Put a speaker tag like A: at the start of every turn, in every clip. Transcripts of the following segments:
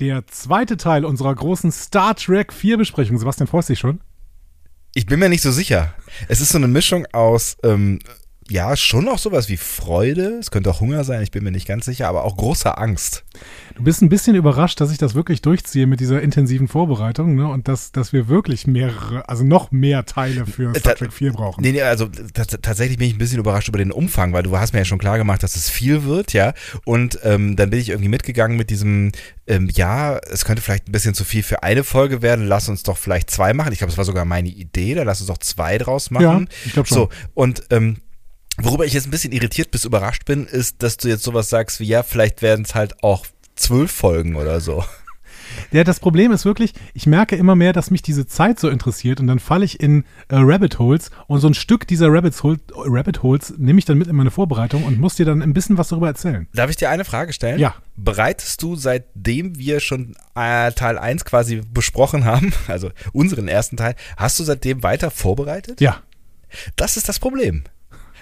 A: Der zweite Teil unserer großen Star Trek 4 Besprechung. Sebastian, freust dich schon?
B: Ich bin mir nicht so sicher. Es ist so eine Mischung aus, ähm, ja, schon auch sowas wie Freude. Es könnte auch Hunger sein, ich bin mir nicht ganz sicher, aber auch großer Angst.
A: Du bist ein bisschen überrascht, dass ich das wirklich durchziehe mit dieser intensiven Vorbereitung ne? und dass, dass wir wirklich mehrere, also noch mehr Teile für Star
B: Ta-
A: Trek 4 brauchen.
B: Äh, Nee, nee, also tats- tatsächlich bin ich ein bisschen überrascht über den Umfang, weil du hast mir ja schon klar gemacht, dass es viel wird, ja. Und ähm, dann bin ich irgendwie mitgegangen mit diesem, ähm, ja, es könnte vielleicht ein bisschen zu viel für eine Folge werden, lass uns doch vielleicht zwei machen. Ich glaube, es war sogar meine Idee, dann lass uns doch zwei draus machen.
A: ich glaub schon.
B: So, und ähm, worüber ich jetzt ein bisschen irritiert bis überrascht bin, ist, dass du jetzt sowas sagst wie, ja, vielleicht werden es halt auch zwölf Folgen oder so.
A: Ja, das Problem ist wirklich, ich merke immer mehr, dass mich diese Zeit so interessiert und dann falle ich in äh, Rabbit Holes und so ein Stück dieser Rabbit, Hol Rabbit Holes nehme ich dann mit in meine Vorbereitung und muss dir dann ein bisschen was darüber erzählen.
B: Darf ich dir eine Frage stellen?
A: Ja.
B: Bereitest du, seitdem wir schon äh, Teil 1 quasi besprochen haben, also unseren ersten Teil, hast du seitdem weiter vorbereitet?
A: Ja.
B: Das ist das Problem.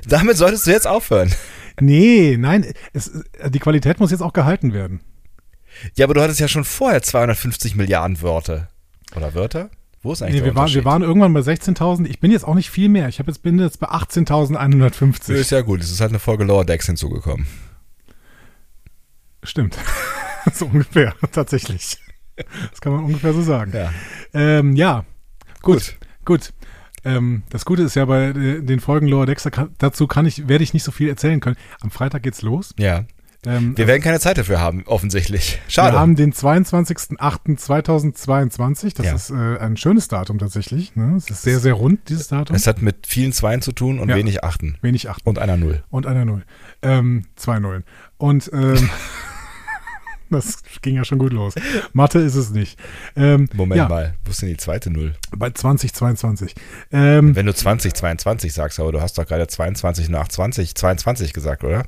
B: Damit solltest du jetzt aufhören.
A: Nee, nein, es, äh, die Qualität muss jetzt auch gehalten werden.
B: Ja, aber du hattest ja schon vorher 250 Milliarden Wörter. Oder Wörter? Wo ist eigentlich
A: Nee,
B: der
A: wir, waren, wir
B: Unterschied?
A: waren irgendwann bei 16.000. Ich bin jetzt auch nicht viel mehr. Ich hab jetzt, bin jetzt bei 18.150.
B: Ist ja gut, es ist halt eine Folge Lower Decks hinzugekommen.
A: Stimmt. so ungefähr, tatsächlich. Das kann man ungefähr so sagen.
B: Ja.
A: Ähm, ja.
B: Gut.
A: Gut. Ähm, das Gute ist ja bei äh, den Folgen Lower Decks, da kann- dazu kann ich, werde ich nicht so viel erzählen können. Am Freitag geht's los.
B: Ja.
A: Ähm,
B: Wir werden keine Zeit dafür haben, offensichtlich. Schade.
A: wir haben den 22.08.2022. Das
B: Ja.
A: ist äh, ein schönes Datum tatsächlich. Ne? Es ist sehr, sehr rund, dieses Datum.
B: es hat mit vielen Zweien zu tun und
A: Ja.
B: wenig Achten.
A: Wenig achten.
B: Und einer Null.
A: Und einer Null. Ähm, zwei Nullen. Und ähm, das ging ja schon gut los. Mathe ist es nicht. Ähm,
B: Moment
A: ja,
B: mal, wo ist denn die zweite Null?
A: Bei 2022. Ähm,
B: Wenn du 20, 22 sagst, aber du hast doch gerade 22 nach 20, 22 gesagt, oder?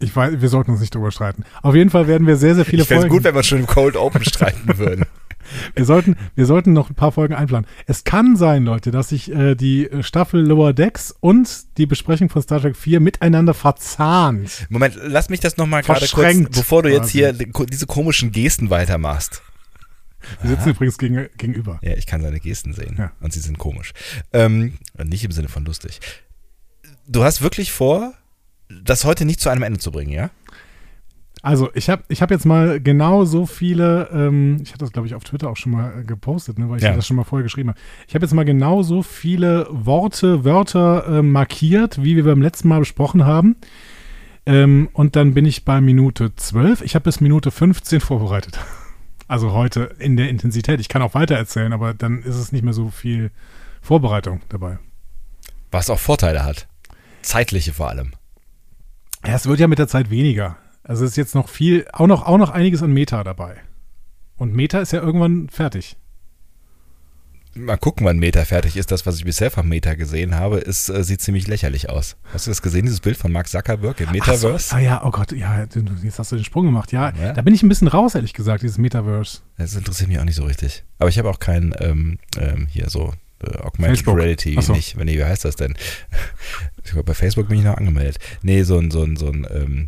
A: ich weiß, wir sollten uns nicht drüber streiten. Auf jeden Fall werden wir sehr, sehr viele
B: Ich fände
A: Folgen.
B: es gut, wenn wir schon im Cold Open streiten würden.
A: wir, sollten, wir sollten noch ein paar Folgen einplanen. Es kann sein, Leute, dass sich äh, die Staffel Lower Decks und die Besprechung von Star Trek 4 miteinander verzahnt.
B: Moment, lass mich das nochmal gerade kurz,
A: Verschränkt
B: bevor du jetzt
A: quasi.
B: hier die- ko- diese komischen Gesten weitermachst.
A: Wir sitzen übrigens gegen, gegenüber.
B: Ja, ich kann seine Gesten sehen
A: Ja.
B: und sie sind komisch. Ähm, nicht im Sinne von lustig. Du hast wirklich vor, das heute nicht zu einem Ende zu bringen, ja?
A: Also, ich habe ich hab jetzt mal genau so viele, ähm, ich hatte das, glaube ich, auf Twitter auch schon mal äh, gepostet, ne, weil ich
B: Ja.
A: dir das schon mal vorher geschrieben habe. Ich habe jetzt mal genau so viele Worte, Wörter äh, markiert, wie wir beim letzten Mal besprochen haben. Ähm, und dann bin ich bei Minute 12. Ich habe bis Minute 15 vorbereitet. Also heute in der Intensität. Ich kann auch weiter erzählen, aber dann ist es nicht mehr so viel Vorbereitung dabei.
B: Was auch Vorteile hat. Zeitliche vor allem.
A: Ja, es wird ja mit der Zeit weniger. Also es ist jetzt noch viel, auch noch, auch noch einiges an Meta dabei. Und Meta ist ja irgendwann fertig.
B: Mal gucken, wann Meta fertig ist. Das, was ich bisher von Meta gesehen habe, ist, äh, sieht ziemlich lächerlich aus. Hast du das gesehen, dieses Bild von Mark Zuckerberg im Metaverse?
A: Ach so, ah ja, oh Gott, ja, du- du- jetzt hast du den Sprung gemacht. Ja,
B: Ja.
A: da bin ich ein bisschen raus, ehrlich gesagt, dieses Metaverse.
B: Das interessiert mich auch nicht so richtig. Aber ich habe auch kein, ähm, ähm, hier so, äh, Augmented
A: Facebook.
B: Reality
A: Ach so.
B: nicht. Wenn, nee, wie heißt das denn? Ich glaub, bei Facebook bin ich noch angemeldet. Nee, so ein, so ein, so ein ähm,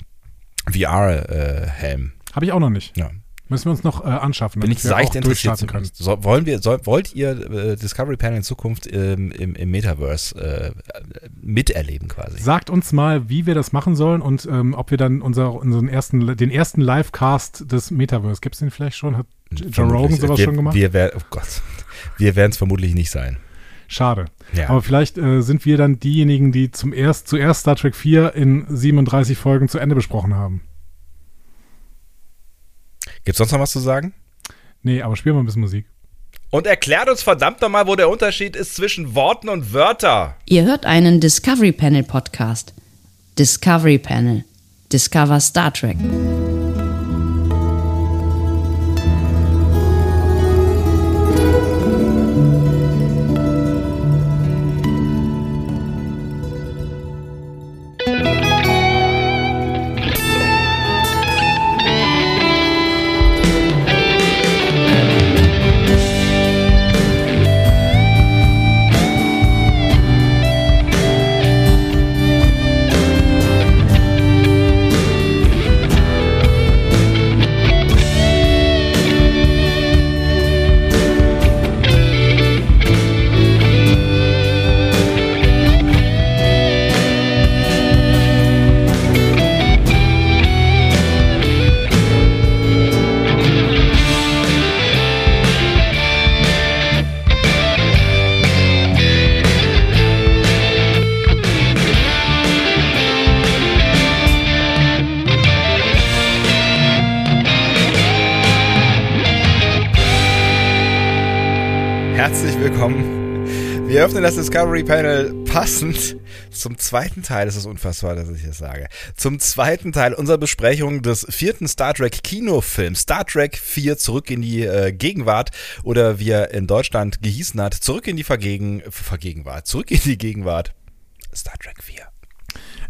B: äh, VR-Helm.
A: Habe ich auch noch nicht.
B: ja.
A: Müssen wir uns noch äh, anschaffen,
B: Bin ich
A: wir
B: seicht interessiert.
A: durchstarten können.
B: zumindest. So, wollen wir, soll, wollt ihr äh, Discovery Panel in Zukunft ähm, im, im Metaverse äh, äh, miterleben quasi?
A: Sagt uns mal, wie wir das machen sollen und ähm, ob wir dann unser, unseren ersten, den ersten Livecast des Metaverse, gibt es den vielleicht schon? Hat J- Joe
B: Vermutlich.
A: Rogan sowas
B: wir,
A: schon gemacht?
B: Wir, wer- oh Gott. wir werden es vermutlich nicht sein.
A: Schade.
B: Ja.
A: Aber vielleicht äh, sind wir dann diejenigen, die zum erst, zuerst Star Trek 4 in 37 Folgen zu Ende besprochen haben.
B: Gibt es sonst noch was zu sagen?
A: Nee, aber spielen wir ein bisschen Musik.
B: Und erklärt uns verdammt nochmal, wo der Unterschied ist zwischen Worten und Wörter.
C: Ihr hört einen Discovery Panel Podcast. Discovery Panel. Discover Star Trek.
B: herzlich willkommen. Wir öffnen das Discovery Panel passend zum zweiten Teil. Es ist unfassbar, dass ich das sage. Zum zweiten Teil unserer Besprechung des vierten Star Trek Kinofilms. Star Trek 4 zurück in die äh, Gegenwart oder wie er in Deutschland gehießen hat, zurück in die Vergegen Vergegenwart. Zurück in die Gegenwart. Star Trek 4.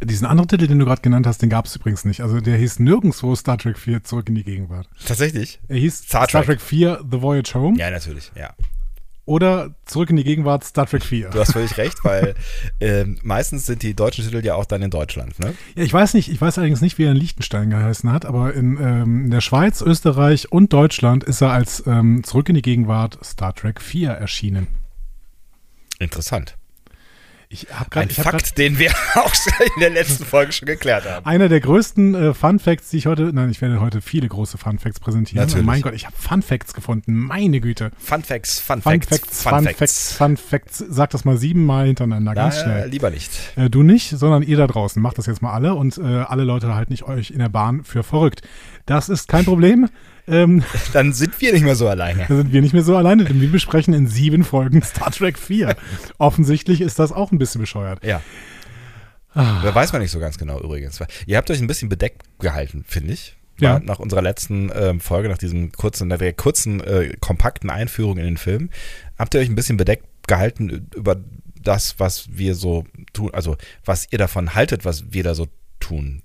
A: Diesen anderen Titel, den du gerade genannt hast, den gab es übrigens nicht. Also der hieß nirgendwo Star Trek 4 zurück in die Gegenwart.
B: Tatsächlich?
A: Er hieß
B: Star
A: Star,
B: Trek.
A: Trek 4 The Voyage Home
B: Ja, natürlich, ja.
A: oder zurück in die Gegenwart Star Trek 4.
B: Du hast völlig recht, weil ähm, meistens sind die deutschen Titel ja auch dann in Deutschland, ne?
A: Ja, ich weiß nicht, ich weiß allerdings nicht, wie er in Liechtenstein geheißen hat, aber in, ähm, in der Schweiz, Österreich und Deutschland ist er als ähm, Zurück in die Gegenwart Star Trek 4 erschienen.
B: Interessant.
A: Ich habe gerade
B: Ein
A: hab grad-
B: Fakt, den wir auch schon in der letzten Folge schon geklärt haben.
A: einer der größten äh, Fun Facts, die ich heute, nein, ich werde heute viele große Fun Facts präsentieren.
B: Natürlich.
A: mein Gott, ich habe Fun Facts gefunden, meine Güte.
B: Fun Facts, Fun,
A: Fun
B: Facts,
A: Facts, Fun Facts, Fun Facts. Sag das mal siebenmal hintereinander,
B: Na,
A: ganz schnell.
B: lieber nicht.
A: Äh, du nicht, sondern ihr da draußen. Macht das jetzt mal alle und äh, alle Leute halten nicht euch in der Bahn für verrückt. Das ist kein Problem. Ähm,
B: Dann sind wir nicht mehr so alleine.
A: da sind wir nicht mehr so alleine, denn wir besprechen in sieben Folgen Star Trek 4. Offensichtlich ist das auch ein bisschen bescheuert.
B: Ja.
A: Ah.
B: Da weiß man nicht so ganz genau übrigens. Ihr habt euch ein bisschen bedeckt gehalten, finde ich.
A: Ja.
B: War Nach unserer letzten ähm, Folge, nach diesem kurzen, nach der kurzen, äh, kompakten Einführung in den Film, habt ihr euch ein bisschen bedeckt gehalten über das, was wir so tun, also was ihr davon haltet, was wir da so tun.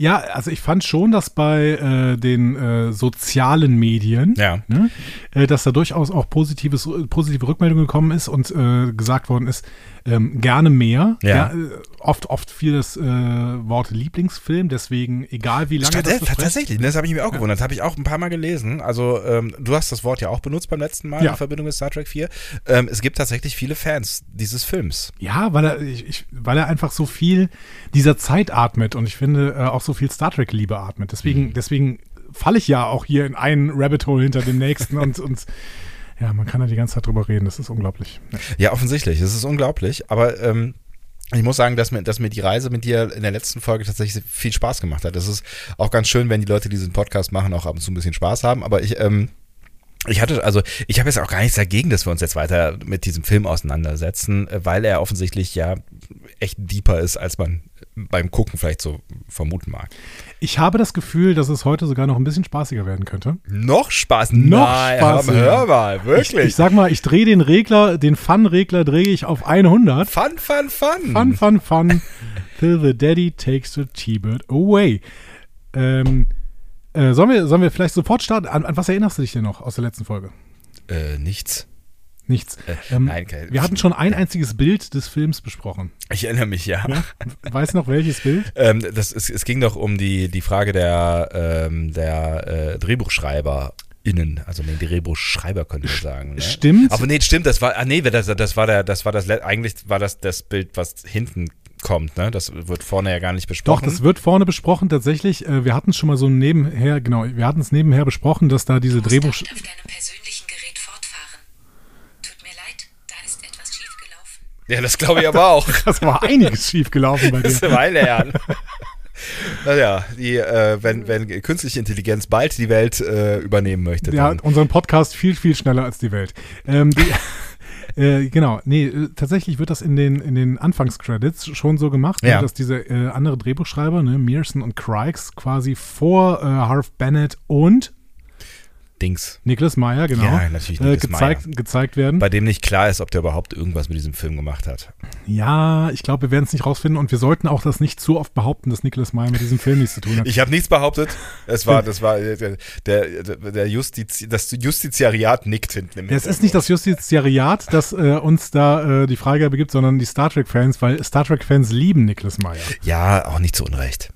A: Ja, also ich fand schon, dass bei äh, den äh, sozialen Medien,
B: Ja.
A: ne, äh, dass da durchaus auch positives, positive Rückmeldung gekommen ist und äh, gesagt worden ist, ähm, gerne mehr.
B: Ja.
A: äh, oft, oft fiel das äh, Wort Lieblingsfilm, deswegen egal wie lange
B: Statt,
A: das
B: äh,
A: Gespräch-
B: tatsächlich, das habe ich mir auch gewundert. Habe ich auch ein paar Mal gelesen. Also, ähm, du hast das Wort ja auch benutzt beim letzten Mal
A: Ja.
B: in Verbindung mit Star Trek 4. Ähm, es gibt tatsächlich viele Fans dieses Films.
A: Ja, weil er, ich, ich, weil er einfach so viel dieser Zeit atmet und ich finde äh, auch so viel Star Trek-Liebe atmet. Deswegen,
B: Mhm.
A: deswegen falle ich ja auch hier in einen Rabbit Hole hinter dem nächsten und, und ja, man kann ja die ganze Zeit drüber reden, das ist unglaublich.
B: Ja, offensichtlich. Es ist unglaublich. Aber ähm, ich muss sagen, dass mir, dass mir die Reise mit dir in der letzten Folge tatsächlich viel Spaß gemacht hat. Es ist auch ganz schön, wenn die Leute, die diesen Podcast machen, auch ab und zu ein bisschen Spaß haben. Aber ich, ähm, ich hatte, also ich habe jetzt auch gar nichts dagegen, dass wir uns jetzt weiter mit diesem Film auseinandersetzen, äh, weil er offensichtlich ja echt deeper ist, als man beim Gucken vielleicht so vermuten mag.
A: Ich habe das Gefühl, dass es heute sogar noch ein bisschen spaßiger werden könnte.
B: Noch Spaß?
A: Noch
B: Nein,
A: Spaß,
B: hör-
A: ja.
B: Hör mal, wirklich.
A: Ich sag mal, ich drehe den Regler, den Fun-Regler drehe ich auf 100.
B: fun, fun, fun.
A: Fun, fun, fun. Till the daddy takes the T-Bird away. Ähm, äh, sollen, wir, sollen wir vielleicht sofort starten? An, an was erinnerst du dich denn noch aus der letzten Folge?
B: Äh, nichts.
A: Nichts. Ähm,
B: Äh, nein, kein-
A: wir hatten schon ein einziges Bild des Films besprochen.
B: Ich erinnere mich, ja.
A: Weiß noch welches Bild?
B: Ähm, das, es, es ging doch um die, die Frage der, ähm, der äh, DrehbuchschreiberInnen, also den Drehbuchschreiber könnte man sagen. Ne?
A: stimmt.
B: Aber nee, stimmt, das war, ah, nee, das, das war der, das war das, le- eigentlich war das das Bild, was hinten kommt, ne? Das wird vorne ja gar nicht
A: Doch,
B: besprochen.
A: das wird vorne besprochen tatsächlich. Äh, wir hatten es schon mal so nebenher, genau, wir hatten es nebenher besprochen, dass da diese Drehbuch...
D: Damit auf deinem persönlichen Gerät fortfahren. Tut mir leid, da ist etwas schiefgelaufen.
B: ja, das glaube ich aber auch.
A: Das war einiges schief gelaufen bei
B: Das ist
A: dir.
B: eine Weile her. Naja, die, äh, wenn, wenn künstliche Intelligenz bald die Welt äh, übernehmen möchte,
A: Ja,
B: dann
A: unseren Podcast viel, viel schneller als die Welt. Ähm, die, äh, genau, nee, äh, tatsächlich wird das in den, in den Anfangscredits schon so gemacht,
B: Ja.
A: ne, dass diese äh, andere Drehbuchschreiber, ne, Mearson und Crikes, quasi vor äh, Harv Bennett und
B: Dings.
A: Niklas Meyer, genau,
B: Ja, natürlich
A: äh,
B: Nicholas
A: gezeigt,
B: Meyer.
A: gezeigt werden.
B: Bei dem nicht klar ist, ob der überhaupt irgendwas mit diesem Film gemacht hat.
A: Ja, ich glaube, wir werden es nicht rausfinden und wir sollten auch das nicht zu oft behaupten, dass Niklas Meyer mit diesem Film nichts zu tun hat.
B: Ich habe nichts behauptet. Es war, das war äh, der, der, der Justiz, das Justiziariat nickt hinten im
A: Ja, Es ist nicht
B: Hintergrund.
A: das Justiziariat, das äh, uns da äh, die Freigabe gibt, sondern die Star Trek-Fans, weil Star Trek-Fans lieben Niklas Meyer.
B: Ja, auch nicht zu Unrecht.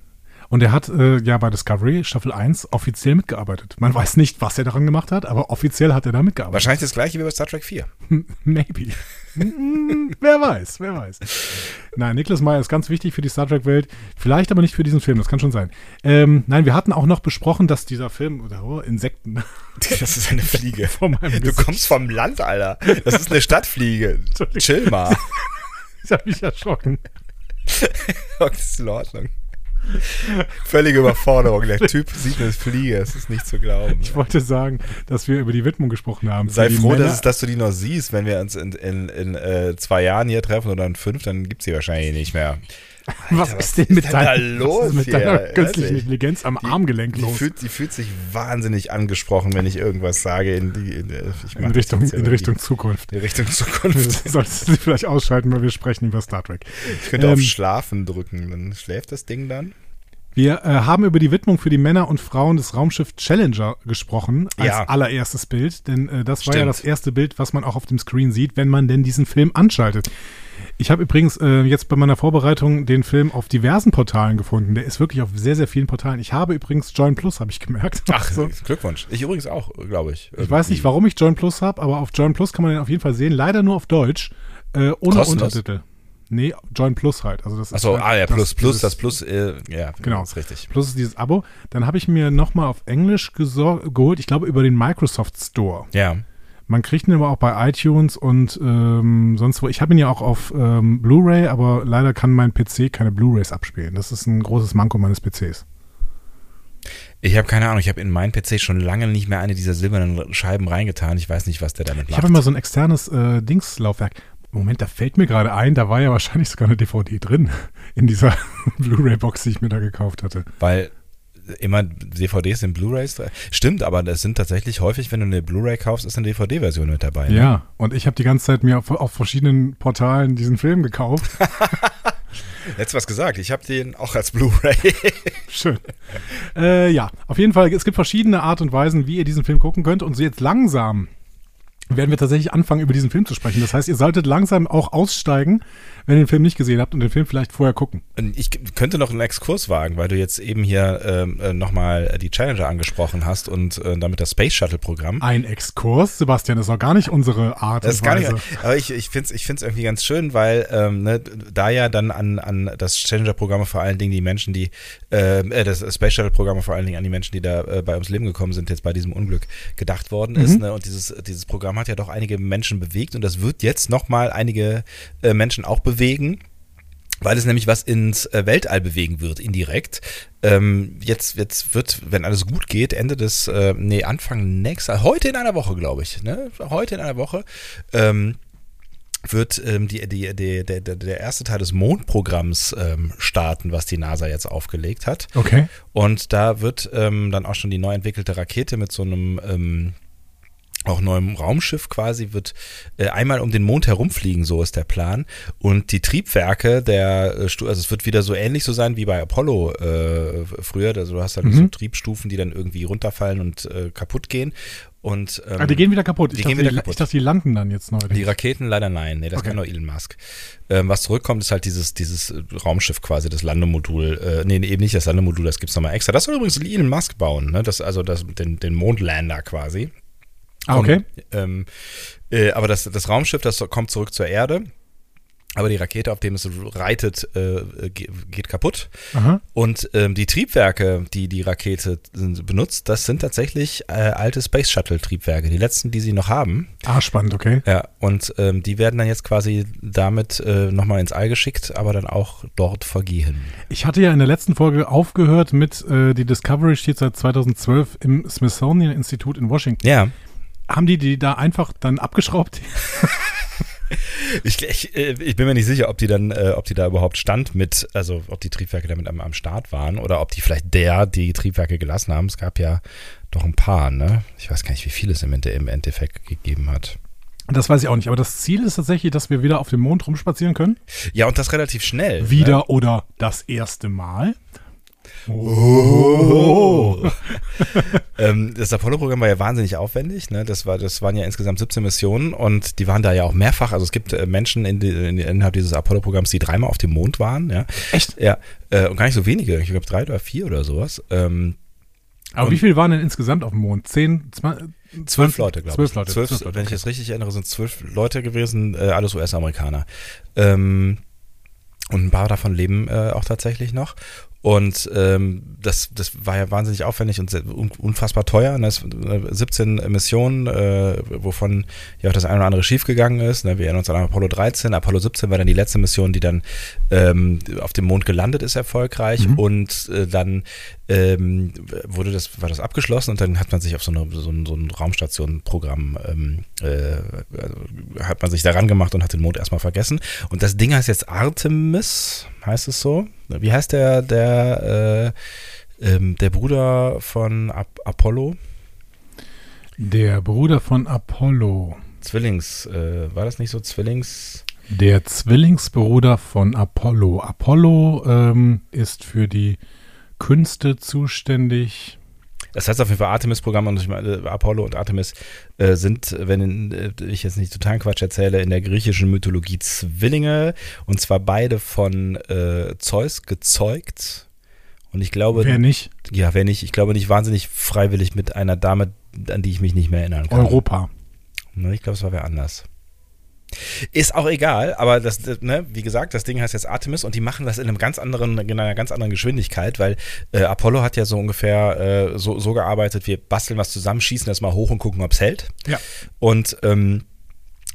A: Und er hat äh, ja bei Discovery Staffel 1 offiziell mitgearbeitet. Man weiß nicht, was er daran gemacht hat, aber offiziell hat er da mitgearbeitet.
B: Wahrscheinlich das gleiche wie bei Star Trek 4.
A: Maybe. Mm, wer weiß, wer weiß. Nein, Niklas Meyer ist ganz wichtig für die Star Trek-Welt. Vielleicht aber nicht für diesen Film, das kann schon sein. Ähm, nein, wir hatten auch noch besprochen, dass dieser Film, oder oh, Insekten,
B: Das ist eine Fliege.
A: Vor meinem
B: Du
A: Gesicht.
B: kommst vom Land, Alter. Das ist eine Stadtfliege. Chill mal.
A: ich habe mich erschrocken.
B: Das ist in Ordnung. Völlige Überforderung. Der Typ sieht eine Fliege. Es ist nicht zu glauben.
A: Ich wollte sagen, dass wir über die Widmung gesprochen haben. Für
B: Sei
A: die
B: froh,
A: Männer-
B: dass, es, dass du die noch siehst. Wenn wir uns in, in, in äh, zwei Jahren hier treffen oder in fünf, dann gibt es die wahrscheinlich nicht mehr.
A: was
B: Alter,
A: ist denn mit,
B: da
A: deiner, was
B: los
A: ist mit
B: hier?
A: deiner künstlichen
B: Ehrlich.
A: Intelligenz am
B: Die-
A: Armgelenk
B: Die
A: los?
B: fühlt, die fühlt sich wahnsinnig angesprochen, wenn ich irgendwas sage in, die, in, der- ich
A: in
B: mach
A: Richtung,
B: das jetzt
A: in
B: irgendwie.
A: Richtung Zukunft.
B: in Richtung Zukunft.
A: Solltest du sie vielleicht ausschalten, weil wir sprechen über Star Trek.
B: Ich könnte auf
A: Ähm.
B: Schlafen drücken, dann schläft das Ding dann.
A: Wir äh, haben über die Widmung für die Männer und Frauen des Raumschiff Challenger gesprochen, als
B: Ja.
A: allererstes Bild, denn äh, das war
B: Stimmt.
A: ja das erste Bild, was man auch auf dem Screen sieht, wenn man denn diesen Film anschaltet. Ich habe übrigens äh, jetzt bei meiner Vorbereitung den Film auf diversen Portalen gefunden. Der ist wirklich auf sehr, sehr vielen Portalen. Ich habe übrigens Join Plus, habe ich gemerkt. Also,
B: Glückwunsch. Ich übrigens auch, glaube ich.
A: ich weiß nicht, warum ich Join Plus habe, aber auf Join Plus kann man den auf jeden Fall sehen. Leider nur auf Deutsch, äh, ohne
B: Kostenlos?
A: Untertitel. Nee, Join Plus halt. Also das ist
B: Achso,
A: halt
B: ah ja, Plus, Plus,
A: dieses-
B: das Plus, äh, ja,
A: Genau.
B: ist richtig.
A: Plus ist dieses Abo. Dann habe ich mir nochmal auf Englisch gesor- geholt, ich glaube über den Microsoft Store.
B: Ja.
A: Man kriegt ihn aber auch bei iTunes und ähm, sonst wo. Ich habe ihn ja auch auf ähm, Blu-ray, aber leider kann mein PC keine Blu-rays abspielen. Das ist ein großes Manko meines PCs.
B: Ich habe keine Ahnung, ich habe in meinen PC schon lange nicht mehr eine dieser silbernen Scheiben reingetan. Ich weiß nicht, was der damit
A: Ich habe
B: macht.
A: immer so ein externes äh, Dingslaufwerk. Moment, da fällt mir gerade ein, da war ja wahrscheinlich sogar eine DVD drin in dieser Blu-ray-Box, die ich mir da gekauft hatte.
B: Weil immer DVDs sind Blu-Rays. drin. Stimmt, aber das sind tatsächlich häufig, wenn du eine Blu-Ray kaufst, ist eine DVD-Version mit dabei. ne?
A: Ja, und ich habe die ganze Zeit mir auf, auf verschiedenen Portalen diesen Film gekauft.
B: Jetzt was gesagt, ich habe den auch als Blu-Ray.
A: Schön. Äh, ja, auf jeden Fall, es gibt verschiedene Art und Weisen, wie ihr diesen Film gucken könnt. Und so jetzt langsam werden wir tatsächlich anfangen, über diesen Film zu sprechen. Das heißt, ihr solltet langsam auch aussteigen, wenn ihr den Film nicht gesehen habt und den Film vielleicht vorher gucken.
B: Ich k- könnte noch einen Exkurs wagen, weil du jetzt eben hier ähm, nochmal die Challenger angesprochen hast und äh, damit das Space Shuttle-Programm.
A: Ein Exkurs, Sebastian, ist auch gar nicht unsere Art
B: Das ist
A: und
B: gar nicht,
A: Weise.
B: aber ich, ich finde es ich find's irgendwie ganz schön, weil ähm, ne, da ja dann an, an das Challenger-Programm vor allen Dingen die Menschen, die, ähm, äh, das Space Shuttle-Programm vor allen Dingen an die Menschen, die da äh, bei ums Leben gekommen sind, jetzt bei diesem Unglück gedacht worden ist. Ne? Und dieses, dieses Programm hat ja doch einige Menschen bewegt und das wird jetzt nochmal einige äh, Menschen auch bewegen. Weil es nämlich was ins äh, Weltall bewegen wird, indirekt. Ähm, jetzt, jetzt wird, wenn alles gut geht, Ende des, äh, nee, Anfang nächster, heute in einer Woche, glaube ich, ne? Heute in einer Woche, ähm, wird ähm, die, die, die, der, der- der erste Teil des Mondprogramms ähm, starten, was die NASA jetzt aufgelegt hat.
A: Okay.
B: Und da wird ähm, dann auch schon die neu entwickelte Rakete mit so einem ähm, auch neuem Raumschiff quasi wird äh, einmal um den Mond herumfliegen, so ist der Plan. Und die Triebwerke der, äh, Stu- also es wird wieder so ähnlich so sein wie bei Apollo äh, früher. Also du hast
A: Mhm.
B: halt so Triebstufen, die dann irgendwie runterfallen und äh, kaputt gehen. Und ähm,
A: Ah, die gehen wieder kaputt. Ich,
B: die
A: dachte,
B: gehen wieder
A: die,
B: kaputt.
A: ich dachte, die landen dann jetzt neu.
B: die Raketen leider nein, nee, das
A: Okay.
B: kann nur Elon Musk. Ähm, was zurückkommt, ist halt dieses, dieses äh, Raumschiff quasi, das Landemodul. Äh, nee, nee, eben nicht das Landemodul, das gibt's nochmal extra. Das soll übrigens Elon Musk bauen, ne? Das, also das, den, den Mondlander quasi.
A: ah, okay.
B: Und, ähm, äh, aber das, das Raumschiff, das so- kommt zurück zur Erde. Aber die Rakete, auf dem es reitet, äh, ge- geht kaputt.
A: Aha.
B: Und ähm, die Triebwerke, die die Rakete äh, benutzt, das sind tatsächlich äh, alte Space Shuttle-Triebwerke, die letzten, die sie noch haben.
A: Ah, spannend, okay.
B: Ja, und ähm, die werden dann jetzt quasi damit äh, nochmal ins All geschickt, aber dann auch dort vergehen.
A: Ich hatte ja in der letzten Folge aufgehört mit, äh, die Discovery steht seit 2012 im Smithsonian Institut in Washington.
B: Ja.
A: Haben die die da einfach dann abgeschraubt?
B: Ich, ich, äh, ich bin mir nicht sicher, ob die dann, äh, ob die da überhaupt stand mit, also ob die Triebwerke damit am, am Start waren oder ob die vielleicht der die Triebwerke gelassen haben. Es gab ja doch ein paar, ne? Ich weiß gar nicht, wie viele es im Ende- im Endeffekt gegeben hat.
A: Das weiß ich auch nicht. Aber das Ziel ist tatsächlich, dass wir wieder auf dem Mond rumspazieren können.
B: Ja, und das relativ schnell.
A: Wieder oder das erste Mal. Oh.
B: Ähm, das Apollo-Programm war ja wahnsinnig aufwendig. Ne? Das, war, das waren ja insgesamt 17 Missionen und die waren da ja auch mehrfach. Also es gibt äh, Menschen in, die, in innerhalb dieses Apollo-Programms, die dreimal auf dem Mond waren. Ja?
A: Echt?
B: Ja. Äh, und gar nicht so wenige. Ich glaube drei oder vier oder sowas. Ähm,
A: Aber wie viel waren denn insgesamt auf dem Mond? Zehn, zwanzig?
B: zwölf Leute, glaube ich.
A: Zwölf Leute.
B: Zwölf,
A: Zwölf Leute.
B: Wenn ich das richtig erinnere, sind zwölf Leute gewesen, äh, alles US-Amerikaner. Ähm, und ein paar davon leben äh, auch tatsächlich noch. Und ähm, das, das war ja wahnsinnig aufwendig und sehr- un- unfassbar teuer. Ne? Es- 17 Missionen, äh, wovon ja auch das eine oder andere schiefgegangen ist. Ne? Wir erinnern uns an Apollo 13. Apollo 17 war dann die letzte Mission, die dann ähm, auf dem Mond gelandet ist, erfolgreich. Und äh, dann ähm, wurde das, war das abgeschlossen und dann hat man sich auf so, eine, so, ein- so ein Raumstation-Programm, ähm, äh, also hat man sich daran gemacht und hat den Mond erstmal vergessen. Und das Ding heißt jetzt Artemis, heißt es so? Wie heißt der, der, äh, ähm, der Bruder von Ap Apollo?
A: Der Bruder von Apollo.
B: Zwillings, äh, war das nicht so Zwillings?
A: Der Zwillingsbruder von Apollo. Apollo ähm, ist für die Künste zuständig.
B: Das heißt auf jeden Fall Artemis-Programm und ich meine, Apollo und Artemis äh, sind, wenn äh, ich jetzt nicht totalen Quatsch erzähle, in der griechischen Mythologie Zwillinge und zwar beide von äh, Zeus gezeugt. Und ich glaube,
A: Wer nicht?
B: ja, wenn ich, ich glaube nicht wahnsinnig freiwillig mit einer Dame, an die ich mich nicht mehr erinnern kann.
A: Europa.
B: Ne, Ich glaube, es war wer anders. Ist auch egal, aber das, das, ne, wie gesagt, das Ding heißt jetzt Artemis und die machen das in einem ganz anderen, in einer ganz anderen Geschwindigkeit, weil äh, Apollo hat ja so ungefähr äh, so, so gearbeitet, wir basteln was zusammen, schießen das mal hoch und gucken, ob es hält.
A: Ja.
B: Und ähm,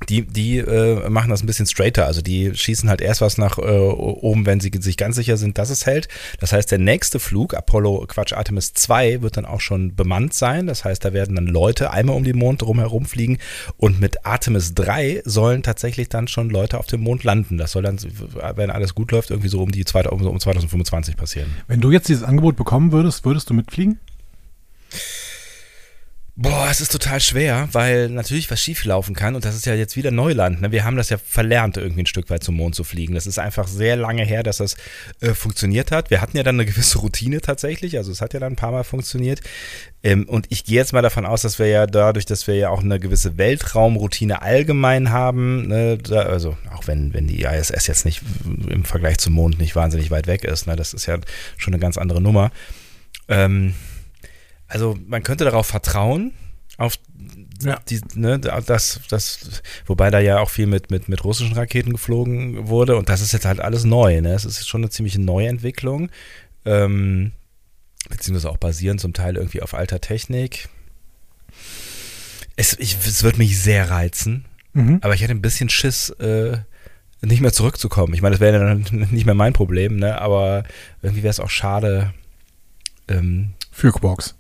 B: die, die äh, machen das ein bisschen straighter. Also die schießen halt erst was nach äh, oben, wenn sie sich ganz sicher sind, dass es hält. Das heißt, der nächste Flug, Apollo Quatsch Artemis 2, wird dann auch schon bemannt sein. Das heißt, da werden dann Leute einmal um den Mond drumherum fliegen. Und mit Artemis 3 sollen tatsächlich dann schon Leute auf dem Mond landen. Das soll dann, wenn alles gut läuft, irgendwie so um die zweite, um, um 2025 passieren.
A: Wenn du jetzt dieses Angebot bekommen würdest, würdest du mitfliegen?
B: Boah, es ist total schwer, weil natürlich was schieflaufen kann und das ist ja jetzt wieder Neuland. Ne? Wir haben das ja verlernt, irgendwie ein Stück weit zum Mond zu fliegen. Das ist einfach sehr lange her, dass das äh, funktioniert hat. Wir hatten ja dann eine gewisse Routine tatsächlich, also es hat ja dann ein paar Mal funktioniert. Ähm, und ich gehe jetzt mal davon aus, dass wir ja dadurch, dass wir ja auch eine gewisse Weltraumroutine allgemein haben, ne, da, also auch wenn, wenn die ISS jetzt nicht im Vergleich zum Mond nicht wahnsinnig weit weg ist, ne, das ist ja schon eine ganz andere Nummer. Ähm, also man könnte darauf vertrauen, auf
A: Ja.
B: die, ne, das, das, wobei da ja auch viel mit, mit, mit russischen Raketen geflogen wurde und das ist jetzt halt alles neu, ne? Es ist schon eine ziemliche Neuentwicklung, ähm, beziehungsweise auch basierend zum Teil irgendwie auf alter Technik. Es, ich, es wird mich sehr reizen,
A: Mhm.
B: aber ich hätte ein bisschen Schiss, äh, nicht mehr zurückzukommen. Ich meine, das wäre ja dann nicht mehr mein Problem, ne? Aber irgendwie wäre es auch schade, ähm,
A: Für Quarks.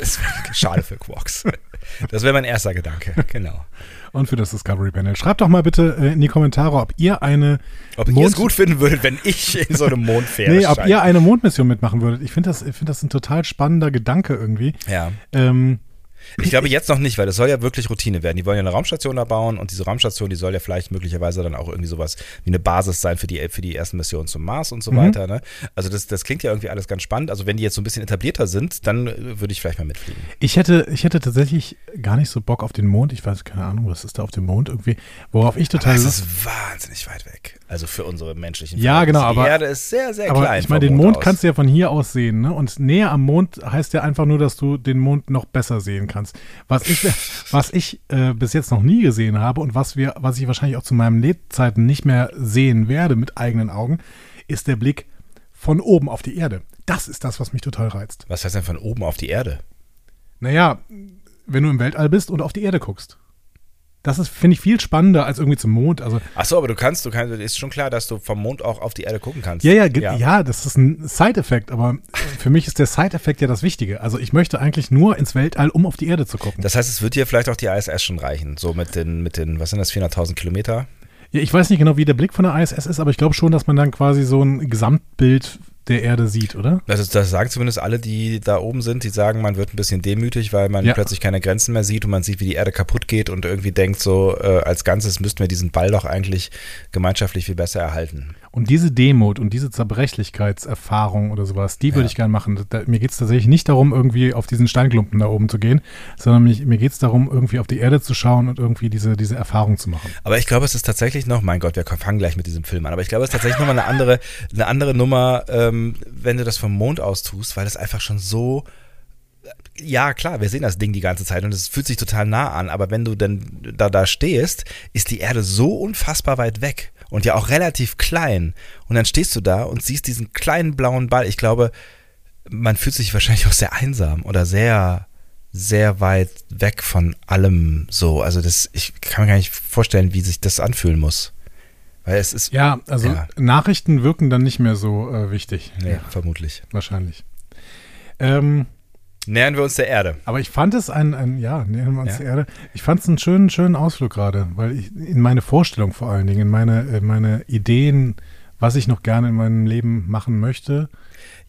B: es wäre Schade für Quarks. Das wäre mein erster Gedanke, genau.
A: Und für das Discovery Panel. Schreibt doch mal bitte äh, in die Kommentare, ob ihr eine
B: Ob ihr es gut finden würdet, wenn ich in so einem Mond fähre.
A: nee, ob ihr eine Mondmission mitmachen würdet. Ich finde das, ich find das ein total spannender Gedanke irgendwie.
B: ja.
A: Ähm,
B: Ich glaube jetzt noch nicht, weil das soll ja wirklich Routine werden. Die wollen ja eine Raumstation da bauen und diese Raumstation, die soll ja vielleicht möglicherweise dann auch irgendwie sowas wie eine Basis sein für die, für die ersten Missionen zum Mars und so
A: Mhm.
B: weiter. Ne? Also das, das klingt ja irgendwie alles ganz spannend. Also wenn die jetzt so ein bisschen etablierter sind, dann äh, würde ich vielleicht mal mitfliegen.
A: ich, hätte, ich hätte tatsächlich gar nicht so Bock auf den Mond. Ich weiß keine Ahnung, was ist da auf dem Mond irgendwie. Worauf ich total.
B: Das
A: Lust-
B: ist wahnsinnig weit weg. Also für unsere menschlichen
A: Ja,
B: Verhältnisse.
A: genau, aber-
B: Die Erde ist sehr, sehr
A: aber
B: klein.
A: ich meine, den
B: vom
A: Mond
B: aus.
A: kannst du ja von hier aus sehen, ne? Und näher am Mond heißt ja einfach nur, dass du den Mond noch besser sehen kannst. Was ich, was ich äh, bis jetzt noch nie gesehen habe und was wir, was ich wahrscheinlich auch zu meinen Lebzeiten nicht mehr sehen werde mit eigenen Augen, ist der Blick von oben auf die Erde. Das ist das, was mich total reizt.
B: Was heißt denn von oben auf die Erde?
A: Naja, wenn du im Weltall bist und auf die Erde guckst. Das ist, finde ich, viel spannender als irgendwie zum Mond. Also,
B: Ach so, aber du kannst, du kannst, ist schon klar, dass du vom Mond auch auf die Erde gucken kannst.
A: Ja, ja, ge- ja, das ist ein Side-Effekt, aber für mich ist der Side-Effekt ja das Wichtige. Also ich möchte eigentlich nur ins Weltall, um auf die Erde zu gucken.
B: Das heißt, es wird dir vielleicht auch die ISS schon reichen, so mit den, mit den, was sind das, 400.000 Kilometer?
A: ja, ich weiß nicht genau, wie der Blick von der ISS ist, aber ich glaube schon, dass man dann quasi so ein Gesamtbild der Erde sieht, oder?
B: Das, ist, das sagen zumindest alle, die da oben sind, die sagen, man wird ein bisschen demütig, weil man
A: Ja.
B: plötzlich keine Grenzen mehr sieht und man sieht, wie die Erde kaputt geht und irgendwie denkt so, äh, als Ganzes müssten wir diesen Ball doch eigentlich gemeinschaftlich viel besser erhalten.
A: Und diese Demut und diese Zerbrechlichkeitserfahrung oder sowas, die würde ich gern machen. Da, mir geht es tatsächlich nicht darum, irgendwie auf diesen Steinklumpen da oben zu gehen, sondern mich, mir geht es darum, irgendwie auf die Erde zu schauen und irgendwie diese, diese Erfahrung zu machen.
B: Aber ich glaube, es ist tatsächlich noch, mein Gott, wir fangen gleich mit diesem Film an, aber ich glaube, es ist tatsächlich nochmal eine andere, eine andere Nummer, ähm, wenn du das vom Mond aus tust, weil das einfach schon so. Ja, klar, wir sehen das Ding die ganze Zeit und es fühlt sich total nah an, aber wenn du dann da, da stehst, ist die Erde so unfassbar weit weg. und ja auch relativ klein. Und dann stehst du da und siehst diesen kleinen blauen Ball. Ich glaube, man fühlt sich wahrscheinlich auch sehr einsam oder sehr, sehr weit weg von allem so. Also das, ich kann mir gar nicht vorstellen, wie sich das anfühlen muss. Weil es ist.
A: Ja, also
B: Ja.
A: Nachrichten wirken dann nicht mehr so äh, wichtig.
B: Nee, vermutlich.
A: Wahrscheinlich. Ähm,
B: Nähern wir uns der Erde.
A: aber ich fand es ein, ein ja, nehmen wir uns
B: Ja.
A: die Erde. Ich fand es einen schönen, schönen Ausflug gerade, weil ich in meine Vorstellung vor allen Dingen, in meine, in meine Ideen, was ich noch gerne in meinem Leben machen möchte,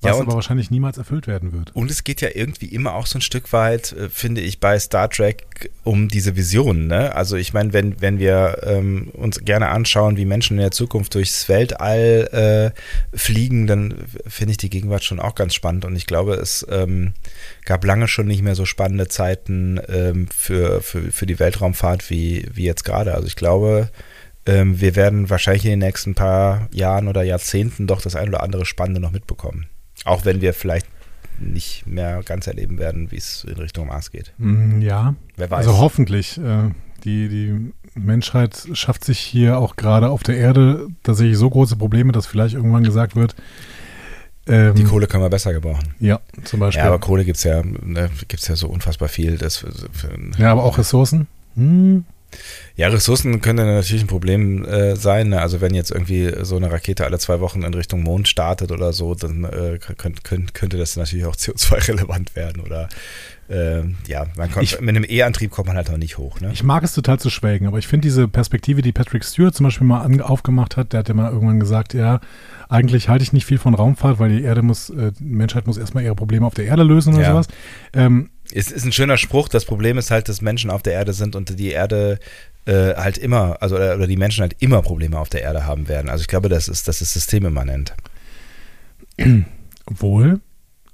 B: Ja,
A: was
B: und-
A: aber wahrscheinlich niemals erfüllt werden wird.
B: Und es geht ja irgendwie immer auch so ein Stück weit, äh, finde ich, bei Star Trek um diese Vision. Ne? Also ich meine, wenn, wenn wir ähm, uns gerne anschauen, wie Menschen in der Zukunft durchs Weltall äh, fliegen, dann finde ich die Gegenwart schon auch ganz spannend. Und ich glaube, es ähm, gab lange schon nicht mehr so spannende Zeiten ähm, für, für, für die Weltraumfahrt wie, wie jetzt gerade. Also ich glaube, ähm, wir werden wahrscheinlich in den nächsten paar Jahren oder Jahrzehnten doch das ein oder andere Spannende noch mitbekommen. Auch wenn wir vielleicht nicht mehr ganz erleben werden, wie es in Richtung Mars geht.
A: Mm, Ja.
B: Wer Mhm. weiß.
A: Also hoffentlich. Äh, die, die Menschheit schafft sich hier auch gerade auf der Erde tatsächlich so große Probleme, dass vielleicht irgendwann gesagt wird, ähm,
B: Die Kohle können wir besser gebrauchen.
A: ja, zum Beispiel.
B: Ja, aber Kohle gibt es ja, ne, gibt's ja so unfassbar viel. Das, für, für,
A: Ja, aber auch Ressourcen. Hm.
B: ja, Ressourcen können dann natürlich ein Problem äh, sein. Ne? Also wenn jetzt irgendwie so eine Rakete alle zwei Wochen in Richtung Mond startet oder so, dann äh, könnt, könnt, könnte das natürlich auch CO2-relevant werden. Oder äh, ja, man kommt,
A: Ich-
B: mit einem E-Antrieb kommt man halt auch nicht hoch. Ne?
A: Ich mag es total zu schwelgen, aber ich finde diese Perspektive, die Patrick Stewart zum Beispiel mal ange- aufgemacht hat, der hat ja mal irgendwann gesagt, ja, eigentlich halte ich nicht viel von Raumfahrt, weil die Erde muss, äh, die Menschheit muss erstmal ihre Probleme auf der Erde lösen oder
B: Ja.
A: sowas. Ähm,
B: Es ist ein schöner Spruch. Das Problem ist halt, dass Menschen auf der Erde sind und die Erde äh, halt immer, also oder, oder die Menschen halt immer Probleme auf der Erde haben werden. Also ich glaube, das ist, das ist systemimmanent.
A: obwohl,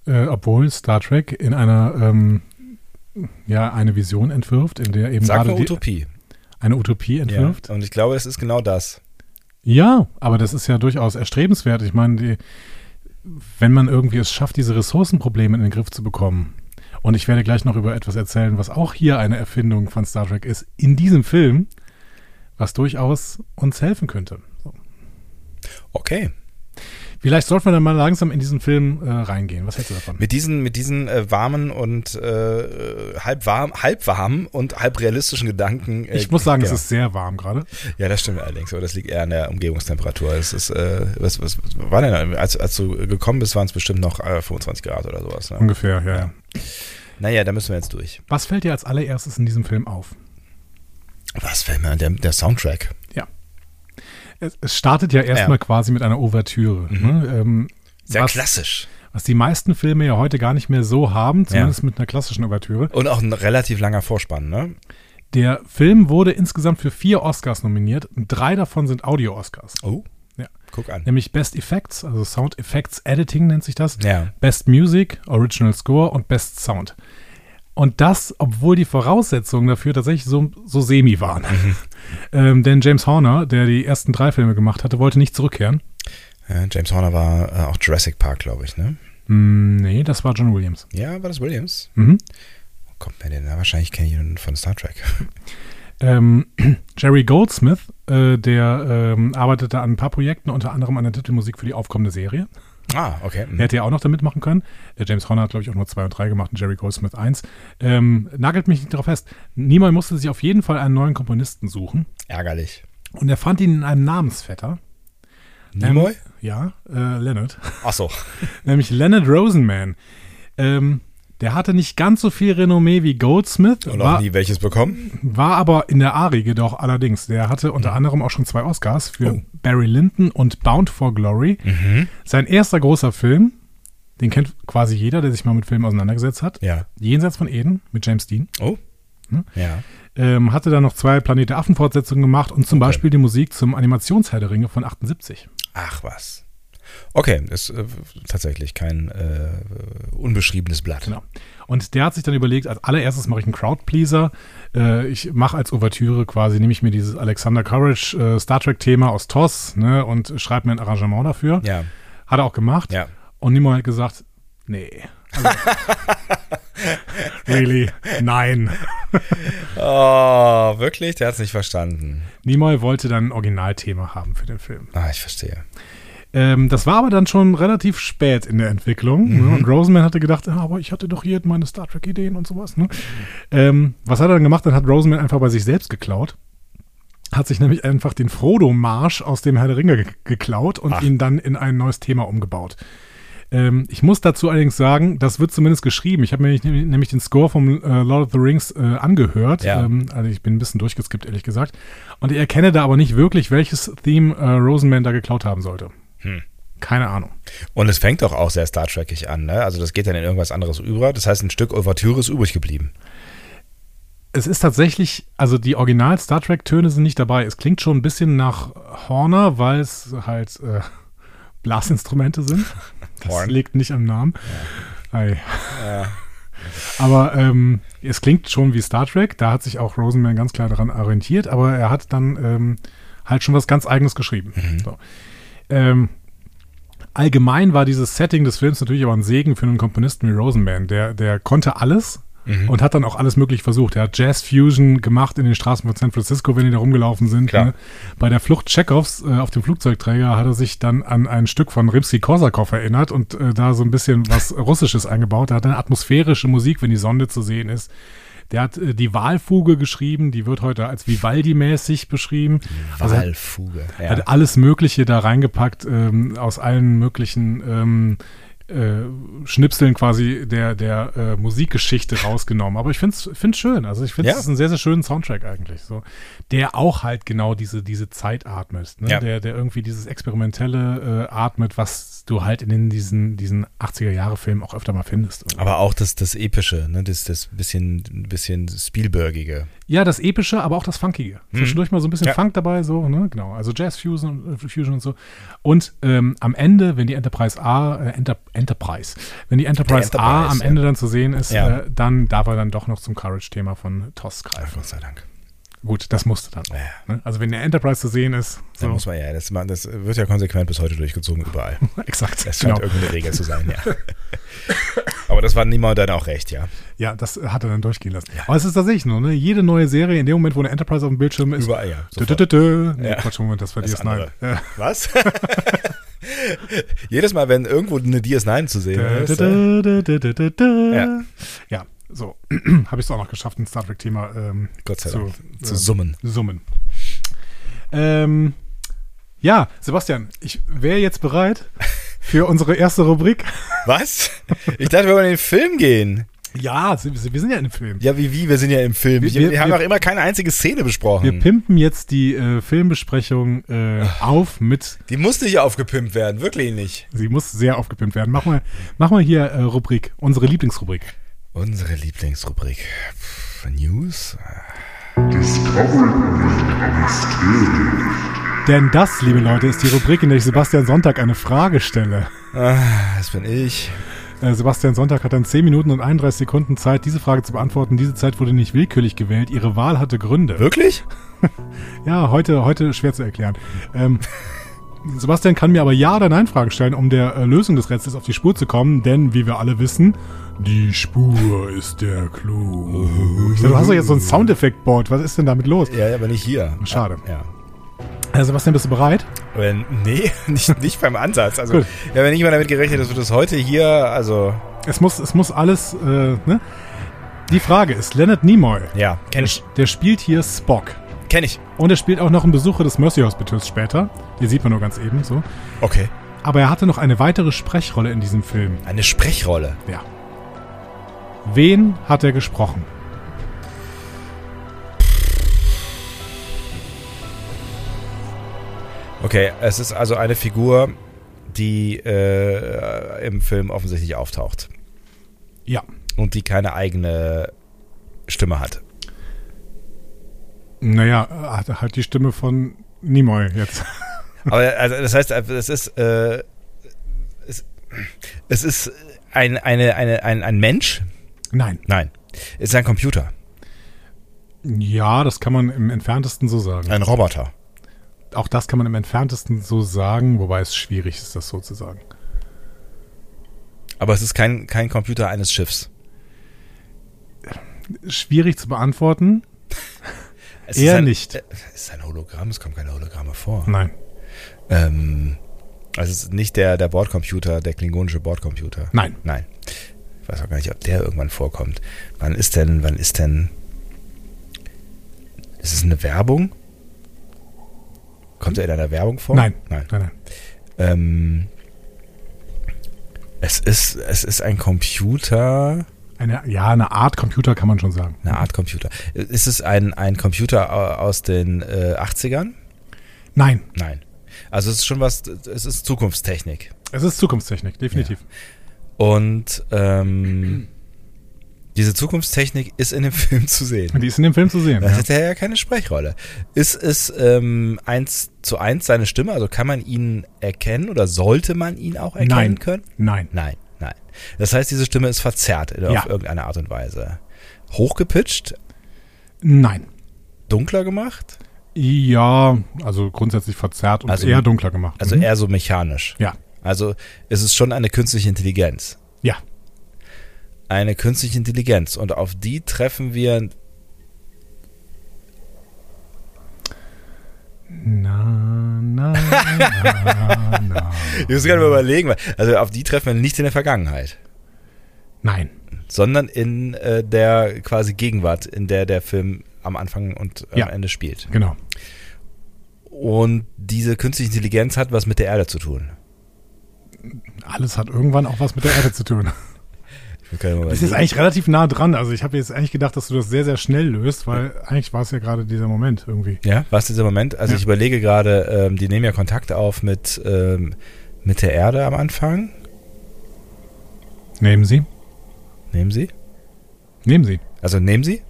A: äh, obwohl Star Trek in einer, ähm, ja, eine Vision entwirft, in der eben
B: Sag
A: gerade
B: mal
A: die,
B: Utopie.
A: eine Utopie
B: Ja.
A: entwirft.
B: Und ich glaube, das ist genau das.
A: Ja, aber das ist ja durchaus erstrebenswert. Ich meine, die, wenn man irgendwie es schafft, diese Ressourcenprobleme in den Griff zu bekommen. Und ich werde gleich noch über etwas erzählen, was auch hier eine Erfindung von Star Trek ist, in diesem Film, was durchaus uns helfen könnte. So.
B: Okay.
A: Vielleicht sollten wir dann mal langsam in diesen Film äh, reingehen. Was hältst du davon?
B: Mit diesen, mit diesen äh, warmen und äh, halb warm, halb warm und halb realistischen Gedanken. äh,
A: ich muss sagen,
B: genau.
A: es ist sehr warm gerade.
B: Ja, das stimmt allerdings, aber das liegt eher an der Umgebungstemperatur. Es ist, äh, was, was, was war denn, als, als du gekommen bist, waren es bestimmt noch äh, 25 Grad oder sowas. Ne?
A: Ungefähr, ja. ja.
B: Naja, da müssen wir jetzt durch.
A: Was fällt dir als allererstes in diesem Film auf?
B: Was fällt mir an? Der, der Soundtrack.
A: Es, es startet ja erstmal quasi mit einer Ouvertüre. Ne? Ähm,
B: Mhm. Sehr
A: was-
B: klassisch.
A: was die meisten Filme ja heute gar nicht mehr so haben, zumindest mit einer klassischen Ouvertüre.
B: Und auch ein relativ langer Vorspann, ne?
A: Der Film wurde insgesamt für vier Oscars nominiert. Drei davon sind Audio-Oscars.
B: Oh.
A: Ja.
B: Guck an.
A: Nämlich Best Effects, also Sound Effects Editing nennt sich das.
B: Ja.
A: Best Music, Original Score und Best Sound. Und das, obwohl die Voraussetzungen dafür tatsächlich so, so semi waren. ähm, denn James Horner, der die ersten drei Filme gemacht hatte, wollte nicht zurückkehren.
B: Ja, James Horner war äh, auch Jurassic Park, glaube ich, ne?
A: Hm, nee, das war John Williams.
B: Ja, war das Williams?
A: Mhm.
B: Wo kommt mir denn da? Wahrscheinlich kenne ich ihn von Star Trek.
A: Ähm, Jerry Goldsmith, äh, der ähm, arbeitete an ein paar Projekten, unter anderem an der Titelmusik für die aufkommende Serie.
B: ah, okay. Mhm.
A: Der hätte ja auch noch da mitmachen können. Äh, James Horner hat, glaube ich, auch nur zwei und drei gemacht und Jerry Goldsmith eins. Ähm, nagelt mich nicht darauf fest. Niemann musste sich auf jeden Fall einen neuen Komponisten suchen.
B: Ärgerlich.
A: Und er fand ihn in einem Namensvetter.
B: Nimoy?
A: Ähm, ja, äh, Leonard.
B: Achso.
A: Nämlich Leonard Rosenman. Ähm, der hatte nicht ganz so viel Renommee wie Goldsmith.
B: Und
A: war-
B: auch nie welches bekommen?
A: war aber in der A-Riege doch allerdings. Der hatte unter anderem auch schon zwei Oscars für
B: Mhm. Oh. Mhm.
A: Barry Lyndon und Bound for Glory. Sein erster großer Film, den kennt quasi jeder, der sich mal mit Filmen auseinandergesetzt hat.
B: Ja.
A: Jenseits von Eden mit James Dean.
B: Oh.
A: Hm?
B: Ja.
A: Ähm, hatte dann noch zwei Planet der Affen-Fortsetzungen gemacht und zum
B: Okay.
A: Beispiel die Musik zum Animationsherr der Ringe von 78.
B: Ach was. Okay, ist äh, tatsächlich kein äh, unbeschriebenes Blatt.
A: Genau. Und der hat sich dann überlegt, als allererstes mache ich einen Crowdpleaser. Äh, ich mache als Ouvertüre quasi, nehme ich mir dieses Alexander Courage äh, Star Trek-Thema aus TOS ne, und schreibe mir ein Arrangement dafür.
B: Ja.
A: Hat er auch gemacht.
B: Ja.
A: Und Nimoy hat gesagt, nee. Really? Nein.
B: Oh, wirklich? Der hat es nicht verstanden.
A: Nimoy wollte dann ein Originalthema haben für den Film.
B: Ah, ich verstehe.
A: Ähm, das war aber dann schon relativ spät in der Entwicklung.
B: Mhm.
A: Ne? Und Rosenman hatte gedacht, ah, aber ich hatte doch hier meine Star Trek-Ideen und sowas. Ne? Ähm, was hat er dann gemacht? Dann hat Rosenman einfach bei sich selbst geklaut. Hat sich nämlich einfach den Frodo-Marsch aus dem Herr der Ringe ge geklaut und
B: Ach.
A: ihn dann in ein neues Thema umgebaut. Ähm, ich muss dazu allerdings sagen, das wird zumindest geschrieben. Ich habe mir nämlich- nämlich den Score vom äh, Lord of the Rings äh, angehört.
B: Ja.
A: Ähm, also ich bin ein bisschen durchgeskippt, ehrlich gesagt. Und ich erkenne da aber nicht wirklich, welches Theme äh, Rosenman da geklaut haben sollte. Keine Ahnung.
B: Und es fängt doch auch sehr Star Trekig an, ne? Also das geht dann in irgendwas anderes über. Das heißt, ein Stück Ouvertüre ist übrig geblieben.
A: Es ist tatsächlich, also die Original Star Trek Töne sind nicht dabei. Es klingt schon ein bisschen nach Horner, weil es halt äh, Blasinstrumente sind. Das
B: Horn.
A: liegt nicht am Namen. Ei. Aber ähm, es klingt schon wie Star Trek. Da hat sich auch Rosenman ganz klar daran orientiert, aber er hat dann ähm, halt schon was ganz Eigenes geschrieben. So. Ähm, allgemein war dieses Setting des Films natürlich aber ein Segen für einen Komponisten wie Rosenman. Der, der konnte alles und hat dann auch alles möglich versucht. Er hat Jazz Fusion gemacht in den Straßen von San Francisco, wenn die da rumgelaufen sind.
B: Klar.
A: Ne? Bei der Flucht Chekhovs äh, auf dem Flugzeugträger hat er sich dann an ein Stück von Rimsky-Korsakow erinnert und äh, da so ein bisschen was Russisches eingebaut. Er hat eine atmosphärische Musik, wenn die Sonne zu sehen ist. Der hat äh, die Walfuge geschrieben, die wird heute als Vivaldi-mäßig beschrieben. Also er hat
B: Walfuge.
A: er
B: Ja.
A: hat alles Mögliche da reingepackt, ähm, aus allen möglichen ähm, äh, Schnipseln quasi der, der äh, Musikgeschichte rausgenommen. Aber ich finde es schön. Also ich finde es
B: Ja.
A: ist einen sehr, sehr schönen Soundtrack eigentlich. So, der auch halt genau diese, diese Zeit atmet. Ne?
B: Ja.
A: Der, der irgendwie dieses Experimentelle äh, atmet, was du halt in den, diesen, diesen 80er-Jahre-Filmen auch öfter mal findest.
B: Aber auch das, das Epische, ne? Das, das bisschen, bisschen Spielbergige.
A: Ja, das Epische, aber auch das Funkige. Zwischendurch mal so ein bisschen
B: Mhm. Ja.
A: Funk dabei, so, ne? Genau. Also Jazz Fusion, und- äh, Fusion und so. Und ähm, am Ende, wenn die Enterprise A, äh, Enter, Enterprise, wenn die Enterprise, A
B: Enterprise,
A: am
B: ja.
A: Ende dann zu sehen ist,
B: Ja.
A: äh, dann darf er dann doch noch zum Courage-Thema von TOS greifen.
B: Gott sei Dank.
A: Gut, das musste dann. auch,
B: Ja.
A: Ne? Also wenn der Enterprise zu sehen ist,
B: Da
A: so,
B: muss man ja, das, man- das wird ja konsequent bis heute durchgezogen überall.
A: exakt. genau.
B: Das scheint irgendeine Regel zu sein, ja. Aber das war niemand dann auch recht, ja.
A: Ja, das hat er dann durchgehen lassen. Aber es ist tatsächlich nur, ne? Jede neue Serie, in dem Moment, wo eine Enterprise auf dem Bildschirm ist.
B: Überall, ja.
A: Dö, dö, dö, dö. Nee,
B: Ja.
A: Quatsch, Moment, das war
B: Das
A: DS9.
B: andere.
A: Äh,
B: Was? Jedes Mal, wenn irgendwo eine DS9 zu sehen ist. äh,
A: Ja.
B: Ja.
A: ja, so. Habe ich es auch noch geschafft, ein Star Trek-Thema ähm,
B: Gott sei
A: zu,
B: Dank. äh, Zu
A: ähm,
B: summen.
A: summen. Ähm, ja, Sebastian, ich wäre jetzt bereit für unsere erste Rubrik.
B: Was? Ich dachte, wir wollen in den Film gehen.
A: Ja, wir sind ja in dem Film.
B: Ja, wie, wie? Wir sind ja im Film.
A: Wir-
B: Wir,
A: wir-
B: haben
A: wir-
B: auch immer keine einzige Szene besprochen.
A: Wir pimpen jetzt die äh, Filmbesprechung äh,
B: Ah.
A: auf mit,
B: Die muss nicht aufgepimpt werden, wirklich nicht.
A: sie muss sehr aufgepimpt werden. Mach mal, mach mal hier äh, Rubrik, unsere Lieblingsrubrik.
B: Unsere Lieblingsrubrik. Pff, News?
A: Denn das, liebe Leute, ist die Rubrik, in der ich Sebastian Sonntag eine Frage stelle.
B: Ah, das bin ich.
A: Äh, Sebastian Sonntag hat dann 10 Minuten und 31 Sekunden Zeit, diese Frage zu beantworten. Diese Zeit wurde nicht willkürlich gewählt. Ihre Wahl hatte Gründe.
B: Wirklich?
A: Ja, heute, heute schwer zu erklären. Ähm, Sebastian kann mir aber Ja- oder Nein-Fragen stellen, um der äh, Lösung des Rätsels auf die Spur zu kommen. Denn, wie wir alle wissen, die Spur ist der Clou. Ich dachte, du hast doch jetzt so ein Soundeffekt-Board. Was ist denn damit los?
B: Ja, aber nicht hier. Ah,
A: Schade.
B: Ja.
A: Äh, Sebastian, bist du bereit?
B: Aber nee, nicht, nicht beim Ansatz. Also,
A: Gut.
B: wir haben ja nicht mal damit gerechnet, dass wir das heute hier, also,
A: Es muss, es muss alles, äh, ne? Die Frage ist, Leonard Nimoy,
B: ja, kenne ich.
A: der spielt hier Spock.
B: Kenne ich.
A: Und er spielt auch noch einen Besucher des Mercy Hospitals später. Den sieht man nur ganz eben so.
B: Okay.
A: Aber er hatte noch eine weitere Sprechrolle in diesem Film.
B: Eine Sprechrolle.
A: Ja. Wen hat er gesprochen?
B: Okay, es ist also eine Figur, die äh, im Film offensichtlich auftaucht
A: Ja.
B: und die keine eigene Stimme hat.
A: Naja, er hatte halt die Stimme von Nimoy jetzt.
B: Aber also, das heißt, es ist, äh, es, es ist ein, eine, eine, ein, ein Mensch?
A: Nein.
B: Nein. Es ist ein Computer.
A: Ja, das kann man im entferntesten so sagen.
B: Ein Roboter.
A: Auch das kann man im entferntesten so sagen, wobei es schwierig ist, das so zu sagen.
B: Aber es ist kein, kein Computer eines Schiffs.
A: Schwierig zu beantworten.
B: Es
A: Eher
B: ist ein,
A: nicht.
B: äh, Es ist ein Hologramm, es kommen keine Hologramme vor.
A: Nein,
B: Ähm, also es ist nicht der, der Bordcomputer, der klingonische Bordcomputer.
A: nein.
B: Nein. Ich weiß auch gar nicht, ob der irgendwann vorkommt. Wann ist denn, wann ist denn. Ist es eine Werbung? Kommt er in einer Werbung vor?
A: Nein.
B: Oh. Nein.
A: nein, nein.
B: Ähm, es, ist, es ist ein Computer,
A: Eine, ja, eine Art Computer kann man schon sagen.
B: eine Art Computer. Ist es ein, ein Computer au- aus den äh, 80ern?
A: Nein,
B: Nein. Also es ist schon was, es ist Zukunftstechnik.
A: es ist Zukunftstechnik, definitiv.
B: Und ähm, diese Zukunftstechnik ist in dem Film zu sehen.
A: Die ist in dem Film zu sehen.
B: Das
A: Ja.
B: hat er ja keine Sprechrolle. Ist es ähm, eins zu eins seine Stimme? Also kann man ihn erkennen oder sollte man ihn auch erkennen
A: Nein.
B: können?
A: Nein,
B: Nein, nein. Das heißt, diese Stimme ist verzerrt in-
A: Ja.
B: auf irgendeine Art und Weise. Hochgepitcht,
A: nein.
B: dunkler gemacht,
A: Ja, also grundsätzlich verzerrt und
B: Also-
A: eher dunkler gemacht.
B: also
A: Mhm.
B: eher so mechanisch.
A: Ja,
B: Also es ist schon eine künstliche Intelligenz.
A: ja,
B: Eine künstliche Intelligenz. Und auf die treffen wir
A: Na, na, na, na.
B: Ich muss gerade mal überlegen, weil- also auf die treffen wir nicht in der Vergangenheit,
A: Nein,
B: sondern in äh, der quasi Gegenwart, in der der Film am Anfang und am
A: Ja.
B: Ende spielt.
A: genau.
B: Und diese künstliche Intelligenz hat was mit der Erde zu tun.
A: Alles hat irgendwann auch was mit der Erde zu tun.
B: Ich will gerade mal
A: Das ist
B: überlegen.
A: eigentlich relativ nah dran. Also ich habe jetzt eigentlich gedacht, dass du das sehr, sehr schnell löst, weil eigentlich war es ja gerade dieser Moment irgendwie.
B: ja, was dieser Moment? Also
A: Ja.
B: ich überlege gerade, ähm, die nehmen ja Kontakt auf mit, ähm, mit der Erde am Anfang.
A: Nehmen Sie?
B: Nehmen sie?
A: Nehmen Sie.
B: Also nehmen sie?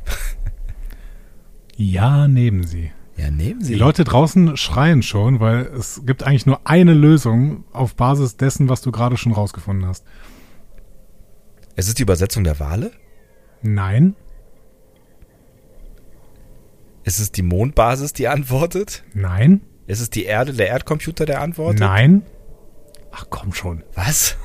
A: Ja, nehmen Sie.
B: Ja, nehmen sie.
A: Die Leute draußen schreien schon, weil es gibt eigentlich nur eine Lösung auf Basis dessen, was du gerade schon rausgefunden hast.
B: Es ist die Übersetzung der Wale?
A: Nein,
B: Ist es die Mondbasis, die antwortet?
A: nein,
B: Ist es die Erde, der Erdcomputer, der antwortet?
A: nein. Ach komm schon.
B: Was?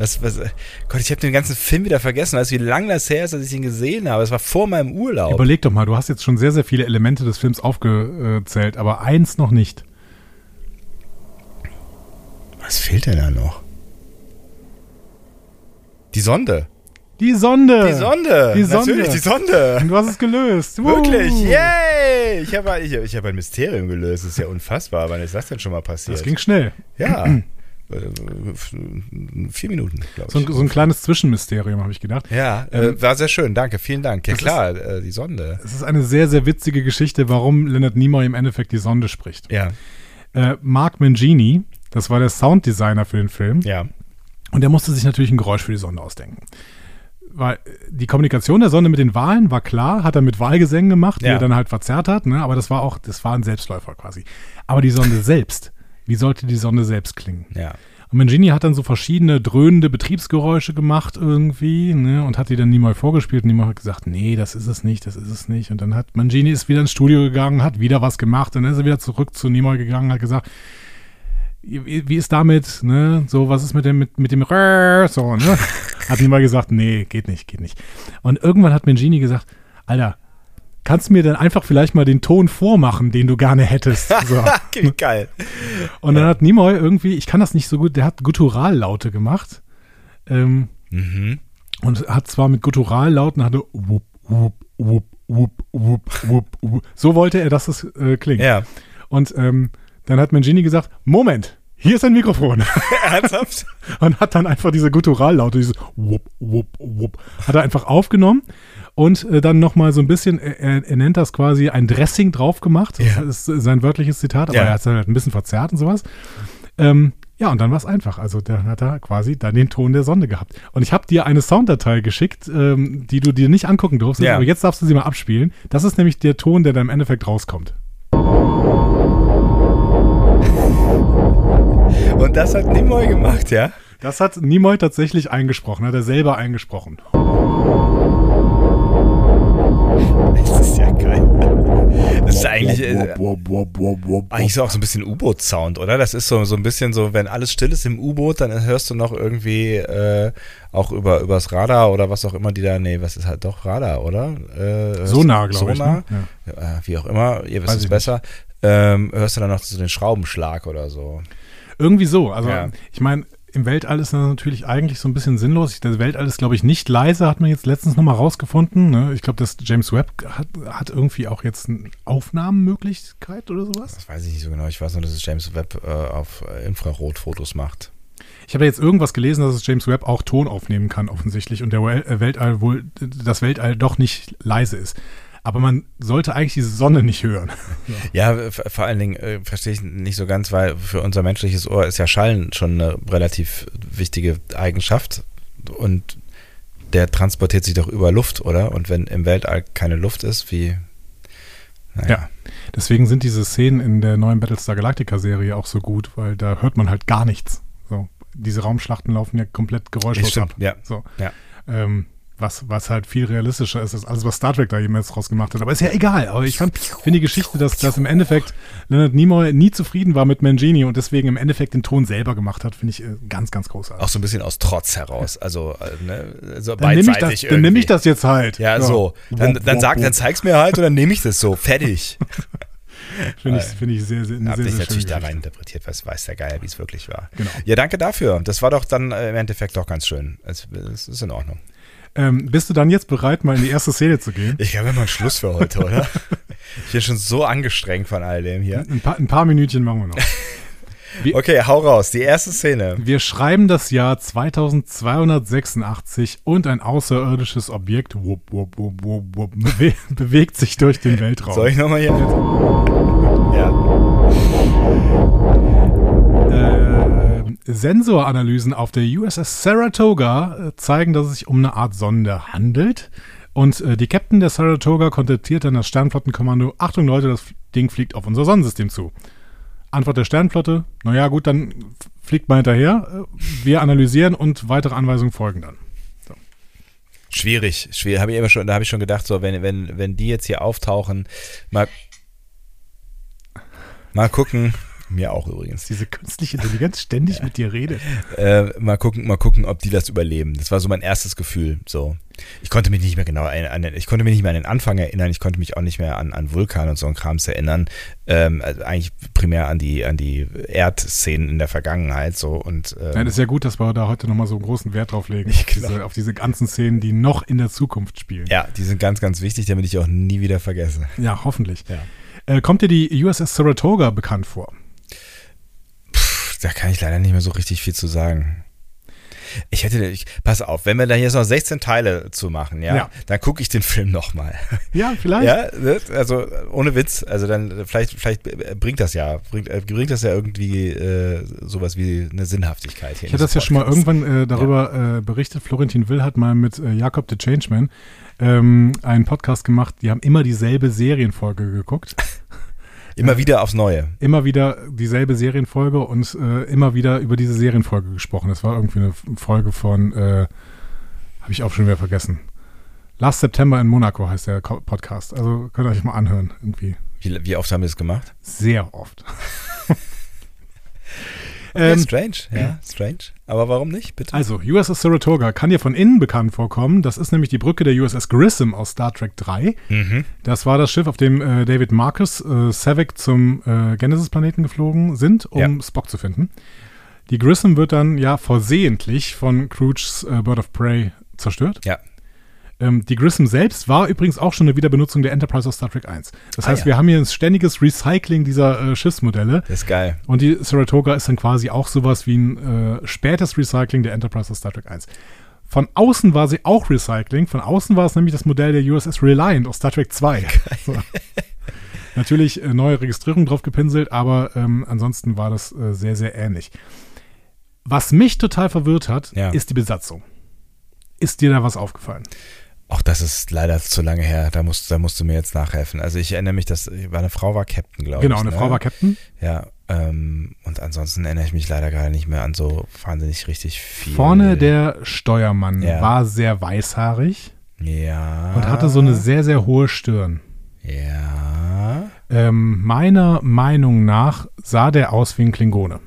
B: Was, was? äh, Gott, ich habe den ganzen Film wieder vergessen. Weißt du, wie lange das her ist, dass ich ihn gesehen habe? Es war vor meinem Urlaub.
A: Überleg doch mal, du hast jetzt schon sehr, sehr viele Elemente des Films aufgezählt, aber eins noch nicht.
B: was fehlt denn da noch? Die Sonde.
A: Die Sonde.
B: Die Sonde.
A: Die Sonde.
B: Natürlich, die Sonde.
A: Du hast es gelöst. Wuhu.
B: Wirklich. Yay. Ich habe ich, ich hab ein Mysterium gelöst. Das ist ja unfassbar. Wann ist das denn schon mal passiert?
A: Das ging schnell.
B: ja. Äh, Vier Minuten, glaube ich.
A: So ein, so ein kleines Zwischenmysterium, habe ich gedacht.
B: ja, äh, war sehr schön. Danke. Vielen Dank. Ja,
A: Das
B: klar, äh, die Sonde.
A: Es ist eine sehr, sehr witzige Geschichte, warum Leonard Nimoy im Endeffekt die Sonde spricht.
B: Ja.
A: Äh, Mark Mangini, das war der Sounddesigner für den Film,
B: Ja.
A: und der musste sich natürlich ein Geräusch für die Sonde ausdenken. Weil äh, die Kommunikation der Sonde mit den Wahlen war klar, hat er mit Wahlgesängen gemacht, die
B: Ja.
A: er dann halt verzerrt hat, ne? aber das war auch, das war ein Selbstläufer quasi. Aber die Sonde selbst, wie sollte die Sonde selbst klingen?
B: Ja.
A: Und Mangini hat dann so verschiedene dröhnende Betriebsgeräusche gemacht irgendwie ne, und hat die dann Nimoy vorgespielt. Und Nimoy hat gesagt, nee, das ist es nicht, das ist es nicht. Und dann hat Mangini ist wieder ins Studio gegangen, hat wieder was gemacht. Und dann ist er wieder zurück zu Nimoy gegangen, hat gesagt, wie wie ist damit, ne, so, was ist mit dem, mit, mit dem Rrrr, so, ne? Hat Nimoy gesagt, nee, geht nicht, geht nicht. Und irgendwann hat Mangini gesagt, Alter, kannst du mir denn einfach vielleicht mal den Ton vormachen, den du gerne hättest? So.
B: Wie geil.
A: Und dann hat Nimoy irgendwie, ich kann das nicht so gut, der hat Gutturallaute gemacht. Ähm, Und hat zwar mit Gutturallauten, hatte wupp, wupp, wupp, wupp, wupp, wupp, wupp. So wollte er, dass es äh, klingt.
B: Ja.
A: Und ähm, dann hat Mangini gesagt, Moment, hier ist ein Mikrofon.
B: Ernsthaft?
A: und hat dann einfach diese Gutturallaute, dieses wupp, wupp, wupp, hat er einfach aufgenommen und äh, dann nochmal so ein bisschen, er- er, er nennt das quasi ein Dressing drauf gemacht. Das
B: Ja.
A: ist sein wörtliches Zitat, aber
B: Ja.
A: er hat es halt ein bisschen verzerrt und sowas. Ähm, ja, und dann war es einfach. Also dann hat er quasi dann den Ton der Sonde gehabt. Und ich habe dir eine Sounddatei geschickt, ähm, die du dir nicht angucken durftest,
B: Ja.
A: aber jetzt darfst du sie mal abspielen. Das ist nämlich der Ton, der dann im Endeffekt rauskommt.
B: Und das hat Nimoy gemacht, ja?
A: Das hat Nimoy tatsächlich eingesprochen, hat er selber eingesprochen.
B: Das ist ja geil. Das ist eigentlich, Wop, Eigentlich so auch so ein bisschen U-Boot-Sound, oder? Das ist so, so ein bisschen so, wenn alles still ist im U-Boot, dann hörst du noch irgendwie äh, auch über übers Radar oder was auch immer die da, nee, was ist halt doch Radar, oder? Äh, hörst
A: Sonar,
B: du-
A: glaube ich.
B: Sonar?
A: Ne? Ja.
B: Ja, äh, wie auch immer, ihr wisst
A: Weiß
B: es
A: ich
B: besser. Ähm, hörst du dann noch so den Schraubenschlag oder so?
A: Irgendwie so. Also
B: Ja.
A: ich meine, im Weltall ist das natürlich eigentlich so ein bisschen sinnlos. Ich- Das Weltall ist, glaube ich, nicht leise, hat man jetzt letztens nochmal rausgefunden. Ne? Ich glaube, das James Webb hat, hat irgendwie auch jetzt eine Aufnahmenmöglichkeit oder sowas.
B: Das weiß ich nicht so genau. Ich weiß nur, dass es James Webb äh, auf äh, Infrarotfotos macht.
A: Ich habe ja jetzt irgendwas gelesen, dass es James Webb auch Ton aufnehmen kann, offensichtlich, und der Wel- äh, Weltall wohl, das Weltall doch nicht leise ist. Aber man sollte eigentlich diese Sonne nicht hören.
B: Ja, v- vor allen Dingen äh, verstehe ich nicht so ganz, weil für unser menschliches Ohr ist ja Schallen schon eine relativ wichtige Eigenschaft und der transportiert sich doch über Luft, oder? Und wenn im Weltall keine Luft ist, wie. Naja.
A: Ja. Deswegen sind diese Szenen in der neuen Battlestar Galactica Serie auch so gut, weil da hört man halt gar nichts. So, diese Raumschlachten laufen ja komplett
B: Das
A: geräuschlos
B: stimmt,
A: ab.
B: ja.
A: So.
B: Ja.
A: Ähm, was, was halt viel realistischer ist, als alles, was Star Trek da jemals draus gemacht hat. Aber ist ja egal. Aber ich fand- finde die Geschichte, dass, dass im Endeffekt Leonard Nimoy nie zufrieden war mit Mangini und deswegen im Endeffekt den Ton selber gemacht hat, finde ich äh, ganz, ganz großartig.
B: Auch so ein bisschen aus Trotz heraus. Also, äh, ne? so
A: dann nehme ich, das-
B: beidseitig
A: dann nehm ich
B: irgendwie.
A: das jetzt halt.
B: Ja, so. Dann, dann sag, dann zeig's mir halt und dann nehme ich das so. Fertig. halt
A: Finde ich, finde ich sehr, sehr, eine
B: Hab
A: sehr,
B: dich
A: sehr schöne
B: natürlich da
A: Geschichte.
B: rein interpretiert, weil es weiß der Geier, wie es wirklich war.
A: Genau.
B: Ja, danke dafür. Das war doch dann äh, im Endeffekt doch ganz schön. Es, es ist in Ordnung.
A: Ähm, bist du dann jetzt bereit, mal in die erste Szene zu gehen?
B: Ich habe immer einen Schluss für heute, oder? Ich bin schon so angestrengt von all dem hier.
A: Ein paar, ein paar Minütchen machen wir noch.
B: Okay, hau raus. Die erste Szene.
A: Wir schreiben das Jahr 2286 und ein außerirdisches Objekt wupp, wupp, wupp, wupp, wupp, bewe bewegt sich durch den Weltraum.
B: Soll ich nochmal hier?
A: Äh,
B: Ja.
A: Sensoranalysen auf der USS Saratoga äh, zeigen, dass es sich um eine Art Sonde handelt. Und äh, die Captain der Saratoga kontaktiert dann das Sternflottenkommando. Achtung Leute, das Ding fliegt auf unser Sonnensystem zu. Antwort der Sternflotte, naja gut, dann fliegt mal hinterher. Äh, Wir analysieren und weitere Anweisungen folgen dann.
B: Schwierig, schwierig. Hab ich immer schon, da habe ich schon gedacht, so, wenn, wenn, wenn die jetzt hier auftauchen, mal, mal gucken. Mir auch übrigens.
A: Diese künstliche Intelligenz ständig mit dir redet.
B: äh, mal gucken, mal gucken, ob die das überleben. Das war so mein erstes Gefühl. So, ich konnte mich nicht mehr genau an, an den, ich konnte mich nicht mehr an den Anfang erinnern. Ich konnte mich auch nicht mehr an, an Vulkan und so ein Krams erinnern. Ähm, also eigentlich primär an die an die Erdszenen in der Vergangenheit so und ähm,
A: Nein, ist ja gut, dass wir da heute nochmal so einen großen Wert drauf legen. Auf diese, auf diese ganzen Szenen, die noch in der Zukunft spielen.
B: ja, die sind ganz ganz wichtig, damit ich auch nie wieder vergesse.
A: Ja, hoffentlich. Äh, kommt dir die USS Saratoga bekannt vor?
B: Pff, da kann ich leider nicht mehr so richtig viel zu sagen. Ich hätte, ich, pass auf, wenn wir da jetzt noch 16 Teile zu machen, ja,
A: Ja.
B: dann gucke ich den Film nochmal.
A: Ja, vielleicht.
B: Ja, ne? also ohne Witz, also dann äh, vielleicht, vielleicht äh, bringt das ja, bringt, äh, bringt das ja irgendwie äh, sowas wie eine Sinnhaftigkeit hier.
A: Ich hatte das ja schon mal irgendwann äh, darüber äh, berichtet. Florentin Will hat mal mit äh, Jakob the Changeman ähm, einen Podcast gemacht. Die haben immer dieselbe Serienfolge geguckt.
B: Immer wieder aufs Neue.
A: Immer wieder dieselbe Serienfolge und äh, immer wieder über diese Serienfolge gesprochen. Das war irgendwie eine F- Folge von, äh, habe ich auch schon wieder vergessen. Last September in Monaco heißt der Ko- Podcast. Also könnt ihr euch mal anhören. Irgendwie
B: Wie, wie oft haben wir das gemacht?
A: sehr oft.
B: Ja,
A: ähm,
B: strange, ja, strange. Aber warum nicht, bitte?
A: Also, USS Saratoga kann dir von innen bekannt vorkommen. Das ist nämlich die Brücke der USS Grissom aus Star Trek 3.
B: Mhm.
A: Das war das Schiff, auf dem äh, David Marcus äh, Savick zum äh, Genesis-Planeten geflogen sind, um
B: Ja.
A: Spock zu finden. Die Grissom wird dann ja versehentlich von Crouch's äh, Bird of Prey zerstört.
B: Ja,
A: Ähm, die Grissom selbst war übrigens auch schon eine Wiederbenutzung der Enterprise aus Star Trek 1. Das
B: Ah,
A: heißt,
B: ja.
A: wir haben hier ein ständiges Recycling dieser äh, Schiffsmodelle.
B: das ist geil.
A: Und die Saratoga ist dann quasi auch sowas wie ein äh, spätes Recycling der Enterprise aus Star Trek 1. Von außen war sie auch Recycling. Von außen war es nämlich das Modell der USS Reliant aus Star Trek 2. So. Natürlich äh, neue Registrierung drauf gepinselt, aber ähm, ansonsten war das äh, sehr, sehr ähnlich. Was mich total verwirrt hat,
B: Ja.
A: ist die Besatzung. Ist dir da was aufgefallen?
B: Auch das ist leider zu lange her. Da musst, da musst du mir jetzt nachhelfen. Also ich erinnere mich, dass war eine Frau war Captain, glaube ich.
A: genau, eine
B: ne?
A: Frau war Captain.
B: Ja. Ähm, und ansonsten erinnere ich mich leider gerade nicht mehr an so wahnsinnig richtig viel.
A: Vorne der Steuermann
B: Ja. Ah.
A: war sehr weißhaarig
B: ja
A: und hatte so eine sehr, sehr hohe Stirn.
B: ja
A: Ähm, meiner Meinung nach sah der aus wie ein Klingone.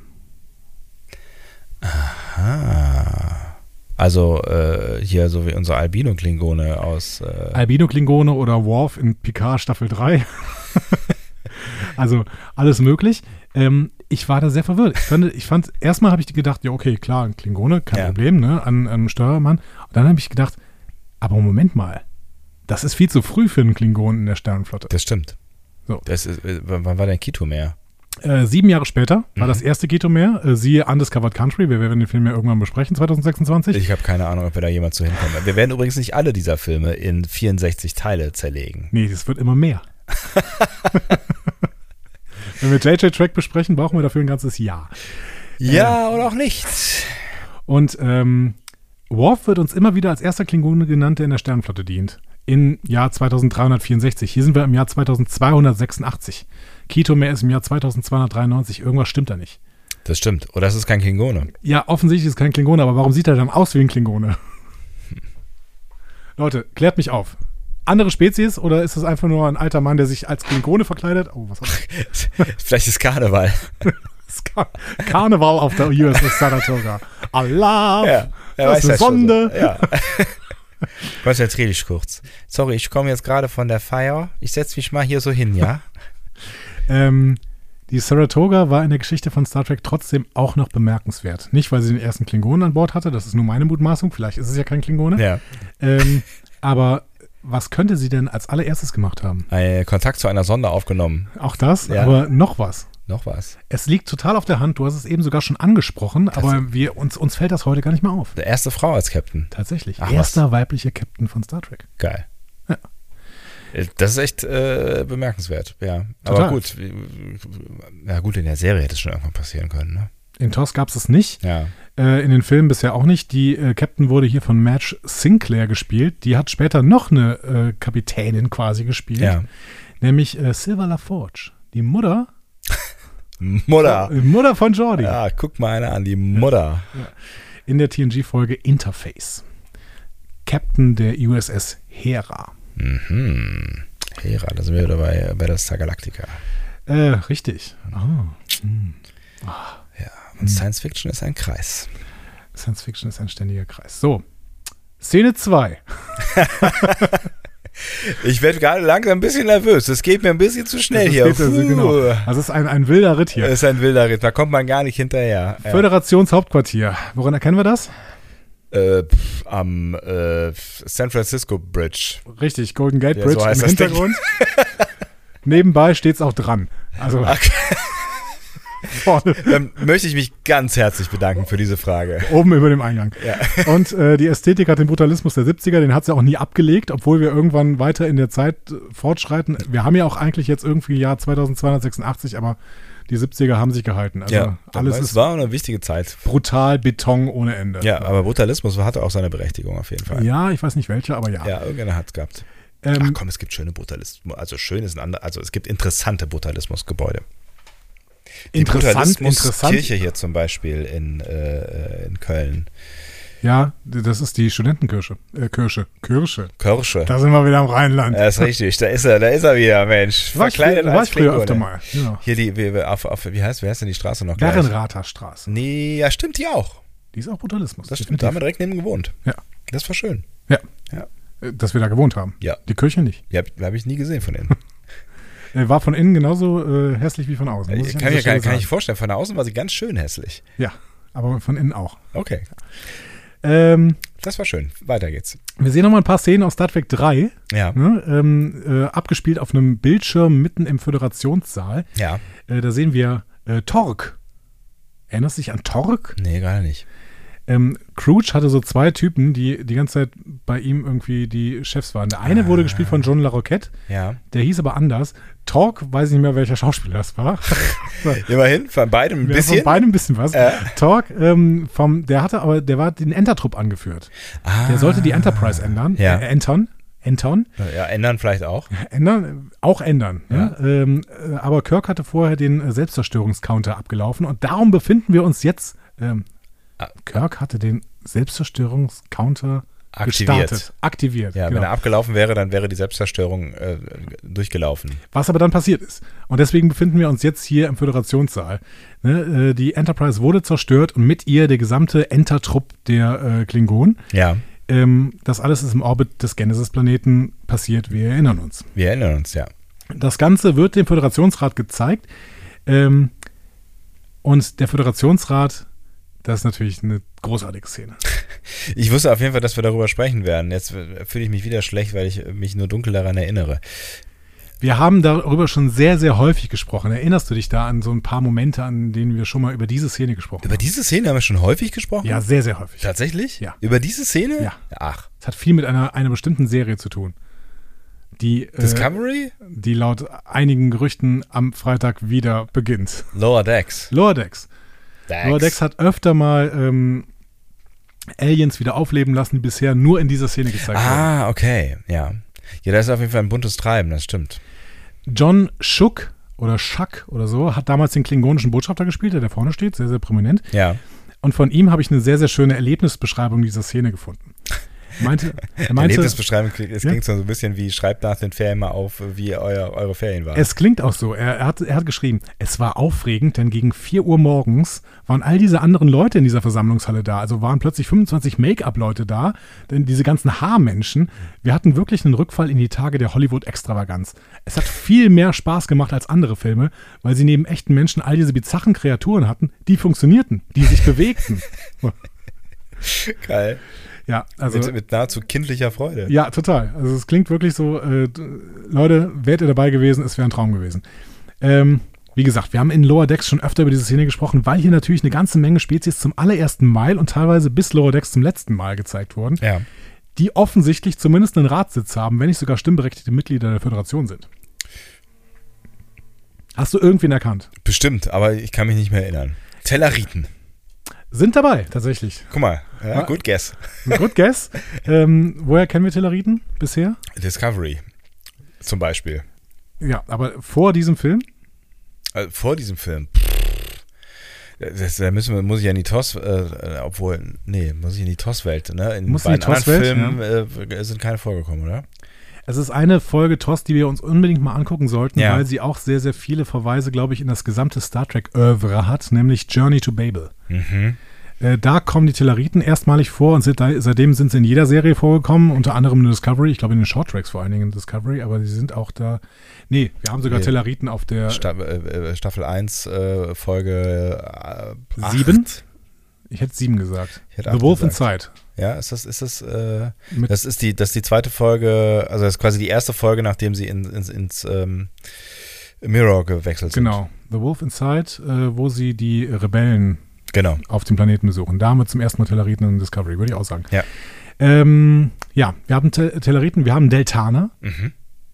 B: Also äh, hier so wie unser Albino-Klingone aus. Äh,
A: Albino-Klingone oder Worf in Picard Staffel 3. also alles möglich. Ähm, ich war da sehr verwirrt. Ich fand, ich fand erstmal habe ich gedacht, ja, okay, klar, ein Klingone, kein
B: Ja.
A: Problem, ne, an, an einem Steuermann. Und dann habe ich gedacht, aber Moment mal, das ist viel zu früh für einen Klingonen in der Sternenflotte.
B: das stimmt.
A: So.
B: Das ist, äh, wann wann war denn Kito mehr?
A: Äh, sieben Jahre später
B: Mhm.
A: war das erste Keto-Meer, äh, siehe Undiscovered Country, wir werden den Film ja irgendwann besprechen, 2026.
B: Ich habe keine Ahnung, ob wir da jemand zu hinkommen. Wir werden übrigens nicht alle dieser Filme in 64 Teile zerlegen.
A: Nee, das wird immer mehr. Wenn wir JJ Track besprechen, brauchen wir dafür ein ganzes Jahr.
B: Ja, oder auch nicht.
A: Und ähm, Worf wird uns immer wieder als erster Klingone genannt, der in der Sternenflotte dient. Im Jahr 2364. Hier sind wir im Jahr 2286. Kito mehr ist im Jahr 2293. Irgendwas stimmt da nicht.
B: Das stimmt. Oder es ist kein Klingone.
A: Ja, offensichtlich ist kein Klingone, aber warum sieht er dann aus wie ein Klingone? Leute, klärt mich auf. Andere Spezies oder ist das einfach nur ein alter Mann, der sich als Klingone verkleidet? Oh, was hat
B: Vielleicht ist Karneval.
A: das? Kar Karneval auf der USS Saratoga. Allah!
B: wer
A: das ist eine
B: weiß schon so.
A: Sonde!
B: Ja. Konzentrier dich kurz. Sorry, ich komme jetzt gerade von der Feier. Ich setze mich mal hier so hin, ja?
A: Ähm, die Saratoga war in der Geschichte von Star Trek trotzdem auch noch bemerkenswert. Nicht, weil sie den ersten Klingonen an Bord hatte, das ist nur meine Mutmaßung, vielleicht ist es ja kein Klingone.
B: ja.
A: Ähm, aber was könnte sie denn als allererstes gemacht haben?
B: Äh, Kontakt zu einer Sonde aufgenommen.
A: Auch das,
B: Ja.
A: aber noch was.
B: Noch was.
A: Es liegt total auf der Hand, du hast es eben sogar schon angesprochen, aber wir, uns, uns fällt das heute gar nicht mehr auf.
B: Die erste Frau als Captain.
A: Tatsächlich.
B: Ach, was.
A: Erster weiblicher Captain von Star Trek.
B: Geil.
A: Ja.
B: Äh, Das ist echt äh, bemerkenswert, ja.
A: Total.
B: Aber gut, äh, ja gut, in der Serie hätte es schon irgendwann passieren können, ne?
A: In TOS gab es es nicht.
B: Ja.
A: Äh, in den Filmen bisher auch nicht. Die äh, Captain wurde hier von Madge Sinclair gespielt. Die hat später noch eine äh, Kapitänin quasi gespielt.
B: Ja.
A: Nämlich äh, Silver LaForge. Die Mutter,
B: Mutter.
A: äh, Mutter von Jordi.
B: Ah. Ja, guck mal einer an, die Mutter.
A: In der TNG-Folge Interface. Captain der USS Hera.
B: Mhm. Hera, da sind wir wieder bei, bei der Star Galactica.
A: Äh, richtig.
B: Genau.
A: Ah. Hm.
B: Und Science Fiction ist ein Kreis.
A: Science Fiction ist ein ständiger Kreis. So. Szene 2.
B: Ich werde gerade langsam ein bisschen nervös. Das geht mir ein bisschen zu schnell hier.
A: Genau.
B: Puh.
A: Also es ist ein, ein wilder Ritt hier.
B: Das ist ein wilder Ritt. Da kommt man gar nicht hinterher. Ja.
A: Föderationshauptquartier. Woran erkennen wir das?
B: Äh, pf, am äh, San Francisco Bridge.
A: Richtig, Golden Gate
B: Ja,
A: Bridge
B: so heißt
A: im
B: das Ding.
A: Hintergrund. Nebenbei steht es auch dran. Also vorne,
B: Dann möchte ich mich ganz herzlich bedanken für diese Frage.
A: oben über dem Eingang. Und äh, die Ästhetik hat den Brutalismus der 70er, den hat sie auch nie abgelegt, obwohl wir irgendwann weiter in der Zeit äh, fortschreiten. Wir haben ja auch eigentlich jetzt irgendwie Jahr 2286, aber die 70er haben sich gehalten. Also alles
B: damals
A: ist
B: war eine wichtige Zeit.
A: brutal Beton ohne Ende.
B: Ja, aber Brutalismus hatte auch seine Berechtigung auf jeden Fall.
A: Ja, ich weiß nicht welche, aber ja.
B: Ja, irgendeiner hat es gehabt. Ach
A: Ähm,
B: komm, es gibt schöne Brutalismus, also schön ist ein ander, also es gibt interessante Brutalismusgebäude. Die
A: interessant, interessant.
B: Brutalismuskirche hier zum Beispiel in, äh, in Köln.
A: Ja, das ist die Studentenkirche. Äh, Kirche. Kirche.
B: Kirsche.
A: Da sind wir wieder im Rheinland.
B: Das ist richtig, da ist er, da ist er wieder, Mensch.
A: War ich
B: Verkleidet
A: früher- war
B: als
A: ich früher
B: Klingone.
A: öfter mal, ja.
B: Hier die, wie, wie- auf, auf, wie heißt, wie heißt denn die Straße noch gleich?
A: Berrenrather Straße.
B: Nee, ja stimmt, die auch.
A: Die ist auch Brutalismus.
B: Das stimmt, da haben wir direkt neben gewohnt.
A: Ja.
B: Das war schön.
A: ja.
B: Ja.
A: Äh, Dass wir da gewohnt haben.
B: Ja.
A: Die Kirche nicht.
B: Ja, habe hab ich nie gesehen von innen.
A: Äh, War von innen genauso äh, hässlich wie von außen. muss
B: Ich
A: an dieser
B: kann mir gar
A: Stelle
B: kann ich
A: sagen.
B: vorstellen. Von außen war sie ganz schön hässlich.
A: Ja, aber von innen auch.
B: Okay,
A: Ähm,
B: das war schön. Weiter geht's.
A: wir sehen noch mal ein paar Szenen aus Star Trek 3.
B: Ja.
A: Ne? Ähm, äh, abgespielt auf einem Bildschirm mitten im Föderationssaal.
B: Ja.
A: Äh, da sehen wir äh, Torque. Erinnerst du dich an Torque?
B: Nee, gerade nicht.
A: Ähm, Crouch hatte so zwei Typen, die die ganze Zeit bei ihm irgendwie die Chefs waren. Der
B: Ah.
A: eine wurde gespielt von John LaRoquette.
B: Ja.
A: Der hieß aber anders. Talk, weiß ich nicht mehr, welcher Schauspieler das war. Ein
B: Immerhin, von beidem ein bisschen.
A: Von beiden ein bisschen was.
B: Äh.
A: Talk, ähm, vom, der hatte aber, der war den Entertrupp angeführt. Der sollte die Enterprise ändern.
B: Ah. Ja.
A: Äh, entern. Entern.
B: ja, ändern vielleicht auch.
A: Ändern, äh, auch ändern. Ne? Ähm, äh, aber Kirk hatte vorher den äh, Selbstzerstörungscounter abgelaufen und darum befinden wir uns jetzt. Ähm,
B: Ah.
A: Kirk hatte den Selbstzerstörungscounter
B: Aktiviert.
A: gestartet. Aktiviert.
B: Ja,
A: genau.
B: wenn er abgelaufen wäre, dann wäre die Selbstzerstörung äh, durchgelaufen.
A: Was aber dann passiert ist. Und deswegen befinden wir uns jetzt hier im Föderationssaal. Ne, äh, die Enterprise wurde zerstört und mit ihr der gesamte Entertrupp der äh, Klingonen.
B: Ja,
A: Ähm, das alles ist im Orbit des Genesis-Planeten passiert, wir erinnern uns.
B: wir erinnern uns, ja.
A: Das Ganze wird dem Föderationsrat gezeigt. Ähm, und der Föderationsrat, das ist natürlich eine großartige Szene.
B: Ich wusste auf jeden Fall, dass wir darüber sprechen werden. Jetzt äh, fühle ich mich wieder schlecht, weil ich äh, mich nur dunkel daran erinnere.
A: Wir haben darüber schon sehr, sehr häufig gesprochen. Erinnerst du dich da an so ein paar Momente, an denen wir schon mal über diese Szene gesprochen
B: Über diese Szene haben wir schon häufig gesprochen?
A: haben? Ja, sehr, sehr häufig.
B: Tatsächlich?
A: Ja.
B: Über diese Szene?
A: Ja.
B: Ach,
A: Es hat viel mit einer, einer bestimmten Serie zu tun, die, äh,
B: Discovery?
A: die laut einigen Gerüchten am Freitag wieder beginnt.
B: Lower Decks.
A: Lower Decks.
B: Decks.
A: Lower Decks hat öfter mal ähm, Aliens wieder aufleben lassen, die bisher nur in dieser Szene gezeigt wurden.
B: Ah, okay, ja. Ja, das ist auf jeden Fall ein buntes Treiben, das stimmt.
A: John Schuck oder Schuck oder so hat damals den klingonischen Botschafter gespielt, der da vorne steht, sehr, sehr prominent.
B: Ja.
A: Und von ihm habe ich eine sehr, sehr schöne Erlebnisbeschreibung dieser Szene gefunden. Er Meinte, er meinte,
B: Erlebnisbeschreibung, klingt- es
A: Ja.
B: klingt so ein bisschen wie, schreibt nach den Ferien mal auf, wie euer, eure Ferien waren.
A: Es klingt auch so. Er, er, hat, er hat geschrieben, es war aufregend, denn gegen 4 Uhr morgens waren all diese anderen Leute in dieser Versammlungshalle da. Also waren plötzlich 25 Make-up-Leute da, denn diese ganzen Haarmenschen. Wir hatten wirklich einen Rückfall in die Tage der Hollywood-Extravaganz. Es hat viel mehr Spaß gemacht als andere Filme, weil sie neben echten Menschen all diese bizarren Kreaturen hatten, die funktionierten, die sich bewegten.
B: Geil.
A: Ja, also.
B: mit, mit nahezu kindlicher Freude.
A: Ja, total. Also es klingt wirklich so, äh, d- Leute, wärt ihr dabei gewesen, es wäre ein Traum gewesen. Ähm, wie gesagt, wir haben in Lower Decks schon öfter über diese Szene gesprochen, weil hier natürlich eine ganze Menge Spezies zum allerersten Mal und teilweise bis Lower Decks zum letzten Mal gezeigt wurden,
B: Ja.
A: die offensichtlich zumindest einen Ratssitz haben, wenn nicht sogar stimmberechtigte Mitglieder der Föderation sind. Hast du irgendwen erkannt?
B: Bestimmt, aber ich kann mich nicht mehr erinnern. Telleriten.
A: Sind dabei, tatsächlich.
B: Guck mal. Ja,
A: Ah.
B: gut guess.
A: Good guess. ähm, woher kennen wir Telleriten bisher?
B: Discovery. Zum Beispiel.
A: Ja, aber vor diesem Film?
B: Äh, vor diesem Film. Pff. Das, da müssen wir, muss ich ja in die TOS, äh, obwohl, nee, muss ich in die TOS-Welt, ne? In
A: Muss in die
B: beiden anderen
A: TOS-Welt,
B: Filmen äh, sind keine vorgekommen, oder?
A: Es ist eine Folge TOS, die wir uns unbedingt mal angucken sollten,
B: Ja.
A: weil sie auch sehr, sehr viele Verweise, glaube ich, in das gesamte Star Trek-Oeuvre hat, nämlich Journey to Babel.
B: Mhm.
A: Äh, da kommen die Telleriten erstmalig vor und sind da, seitdem sind sie in jeder Serie vorgekommen, unter anderem in Discovery, ich glaube in den Short Tracks vor allen Dingen in Discovery, aber sie sind auch da. Nee, wir haben sogar
B: Nee.
A: Telleriten auf der
B: Sta äh, äh, Staffel 1, äh, Folge äh,
A: 7?
B: 8.
A: Ich hätte sieben gesagt.
B: Ich hätte
A: The
B: acht
A: Wolf in
B: gesagt.
A: Zeit.
B: Ja, ist das, ist das, äh,
A: Mit-
B: das ist die, das ist die zweite Folge, also das ist quasi die erste Folge, nachdem sie in, ins, ins ähm, Mirror gewechselt sind.
A: Genau. The Wolf Inside, äh, wo sie die Rebellen
B: Genau.
A: auf dem Planeten besuchen. Da haben wir zum ersten Mal Telleriten in Discovery, würde ich auch sagen.
B: Ja.
A: Ähm, ja, wir haben Te Telleriten, wir haben Deltaner.
B: Mhm.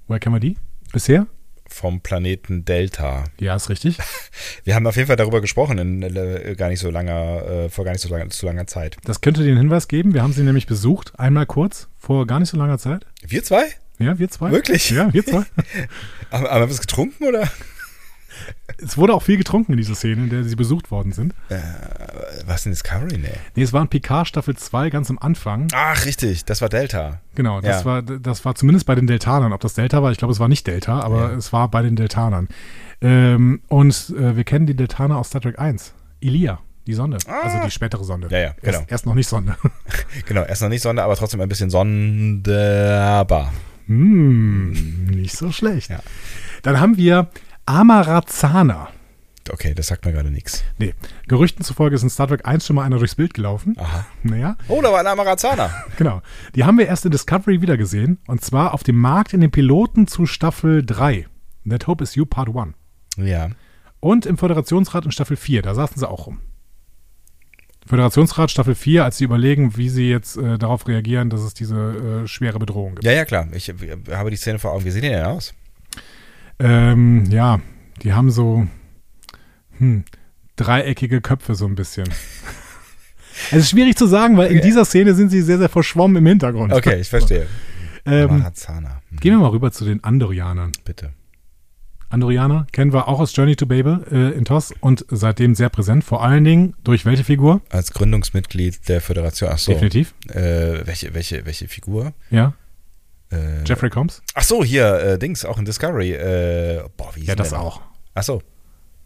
A: Woher kennen wir die? Bisher?
B: Vom Planeten Delta.
A: Ja, ist richtig.
B: Wir haben auf jeden Fall darüber gesprochen in äh, gar nicht so langer, äh, vor gar nicht so langer, zu langer Zeit.
A: Das könnte dir einen Hinweis geben. Wir haben sie nämlich besucht, einmal kurz, vor gar nicht so langer Zeit.
B: Wir zwei?
A: Ja, wir zwei.
B: Wirklich?
A: Ja, wir zwei.
B: Aber, aber haben wir es getrunken oder?
A: es wurde auch viel getrunken in dieser Szene, in der sie besucht worden sind.
B: Äh, Was in Discovery? Nee.
A: Nee, es war ein Picard Staffel 2 ganz am Anfang.
B: Ach, richtig, das war Delta.
A: Genau, das,
B: Ja.
A: war, das war zumindest bei den Deltanern. Ob das Delta war, ich glaube, es war nicht Delta, aber es war bei den Deltanern. Ähm, und äh, wir kennen die Deltaner aus Star Trek 1. Ilia, die Sonde. Also die spätere Sonde.
B: Ah. Ja, ja, genau.
A: Erst, erst noch nicht Sonde.
B: Genau, erst noch nicht Sonde, aber trotzdem ein bisschen sonderbar.
A: hm, nicht so schlecht.
B: Ja.
A: Dann haben wir Amarazana.
B: Okay, das sagt mir gerade nichts.
A: Nee, Gerüchten zufolge ist in Star Trek 1 schon mal einer durchs Bild gelaufen.
B: Aha.
A: Naja,
B: Oh, da war ein Amarazana.
A: genau. Die haben wir erst in Discovery wiedergesehen. Und zwar auf dem Markt in den Piloten zu Staffel 3. That Hope is You Part 1.
B: ja.
A: Und im Föderationsrat in Staffel 4, da saßen sie auch rum. Föderationsrat Staffel 4, als sie überlegen, wie sie jetzt äh, darauf reagieren, dass es diese äh, schwere Bedrohung gibt.
B: Ja, ja, klar. Ich äh, habe die Szene vor Augen. Wie sieht die denn aus?
A: Ähm, ja, die haben so hm, dreieckige Köpfe so ein bisschen. Es ist schwierig zu sagen, weil in dieser Szene sind sie sehr, sehr verschwommen im Hintergrund.
B: Okay, ich verstehe.
A: Ähm,
B: Amarazana. Hm,
A: gehen wir mal rüber zu den Andorianern.
B: Bitte.
A: Andorianer kennen wir auch aus Journey to Babel äh, in TOS und seitdem sehr präsent. Vor allen Dingen durch welche Figur?
B: Als Gründungsmitglied der Föderation. Ach so.
A: Definitiv.
B: Äh, welche, welche, welche Figur?
A: Ja.
B: Äh,
A: Jeffrey Combs?
B: Ach so, hier, äh, Dings, auch in Discovery. Äh, boah, wie hieß
A: Ja,
B: denn
A: das
B: der?
A: auch.
B: Ach so,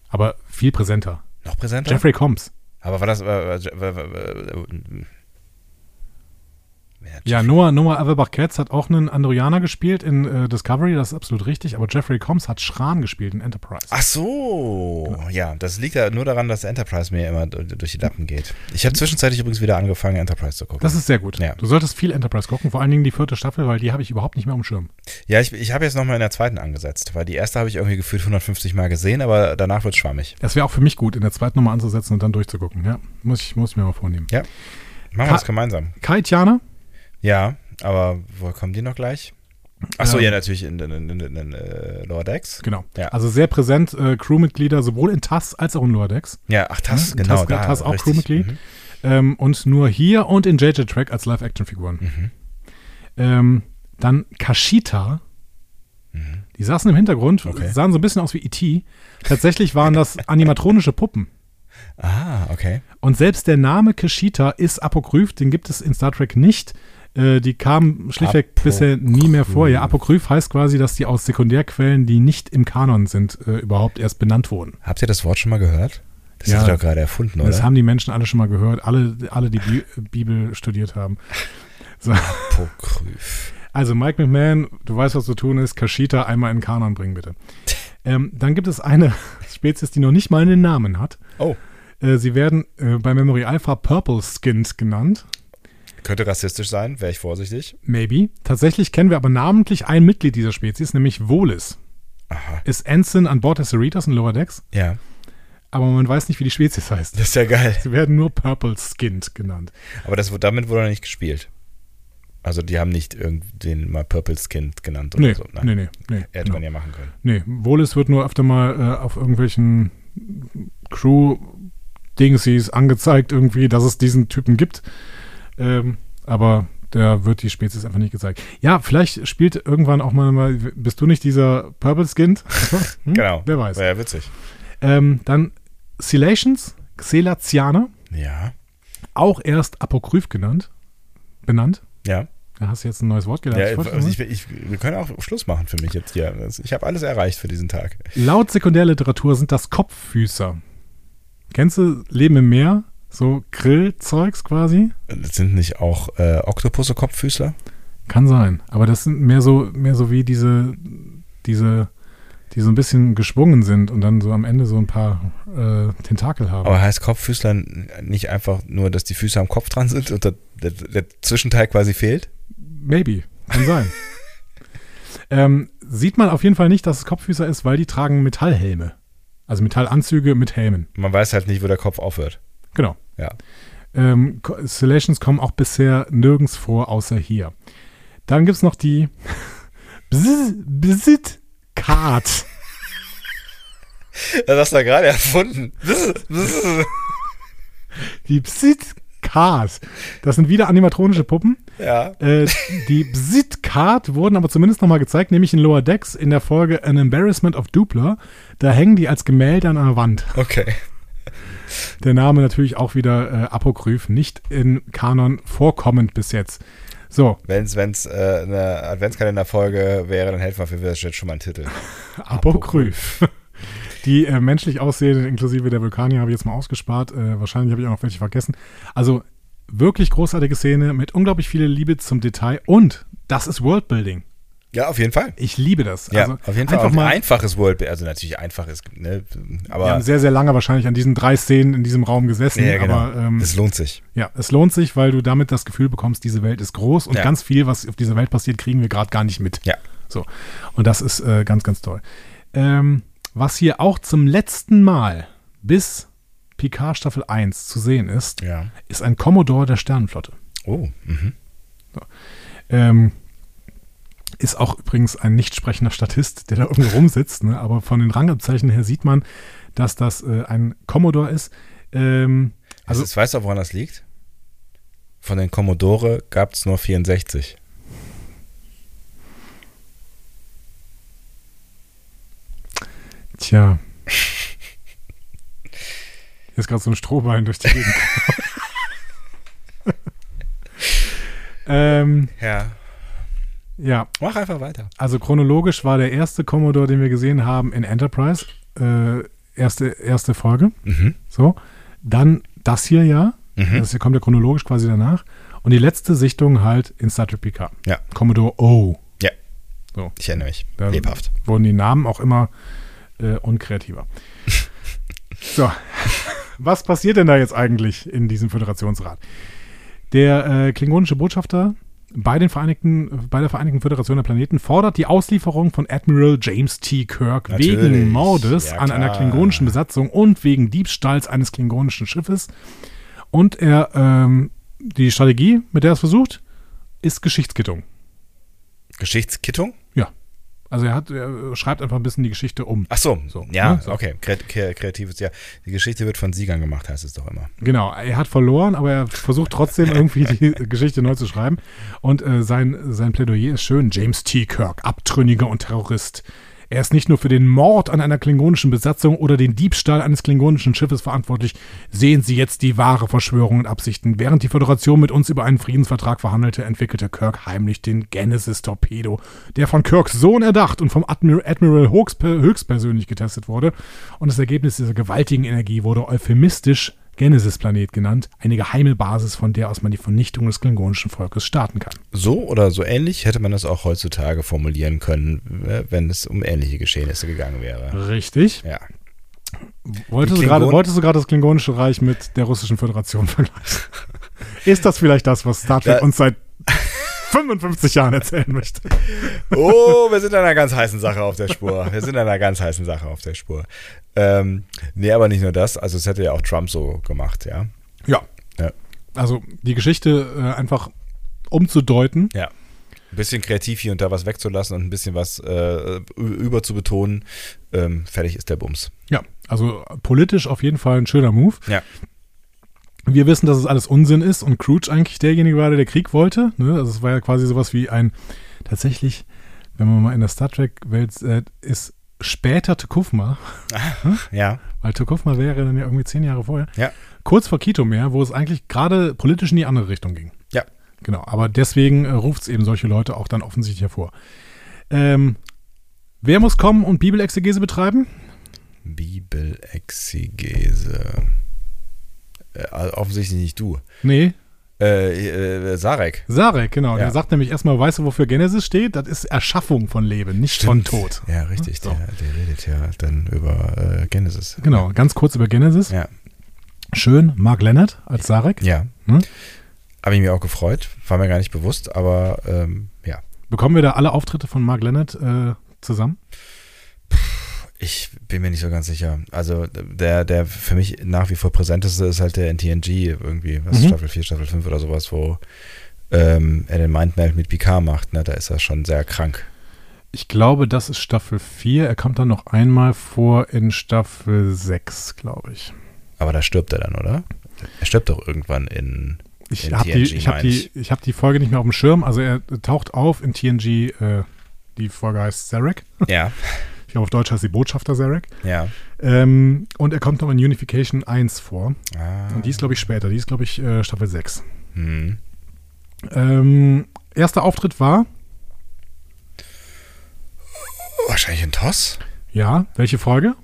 A: Aber viel präsenter.
B: noch präsenter?
A: Jeffrey Combs.
B: Aber war das. Äh, äh, äh, war- war- war-
A: Ja, Noah, Noah Averbach-Katz hat auch einen Andorianer gespielt in äh, Discovery, das ist absolut richtig. Aber Jeffrey Combs hat Schran gespielt in Enterprise.
B: Ach so, ja, das liegt ja nur daran, dass Enterprise mir immer d- durch die Lappen geht. Ich habe zwischenzeitlich übrigens wieder angefangen, Enterprise zu gucken.
A: Das ist sehr gut.
B: Ja.
A: Du solltest viel Enterprise gucken, vor allen Dingen die vierte Staffel, weil die habe ich überhaupt nicht mehr am Schirm.
B: ja, ich, ich habe jetzt nochmal in der zweiten angesetzt, weil die erste habe ich irgendwie gefühlt 150 Mal gesehen, aber danach wird schwammig.
A: Das wäre auch für mich gut, in der zweiten nochmal anzusetzen und dann durchzugucken. Ja, muss ich, muss ich mir mal vornehmen.
B: Ja, machen
A: Ka-
B: wir das gemeinsam.
A: Kai Tiana,
B: Ja, aber wo kommen die noch gleich? Ach so,
A: Ähm.
B: ja, natürlich in, in, in, in, in äh, Lower Decks.
A: genau.
B: Ja.
A: Also sehr präsent, äh, Crewmitglieder sowohl in TAS als auch in Lordex.
B: Ja, ach, das,
A: Ne?
B: genau.
A: TAS,
B: da,
A: TAS auch
B: richtig.
A: Crewmitglied.
B: Mhm.
A: Ähm, und nur hier und in JJ Track als Live-Action-Figuren.
B: Mhm.
A: Ähm, dann Kashita. Die saßen im Hintergrund,
B: Mhm. Okay.
A: sahen so ein bisschen aus wie E.T. Tatsächlich waren das animatronische Puppen.
B: Ah, okay.
A: Und selbst der Name Keshita ist apokryph, den gibt es in Star Trek nicht. Äh, die kamen schlichtweg
B: Apokryph.
A: bisher nie mehr vor. Ja, apokryph heißt quasi, dass die aus Sekundärquellen, die nicht im Kanon sind, äh, überhaupt erst benannt wurden.
B: Habt ihr das Wort schon mal gehört? Das
A: Ja.
B: habt ihr doch gerade erfunden, oder?
A: Das haben die Menschen alle schon mal gehört, alle, alle die Bi Bibel studiert haben. So.
B: Apokryph.
A: Also Mike McMahon, du weißt, was zu tun ist. Kashita einmal in den Kanon bringen, bitte. Ähm, dann gibt es eine Spezies, die noch nicht mal einen Namen hat.
B: Oh,
A: Äh, sie werden äh, bei Memory Alpha Purple Skins genannt.
B: könnte rassistisch sein, wäre ich vorsichtig.
A: Maybe. Tatsächlich kennen wir aber namentlich ein Mitglied dieser Spezies, nämlich Volis.
B: Aha.
A: Ist Ensign an Bord des Cerritos in Lower Decks,
B: Ja,
A: aber man weiß nicht, wie die Spezies heißt.
B: das ist ja geil.
A: Sie werden nur Purple Skinned genannt.
B: Aber das, wurde- damit wurde noch nicht gespielt. Also die haben nicht irgendwen mal Purple Skinned genannt oder
A: Nee,
B: so.
A: nee, nee, nee.
B: Hätte
A: genau.
B: man ja machen können.
A: Nee, Volis wird nur öfter mal äh, auf irgendwelchen Crew-Dingsies angezeigt, irgendwie, dass es diesen Typen gibt. Ähm, aber da wird die Spezies einfach nicht gezeigt. Ja, vielleicht spielt irgendwann auch mal, mal bist du nicht dieser Purple Skinned? Hm?
B: Genau.
A: Wer weiß.
B: War ja witzig.
A: Ähm, dann Xelations, Xelatianer,
B: Ja.
A: auch erst Apokryph genannt, benannt.
B: Ja.
A: Da hast du jetzt ein neues Wort gelernt.
B: ja
A: Ich wollte
B: also
A: nur-
B: ich, ich, wir können auch Schluss machen für mich jetzt hier. Das- Ich habe alles erreicht für diesen Tag.
A: Laut Sekundärliteratur sind das Kopffüßer. Kennst du Leben im Meer? So Grillzeugs quasi?
B: Das sind nicht auch äh, Oktopusse Kopffüßler?
A: Kann sein. Aber das sind mehr so, mehr so wie diese, diese, die so ein bisschen geschwungen sind und dann so am Ende so ein paar äh, Tentakel haben.
B: Aber heißt Kopffüßler nicht einfach nur, dass die Füße am Kopf dran sind und der, der, der Zwischenteil quasi fehlt?
A: Maybe. Kann sein. ähm, sieht man auf jeden Fall nicht, dass es Kopffüßer ist, weil die tragen Metallhelme. Also Metallanzüge mit Helmen.
B: Man weiß halt nicht, wo der Kopf aufhört.
A: Genau.
B: Ja.
A: Ähm, Co- Stellations kommen auch bisher nirgends vor, außer hier. Dann gibt es noch die Bsit Card.
B: Das hast du ja gerade erfunden.
A: Die Bsit Card. Das sind wieder animatronische Puppen.
B: ja.
A: Äh, die Bsit Card wurden aber zumindest nochmal gezeigt, nämlich in Lower Decks in der Folge An Embarrassment of Dupler. Da hängen die als Gemälde an einer Wand.
B: Okay.
A: Der Name natürlich auch wieder äh, apokryph, nicht in Kanon vorkommend bis jetzt. So,
B: Wenn es wenn's, äh, eine Adventskalenderfolge wäre, dann helfen wir für das jetzt schon mal einen Titel.
A: Apokryph. Die äh, menschlich aussehenden, inklusive der Vulkanier, habe ich jetzt mal ausgespart. Äh, wahrscheinlich habe ich auch noch welche vergessen. Also wirklich großartige Szene mit unglaublich viel Liebe zum Detail. Und das ist Worldbuilding.
B: Ja, auf jeden Fall.
A: Ich liebe das.
B: Ja,
A: also
B: auf jeden Fall.
A: Einfach
B: Und
A: mal,
B: einfaches World, also natürlich einfaches, ne,
A: wir
B: aber
A: haben sehr, sehr lange wahrscheinlich an diesen drei Szenen in diesem Raum gesessen.
B: ja, genau.
A: Aber ähm,
B: es lohnt sich.
A: ja, es lohnt sich, weil du damit das Gefühl bekommst, diese Welt ist groß und
B: Ja.
A: ganz viel, was auf dieser Welt passiert, kriegen wir gerade gar nicht mit.
B: Ja.
A: So. Und das ist äh, ganz, ganz toll. Ähm, was hier auch zum letzten Mal bis Picard Staffel 1 zu sehen ist,
B: Ja.
A: ist ein Commodore der Sternenflotte.
B: Oh, mhm.
A: Ähm, ist auch übrigens ein nicht sprechender Statist, der da irgendwo rumsitzt, ne? aber von den Rangabzeichen her sieht man, dass das äh, ein Commodore ist. Ähm, also
B: Also, das, weißt du, auch, woran das liegt? Von den Commodore gab es nur 64.
A: Tja. Hier ist gerade so ein Strohbein durch die Gegend. ähm,
B: Ja.
A: ja,
B: Mach einfach weiter.
A: also chronologisch war der erste Commodore, den wir gesehen haben, in Enterprise. Äh, erste, erste Folge.
B: Mhm.
A: So. Dann das hier ja. Das hier kommt ja chronologisch quasi danach. Und die letzte Sichtung halt in Star Trek PK.
B: Ja.
A: Commodore O.
B: Ja.
A: So.
B: Ich erinnere mich.
A: Dann
B: Lebhaft.
A: wurden die Namen auch immer äh, unkreativer. so, was passiert denn da jetzt eigentlich in diesem Föderationsrat? Der äh, klingonische Botschafter bei, den Vereinigten, bei der Vereinigten Föderation der Planeten fordert die Auslieferung von Admiral James T. Kirk
B: Natürlich.
A: wegen Mordes
B: Ja,
A: an einer
B: klar.
A: klingonischen Besatzung und wegen Diebstahls eines klingonischen Schiffes. Und er, ähm, die Strategie, mit der er es versucht, ist Geschichtskittung.
B: Geschichtskittung?
A: Ja. Also er, hat, er schreibt einfach ein bisschen die Geschichte um.
B: Ach so.
A: So,
B: ja,
A: ne, so.
B: okay. Kre kre kreatives Jahr. Die Geschichte wird von Siegern gemacht, heißt es doch immer.
A: Genau, er hat verloren, aber er versucht trotzdem irgendwie die Geschichte neu zu schreiben. Und äh, sein, sein Plädoyer ist schön. James T. Kirk, Abtrünniger und Terrorist. Er ist nicht nur für den Mord an einer klingonischen Besatzung oder den Diebstahl eines klingonischen Schiffes verantwortlich. Sehen Sie jetzt die wahre Verschwörung und Absichten. Während die Föderation mit uns über einen Friedensvertrag verhandelte, entwickelte Kirk heimlich den Genesis-Torpedo, der von Kirks Sohn erdacht und vom Admir Admiral Hawks per- höchstpersönlich getestet wurde. Und das Ergebnis dieser gewaltigen Energie wurde euphemistisch Genesis-Planet genannt, eine geheime Basis, von der aus man die Vernichtung des klingonischen Volkes starten kann.
B: So oder so ähnlich hätte man das auch heutzutage formulieren können, äh, wenn es um ähnliche Geschehnisse gegangen wäre.
A: Richtig.
B: Ja.
A: Wolltest
B: Die
A: du, gerade,
B: Klingonen-
A: wolltest du gerade das klingonische Reich mit der russischen Föderation vergleichen? Ist das vielleicht das, was Star Trek
B: Da-
A: uns seit 55 Jahren erzählen möchte?
B: Oh, wir sind einer ganz heißen Sache auf der Spur. Wir sind einer ganz heißen Sache auf der Spur. Ähm, nee, aber nicht nur das. Also, es hätte ja auch Trump so gemacht, ja.
A: Ja.
B: Ja.
A: Also die Geschichte äh, einfach umzudeuten.
B: ja. Ein bisschen kreativ hier und da was wegzulassen und ein bisschen was äh, ü- überzubetonen. Ähm, fertig ist der Bums.
A: Ja. Also politisch auf jeden Fall ein schöner Move.
B: Ja.
A: Wir wissen, dass es alles Unsinn ist und Scrooge eigentlich derjenige war, der den Krieg wollte. Ne? Also es war ja quasi sowas wie ein, tatsächlich, wenn man mal in der Star Trek-Welt äh, ist, später Tekufma,
B: Ja.
A: weil Tekufma wäre dann ja irgendwie zehn Jahre vorher,
B: Ja.
A: kurz vor Kitomer, wo es eigentlich gerade politisch in die andere Richtung ging.
B: Ja.
A: Genau, aber deswegen äh, ruft es eben solche Leute auch dann offensichtlich hervor. Ähm, wer muss kommen und Bibelexegese betreiben?
B: Bibelexegese. Äh, also offensichtlich nicht du.
A: Nee,
B: Äh, äh, Sarek.
A: Sarek, genau.
B: Ja.
A: Der sagt nämlich erstmal, weißt du, wofür Genesis steht? Das ist Erschaffung von Leben, nicht von Tod. Hm?
B: Ja, richtig.
A: So.
B: Der, der redet ja dann über äh, Genesis.
A: Genau, ganz kurz über Genesis.
B: Ja.
A: Schön, Mark Leonard als Sarek.
B: Ja.
A: Hm?
B: Habe ich mir auch gefreut. War mir gar nicht bewusst, aber ähm, ja.
A: Bekommen wir da alle Auftritte von Mark Leonard äh, zusammen?
B: Ich bin mir nicht so ganz sicher. Also der, der für mich nach wie vor präsenteste ist halt der NTNG irgendwie, was
A: Mhm.
B: Staffel 4, Staffel 5 oder sowas, wo ähm, er den Mindmeld mit Picard macht. Ne? Da ist er schon sehr krank.
A: Ich glaube, das ist Staffel 4. Er kommt dann noch einmal vor in Staffel 6, glaube ich.
B: Aber da stirbt er dann, oder? Er stirbt doch irgendwann in
A: Ich
B: In
A: habe die,
B: TNG
A: ich hab
B: meine
A: die, ich hab die Folge nicht mehr auf dem Schirm. Also er taucht auf in TNG. Äh, die Folge heißt Sarek.
B: Ja,
A: Ich glaube, auf Deutsch heißt sie Botschafter Sarek.
B: ja.
A: Ähm, und er kommt noch in Unification 1 vor.
B: Ah,
A: Und die ist, glaube ich, später. Die ist, glaube ich, äh, Staffel 6.
B: hm.
A: Ähm, erster Auftritt war,
B: Oh, Wahrscheinlich ein Toss?
A: ja, welche Folge?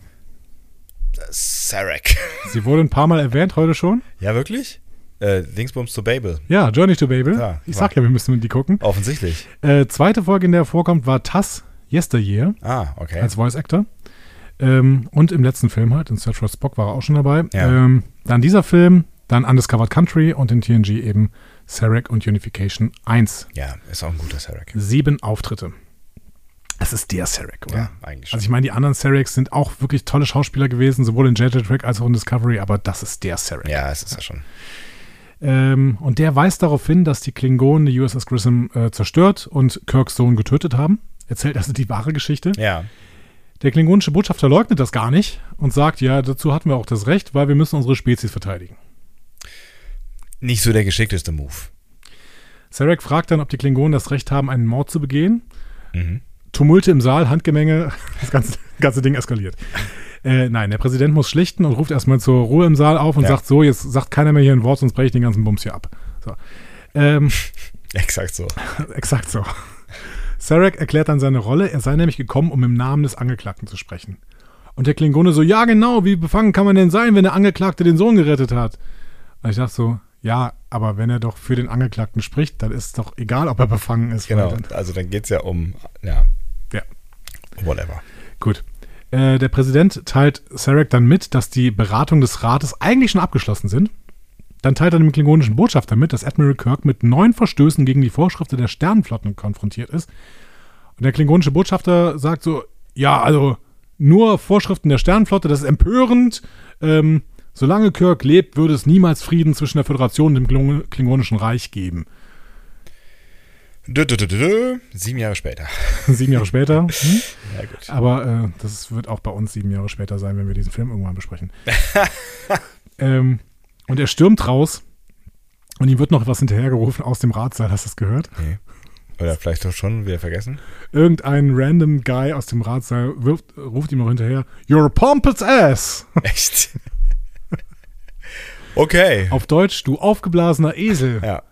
B: Sarek.
A: Sie wurde ein paar Mal erwähnt heute schon.
B: Ja, wirklich? Äh, Dingsbums zu Babel.
A: Ja, Journey to Babel.
B: Ja,
A: ich sag ja, wir müssen die gucken.
B: Offensichtlich.
A: Äh, zweite Folge, in der er vorkommt, war Tass Yesteryear
B: Ah, okay.
A: als Voice Actor. Ähm, und im letzten Film halt, in Search for Spock war er auch schon dabei.
B: Ja.
A: Ähm, dann dieser Film, dann Undiscovered Country und in TNG eben Sarek und Unification 1.
B: ja, ist auch ein guter Sarek.
A: Sieben Auftritte. Das ist der Sarek, oder?
B: Ja, eigentlich schon.
A: Also ich meine, die anderen Sareks sind auch wirklich tolle Schauspieler gewesen, sowohl in JJ Track als auch in Discovery, aber das ist der Sarek.
B: ja, es ist ja schon.
A: Ähm, und der weist darauf hin, dass die Klingonen die USS Grissom äh, zerstört und Kirks Sohn getötet haben. Erzählt also die wahre Geschichte.
B: Ja.
A: Der klingonische Botschafter leugnet das gar nicht und sagt, ja, dazu hatten wir auch das Recht, weil wir müssen unsere Spezies verteidigen.
B: Nicht so der geschickteste Move.
A: Sarek fragt dann, ob die Klingonen das Recht haben, einen Mord zu begehen. Tumulte im Saal, Handgemenge, das ganze, ganze Ding eskaliert. Äh, nein, der Präsident muss schlichten und ruft erstmal zur Ruhe im Saal auf und
B: Ja.
A: sagt so, jetzt sagt keiner mehr hier ein Wort, sonst breche ich den ganzen Bums hier ab. So. Ähm,
B: Exakt so.
A: Exakt so. Sarek erklärt dann seine Rolle. Er sei nämlich gekommen, um im Namen des Angeklagten zu sprechen. Und der Klingone so, ja genau, wie befangen kann man denn sein, wenn der Angeklagte den Sohn gerettet hat? Und ich dachte so, ja, aber wenn er doch für den Angeklagten spricht, dann ist es doch egal, ob er befangen ist.
B: Genau.
A: Weil dann-
B: Also dann geht's ja um, ja,
A: Ja,
B: whatever.
A: gut. Äh, der Präsident teilt Sarek dann mit, dass die Beratung des Rates eigentlich schon abgeschlossen sind. Dann teilt er dem klingonischen Botschafter mit, dass Admiral Kirk mit neun Verstößen gegen die Vorschriften der Sternenflotten konfrontiert ist. Und der klingonische Botschafter sagt so, ja, also nur Vorschriften der Sternenflotte, das ist empörend. Ähm, solange Kirk lebt, würde es niemals Frieden zwischen der Föderation und dem Klingon- klingonischen Reich geben.
B: Dö, dö, dö, dö, dö. Sieben Jahre später.
A: Sieben Jahre später. Hm?
B: Ja, gut.
A: Aber äh, das wird auch bei uns sieben Jahre später sein, wenn wir diesen Film irgendwann besprechen. ähm, und er stürmt raus und ihm wird noch was hinterhergerufen aus dem Ratsaal. Hast du das gehört?
B: Oder vielleicht doch schon wieder vergessen.
A: Irgendein random Guy aus dem Ratsaal wirft, ruft ihm noch hinterher: You're a pompous ass!
B: Echt? Okay.
A: Auf Deutsch, du aufgeblasener Esel.
B: Ja.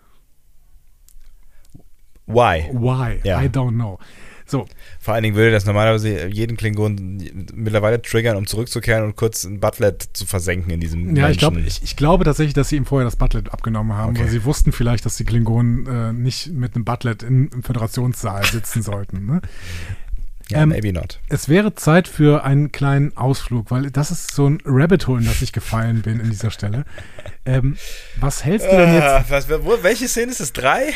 B: Why?
A: Why?
B: Ja.
A: I don't know. So,
B: Vor allen Dingen würde das normalerweise jeden Klingon mittlerweile triggern, um zurückzukehren und kurz ein Butlet zu versenken in diesem
A: ja, ich, glaub,
B: Menschen.
A: ich, ich glaube tatsächlich, dass sie ihm vorher das Butlet abgenommen haben,
B: Okay.
A: weil sie wussten vielleicht, dass die Klingonen äh, nicht mit einem Butlet in, im Föderationssaal sitzen sollten. Ne?
B: ja,
A: ähm,
B: maybe not.
A: Es wäre Zeit für einen kleinen Ausflug, weil das ist so ein Rabbit Hole, in das ich gefallen bin in dieser Stelle. Ähm, was hältst du denn jetzt,
B: Ah, was, wo, welche Szene ist es? Drei?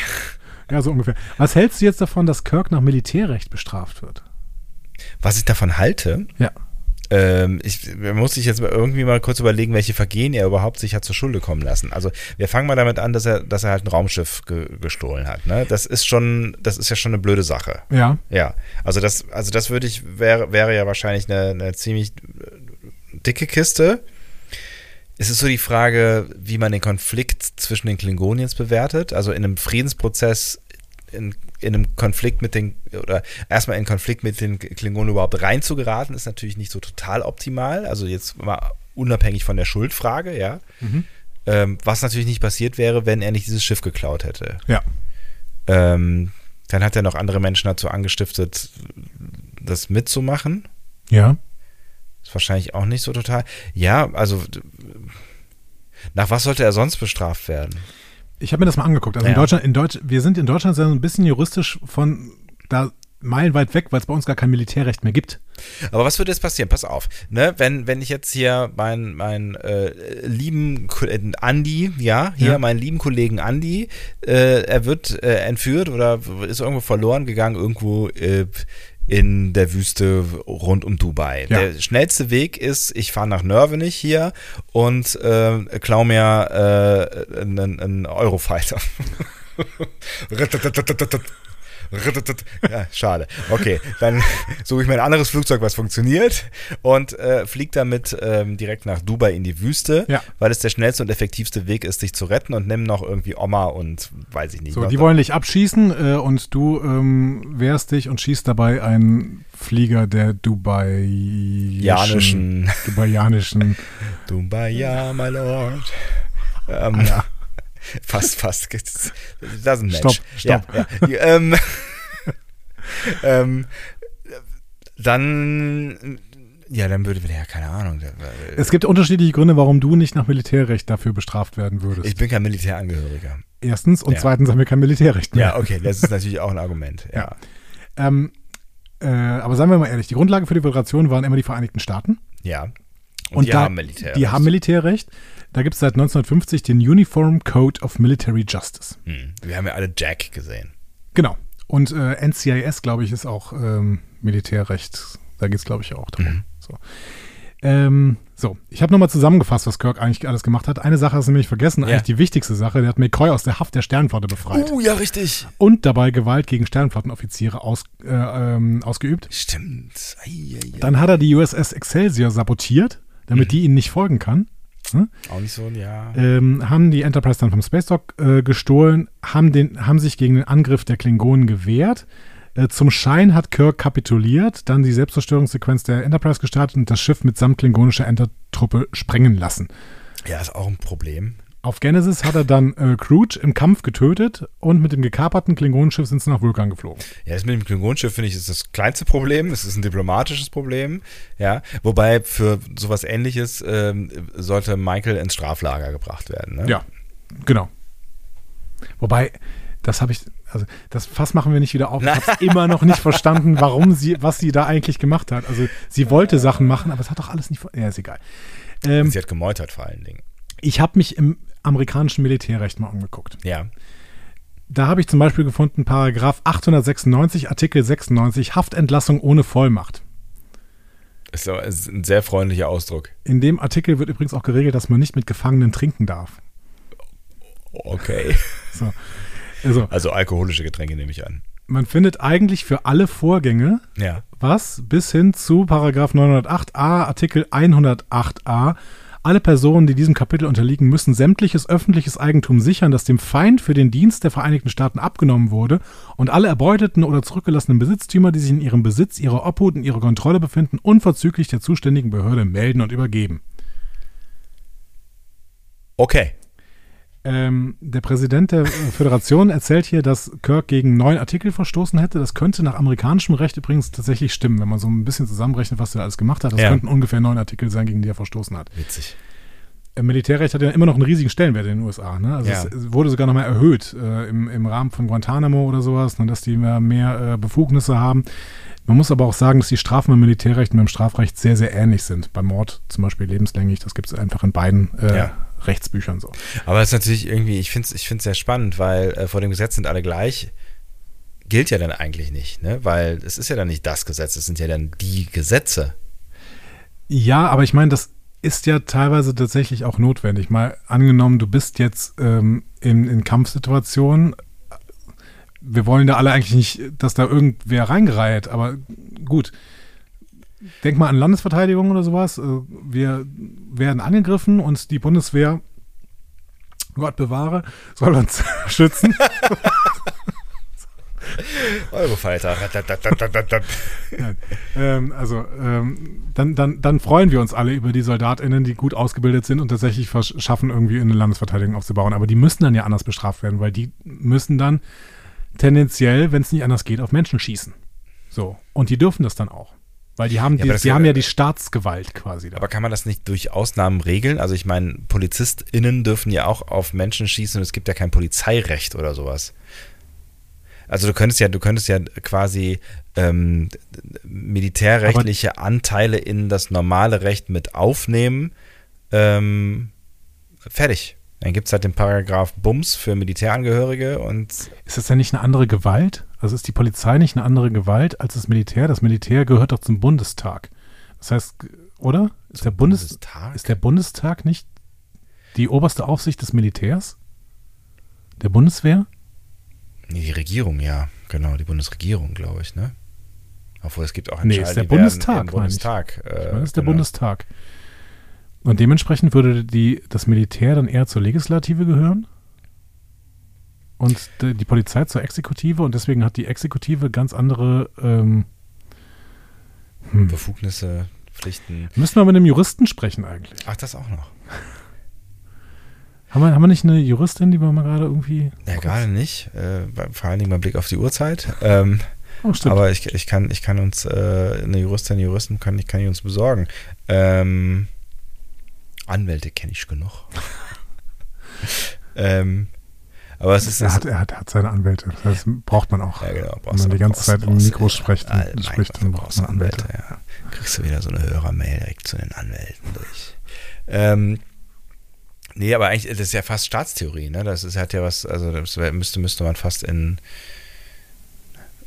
A: ja so ungefähr, was hältst du jetzt davon, dass Kirk nach Militärrecht bestraft wird?
B: Was ich davon halte,
A: Ja.
B: ähm, ich man muss sich jetzt mal irgendwie mal kurz überlegen, welche Vergehen er überhaupt sich hat zur Schulde kommen lassen. Also wir fangen mal damit an, dass er, dass er halt ein Raumschiff ge gestohlen hat. Ne? Das ist schon, das ist ja schon eine blöde Sache.
A: Ja,
B: Ja, also das, also das würde ich, wäre, wäre ja wahrscheinlich eine, eine ziemlich dicke Kiste. Es ist so die Frage, wie man den Konflikt zwischen den Klingonen jetzt bewertet. Also in einem Friedensprozess, in, in einem Konflikt mit den, oder erstmal in Konflikt mit den Klingonen überhaupt reinzugeraten, ist natürlich nicht so total optimal. Also jetzt mal unabhängig von der Schuldfrage, ja. Ähm, was natürlich nicht passiert wäre, wenn er nicht dieses Schiff geklaut hätte.
A: ja,
B: Ähm, dann hat er noch andere Menschen dazu angestiftet, das mitzumachen.
A: ja.
B: Ist wahrscheinlich auch nicht so total. Ja, also d- nach was sollte er sonst bestraft werden?
A: Ich habe mir das mal angeguckt. Also in
B: Ja.
A: Deutschland, in Deutsch, wir sind in Deutschland so ein bisschen juristisch von da meilenweit weg, weil es bei uns gar kein Militärrecht mehr gibt.
B: Aber was würde jetzt passieren? Pass auf, ne? Wenn, wenn ich jetzt hier meinen mein, äh, lieben Ko- äh, Andi, ja, hier
A: Ja.
B: meinen lieben Kollegen Andi, äh, er wird äh, entführt oder w- ist irgendwo verloren gegangen, irgendwo äh, in der Wüste rund um Dubai.
A: Ja.
B: Der schnellste Weg ist, ich fahre nach Nörvenich hier und äh, klau mir äh, einen, einen Eurofighter. Rittetet. Ja, schade. Okay, dann suche ich mir ein anderes Flugzeug, was funktioniert und äh, fliege damit ähm, direkt nach Dubai in die Wüste,
A: Ja.
B: weil es der schnellste und effektivste Weg ist, dich zu retten und nimm noch irgendwie Oma und weiß ich nicht.
A: So,
B: noch-
A: die wollen dich abschießen äh, und du ähm, wehrst dich und schießt dabei einen Flieger der dubaiischen,
B: Janischen.
A: dubaianischen
B: Dubai, ja, my lord. Ähm, Fast, fast. Das ist ein
A: Stopp,
B: Match.
A: stopp.
B: Ja, ja. Die, ähm, ähm, dann, ja, dann würde, ja, keine Ahnung.
A: Es gibt unterschiedliche Gründe, warum du nicht nach Militärrecht dafür bestraft werden würdest.
B: Ich bin kein Militärangehöriger.
A: Erstens und
B: Ja.
A: zweitens haben wir kein Militärrecht mehr.
B: Ja, okay, das ist natürlich auch ein Argument. Ja,
A: Ähm, äh, aber seien wir mal ehrlich, die Grundlage für die Föderation waren immer die Vereinigten Staaten.
B: ja. Und, die
A: da-
B: haben Militär.
A: Die haben Militärrecht. Da gibt es seit 1950 den Uniform Code of Military Justice.
B: Hm. Wir haben ja alle Jack gesehen.
A: Genau. Und äh, NCIS, glaube ich, ist auch ähm, Militärrecht. Da geht es, glaube ich, auch drum. So. Ähm, so, ich habe nochmal zusammengefasst, was Kirk eigentlich alles gemacht hat. Eine Sache ist nämlich vergessen,
B: Ja.
A: eigentlich die wichtigste Sache. Der hat McCoy aus der Haft der Sternflotte befreit.
B: ja, richtig.
A: und dabei Gewalt gegen Sternflottenoffiziere aus, äh, ähm, ausgeübt.
B: Stimmt. Ei, ei, ei.
A: Dann hat er die USS Excelsior sabotiert, damit die ihnen nicht folgen kann. Hm?
B: Auch nicht so, ja.
A: Ähm, haben die Enterprise dann vom Space Dog äh, gestohlen, haben, den, haben sich gegen den Angriff der Klingonen gewehrt. Äh, Zum Schein hat Kirk kapituliert, dann die Selbstzerstörungssequenz der Enterprise gestartet und das Schiff mitsamt klingonischer Entertruppe sprengen lassen.
B: Ja, ist auch ein Problem.
A: Auf Genesis hat er dann äh, Crouch im Kampf getötet und mit dem gekaperten Klingonenschiff sind sie nach Vulkan geflogen.
B: Ja, das mit dem Klingonenschiff finde ich ist das kleinste Problem. Es ist ein diplomatisches Problem. Ja, wobei für sowas Ähnliches ähm, sollte Michael ins Straflager gebracht werden. Ne?
A: Ja, genau. Wobei, das habe ich, also das Fass machen wir nicht wieder auf. Ich habe es immer noch nicht verstanden, warum sie, was sie da eigentlich gemacht hat. Also sie wollte Sachen machen, aber es hat doch alles nicht. Ja, ist egal. Ähm,
B: Sie hat gemeutert vor allen Dingen.
A: ich habe mich im amerikanischen Militärrecht mal angeguckt.
B: Ja.
A: Da habe ich zum Beispiel gefunden, Paragraph 896, Artikel 96, Haftentlassung ohne Vollmacht.
B: Ist, so- ist ein sehr freundlicher Ausdruck.
A: In dem Artikel wird übrigens auch geregelt, dass man nicht mit Gefangenen trinken darf.
B: Okay.
A: So. Also,
B: Also alkoholische Getränke nehme ich an.
A: man findet eigentlich für alle Vorgänge
B: Ja.
A: was bis hin zu Paragraph 908a, Artikel 108a. Alle Personen, die diesem Kapitel unterliegen, müssen sämtliches öffentliches Eigentum sichern, das dem Feind für den Dienst der Vereinigten Staaten abgenommen wurde, und alle erbeuteten oder zurückgelassenen Besitztümer, die sich in ihrem Besitz, ihrer Obhut und ihrer Kontrolle befinden, unverzüglich der zuständigen Behörde melden und übergeben.
B: Okay.
A: Ähm, der Präsident der äh, Föderation erzählt hier, dass Kirk gegen neun Artikel verstoßen hätte. Das könnte nach amerikanischem Recht übrigens tatsächlich stimmen, wenn man so ein bisschen zusammenrechnet, was er alles gemacht hat. Das
B: Ja.
A: könnten ungefähr neun Artikel sein, gegen die er verstoßen hat.
B: Witzig.
A: Im Militärrecht hat ja immer noch einen riesigen Stellenwert in den USA. Ne? Also
B: Ja.
A: es wurde sogar nochmal erhöht äh, im, im Rahmen von Guantanamo oder sowas, ne, dass die mehr, mehr äh, Befugnisse haben. Man muss aber auch sagen, dass die Strafen im Militärrecht und beim Strafrecht sehr, sehr ähnlich sind. Beim Mord zum Beispiel lebenslänglich, das gibt es einfach in beiden äh,
B: Ja.
A: Rechtsbüchern so.
B: Aber es ist natürlich irgendwie, ich finde es ich find's sehr spannend, weil äh, vor dem Gesetz sind alle gleich. Gilt ja dann eigentlich nicht, ne? Weil es ist ja dann nicht das Gesetz, es sind ja dann die Gesetze.
A: Ja, aber ich meine, das ist ja teilweise tatsächlich auch notwendig. Mal angenommen, du bist jetzt ähm, in, in Kampfsituationen. Wir wollen da alle eigentlich nicht, dass da irgendwer reingereiht, aber gut. Denk mal an Landesverteidigung oder sowas. Äh, Wir werden angegriffen und die Bundeswehr, Gott bewahre, soll uns schützen.
B: Eurofighter. Ratatatatatatat.
A: Nein. Ähm, also ähm, dann, dann, dann freuen wir uns alle über die SoldatInnen, die gut ausgebildet sind und tatsächlich versch- schaffen, irgendwie eine Landesverteidigung aufzubauen. Aber die müssen dann ja anders bestraft werden, weil die müssen dann tendenziell, wenn es nicht anders geht, auf Menschen schießen. So. Und die dürfen das dann auch. Weil die haben,
B: Ja,
A: die,
B: aber das
A: sie
B: wär-
A: haben ja die Staatsgewalt quasi da.
B: Aber kann man das nicht durch Ausnahmen regeln? Also ich meine, PolizistInnen dürfen ja auch auf Menschen schießen und es gibt ja kein Polizeirecht oder sowas. Also du könntest ja, du könntest ja quasi ähm, militärrechtliche Anteile in das normale Recht mit aufnehmen. Ähm, fertig. Dann gibt es halt den Paragraph Bums für Militärangehörige und
A: Ist das denn nicht eine andere Gewalt? Also ist die Polizei nicht eine andere Gewalt als das Militär? Das Militär gehört doch zum Bundestag. Das heißt, oder? Ist der Bundes
B: Bundestag?
A: Ist der Bundestag nicht die oberste Aufsicht des Militärs? Der Bundeswehr?
B: Nee, die Regierung, ja, genau, die Bundesregierung, glaube ich, ne? Obwohl es gibt auch
A: Nee, ist der
B: die werden
A: Bundestag,
B: im
A: meine ich.
B: Bundestag. äh,
A: Das ist der
B: genau.
A: Bundestag. Und dementsprechend würde die, das Militär dann eher zur Legislative gehören und de- die Polizei zur Exekutive und deswegen hat die Exekutive ganz andere. Ähm, Hm.
B: Befugnisse, Pflichten.
A: müssen wir mit einem Juristen sprechen eigentlich?
B: Ach, das auch noch.
A: Haben wir, haben wir nicht eine Juristin, die wir mal gerade irgendwie.
B: Ja, gerade nicht. Äh, bei- vor allen Dingen beim Blick auf die Uhrzeit. Ähm,
A: Oh, stimmt.
B: aber ich, ich, kann, ich kann uns, äh, eine Juristin, einen Juristen kann, ich kann ich uns besorgen. Ähm, Anwälte kenne ich genug. ähm, aber es ist.
A: er, hat, er, hat, er hat seine Anwälte. Das heißt, braucht man auch.
B: ja, genau. brauchst
A: Wenn man
B: du-
A: die ganze
B: brauchst-
A: Zeit im
B: brauchst-
A: Mikro spricht,
B: Ah,
A: dann
B: mein
A: spricht
B: Gott,
A: dann
B: du
A: braucht man Anwälte.
B: Ja. Kriegst du wieder so eine Hörermail direkt zu den Anwälten durch. ähm, nee, aber eigentlich, das ist ja fast Staatstheorie, ne? Das ist, hat ja was, also das wär- müsste, müsste man fast in.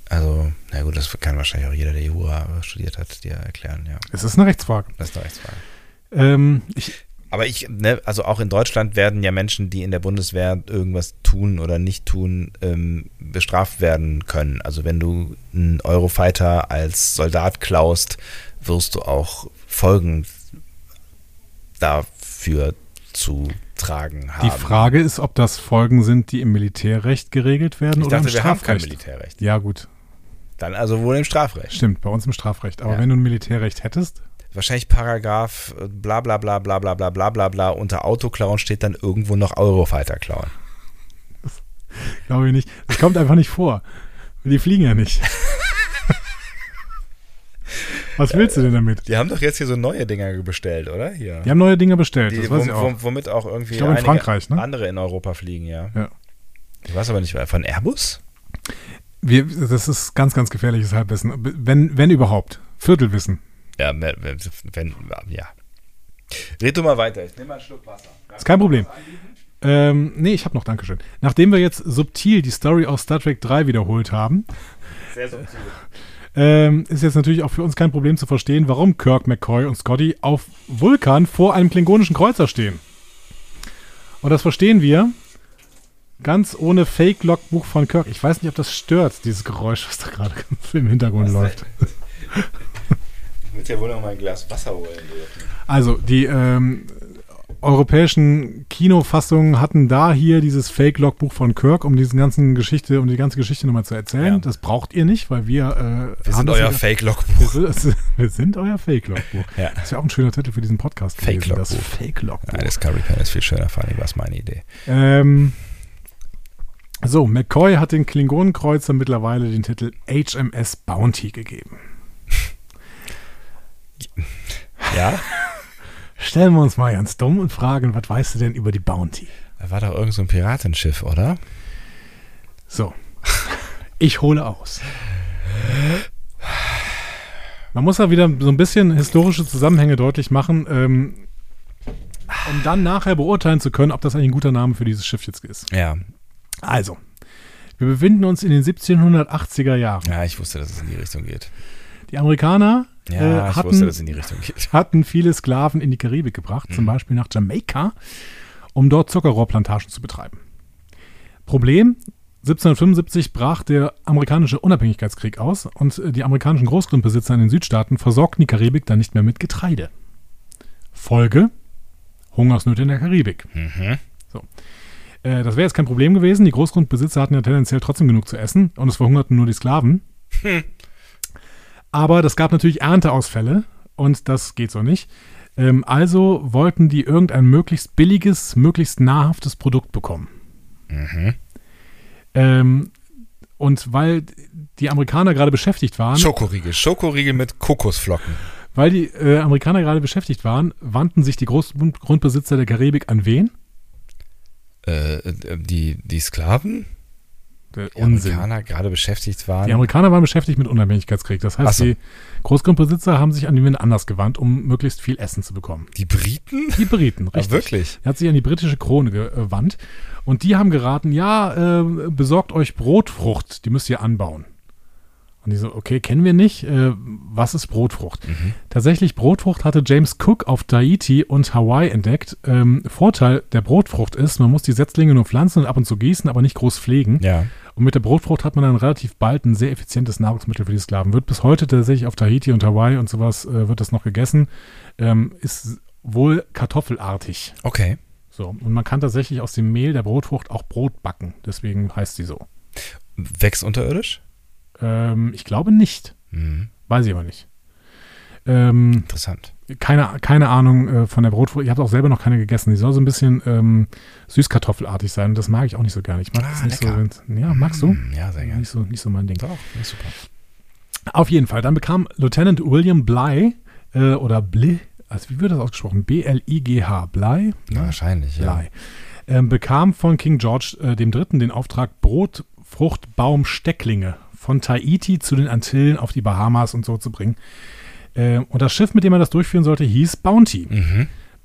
B: Also, na gut, das kann wahrscheinlich auch jeder, der Jura studiert hat, dir erklären, ja.
A: Es ist eine Rechtsfrage.
B: Das ist eine Rechtsfrage.
A: Ähm, ich,
B: Aber ich, ne, also auch in Deutschland werden ja Menschen, die in der Bundeswehr irgendwas tun oder nicht tun, ähm, bestraft werden können. Also wenn du einen Eurofighter als Soldat klaust, wirst du auch Folgen dafür zu tragen haben.
A: die Frage ist, ob das Folgen sind, die im Militärrecht geregelt werden
B: ich
A: oder
B: dachte,
A: im
B: wir haben kein
A: Strafrecht.
B: Militärrecht.
A: ja, gut.
B: Dann also wohl im Strafrecht.
A: Stimmt, bei uns im Strafrecht. Aber
B: Ja.
A: wenn du ein Militärrecht hättest,
B: Wahrscheinlich Paragraph äh, bla bla bla bla bla bla bla bla bla unter Autoklauen steht dann irgendwo noch Eurofighter klauen.
A: glaube ich nicht. Das kommt einfach nicht vor. Die fliegen ja nicht. Was willst du denn damit?
B: Die haben doch jetzt hier so neue Dinger bestellt, oder? Hier.
A: Die haben neue Dinge bestellt,
B: Die,
A: das weiß ich
B: wom,
A: auch.
B: wom, womit auch irgendwie
A: Ich glaube, in
B: einige
A: Frankreich, ne?
B: andere in Europa fliegen, ja.
A: Ja.
B: Ich weiß aber nicht, von Airbus?
A: Wir, das ist ganz, ganz gefährliches Halbwissen. Wenn, wenn überhaupt. Viertelwissen.
B: Ja, me- wenn, wenn- ja. Red du mal weiter, ich nehme mal einen Schluck Wasser.
A: Ist kein Problem. Ähm, nee, ich habe noch, Dankeschön. Nachdem wir jetzt subtil die Story aus Star Trek 3 wiederholt haben,
B: Sehr subtil.
A: ähm, ist jetzt natürlich auch für uns kein Problem zu verstehen, warum Kirk, McCoy und Scotty auf Vulkan vor einem klingonischen Kreuzer stehen. Und das verstehen wir ganz ohne Fake-Logbuch von Kirk. Ich weiß nicht, ob das stört, dieses Geräusch, was da gerade im Hintergrund läuft.
B: Ich würde ja wohl noch mal ein Glas Wasser holen dürfen.
A: Also, die ähm, europäischen Kinofassungen hatten da hier dieses Fake-Logbuch von Kirk, um diesen ganzen Geschichte, um die ganze Geschichte nochmal zu erzählen.
B: Ja.
A: Das braucht ihr nicht, weil wir, äh,
B: Wir sind
A: haben das ja-
B: euer Fake-Logbuch.
A: Wir sind- Wir sind euer Fake-Logbuch.
B: Ja.
A: Das ist ja auch ein schöner Titel für diesen Podcast gewesen. Das
B: Fake-Logbuch.
A: Fake-Logbuch.
B: Nein, Discovery Panel ist viel schöner, Fanny, war es meine Idee.
A: Ähm, so, McCoy hat den Klingonenkreuzer mittlerweile den Titel HMS Bounty gegeben.
B: Ja?
A: Stellen wir uns mal ganz dumm und fragen, was weißt du denn über die Bounty?
B: Da war doch irgend so ein Piratenschiff, oder?
A: So. Ich hole aus. Man muss ja wieder so ein bisschen historische Zusammenhänge deutlich machen, ähm, um dann nachher beurteilen zu können, ob das eigentlich ein guter Name für dieses Schiff jetzt ist.
B: Ja.
A: Also, wir befinden uns in den 1780er Jahren.
B: Ja, ich wusste, dass es in die Richtung geht.
A: Die Amerikaner
B: Ja,
A: äh,
B: ich wusste,
A: hatten,
B: dass es in die Richtung geht.
A: hatten viele Sklaven in die Karibik gebracht, zum Beispiel nach Jamaika, um dort Zuckerrohrplantagen zu betreiben. Problem, 1775 brach der amerikanische Unabhängigkeitskrieg aus und äh, die amerikanischen Großgrundbesitzer in den Südstaaten versorgten die Karibik dann nicht mehr mit Getreide. Folge, Hungersnöte in der Karibik. So. Äh, das wäre jetzt kein Problem gewesen. Die Großgrundbesitzer hatten ja tendenziell trotzdem genug zu essen und es verhungerten nur die Sklaven. Aber das gab natürlich Ernteausfälle und das geht so nicht. Ähm, also wollten die irgendein möglichst billiges, möglichst nahrhaftes Produkt bekommen. Ähm, und weil die Amerikaner gerade beschäftigt waren,
B: Schokoriegel. Schokoriegel mit Kokosflocken.
A: weil die äh, Amerikaner gerade beschäftigt waren, wandten sich die Großgrundbesitzer der Karibik an wen?
B: Äh, äh, die, die Sklaven?
A: Der
B: Die Amerikaner gerade beschäftigt waren.
A: Die Amerikaner waren beschäftigt mit Unabhängigkeitskrieg. Das heißt,
B: Ach so.
A: die Großgrundbesitzer haben sich an die Wände anders gewandt, um möglichst viel Essen zu bekommen.
B: die Briten?
A: Die Briten, richtig.
B: wirklich?
A: Er hat sich an die britische Krone gewandt und die haben geraten, ja, äh, besorgt euch Brotfrucht, die müsst ihr anbauen. Und die so, okay, kennen wir nicht. Äh, was ist Brotfrucht? Tatsächlich, Brotfrucht hatte James Cook auf Tahiti und Hawaii entdeckt. Ähm, Vorteil der Brotfrucht ist, man muss die Setzlinge nur pflanzen und ab und zu gießen, aber nicht groß pflegen.
B: Ja.
A: Und mit der Brotfrucht hat man dann relativ bald ein sehr effizientes Nahrungsmittel für die Sklaven. Wird bis heute tatsächlich auf Tahiti und Hawaii und sowas äh, wird das noch gegessen. Ähm, ist wohl kartoffelartig.
B: Okay.
A: So. Und man kann tatsächlich aus dem Mehl der Brotfrucht auch Brot backen. Deswegen heißt sie so.
B: Wächst unterirdisch?
A: Ähm, ich glaube nicht.
B: Mhm.
A: Weiß ich aber nicht. Ähm,
B: Interessant.
A: keine, keine Ahnung äh, von der Brotfrucht. Ich habe auch selber noch keine gegessen. Die soll so ein bisschen ähm, süßkartoffelartig sein. Und das mag ich auch nicht so gerne. Ich mag
B: Ah,
A: das nicht
B: lecker.
A: so. wenn's- Ja, magst du?
B: Mhm, Ja, sehr gerne.
A: Nicht so, nicht so mein Ding.
B: Doch, ja, super.
A: Auf jeden Fall. Dann bekam Lieutenant William Bly äh, oder Bly, also wie wird das ausgesprochen? B-L-I-G-H, Bly,
B: Ja, wahrscheinlich, ja.
A: Bly, ähm, bekam von King George äh, dem Dritten den Auftrag, Brotfruchtbaumstecklinge von Tahiti zu den Antillen auf die Bahamas und so zu bringen. Äh, und das Schiff, mit dem er das durchführen sollte, hieß Bounty.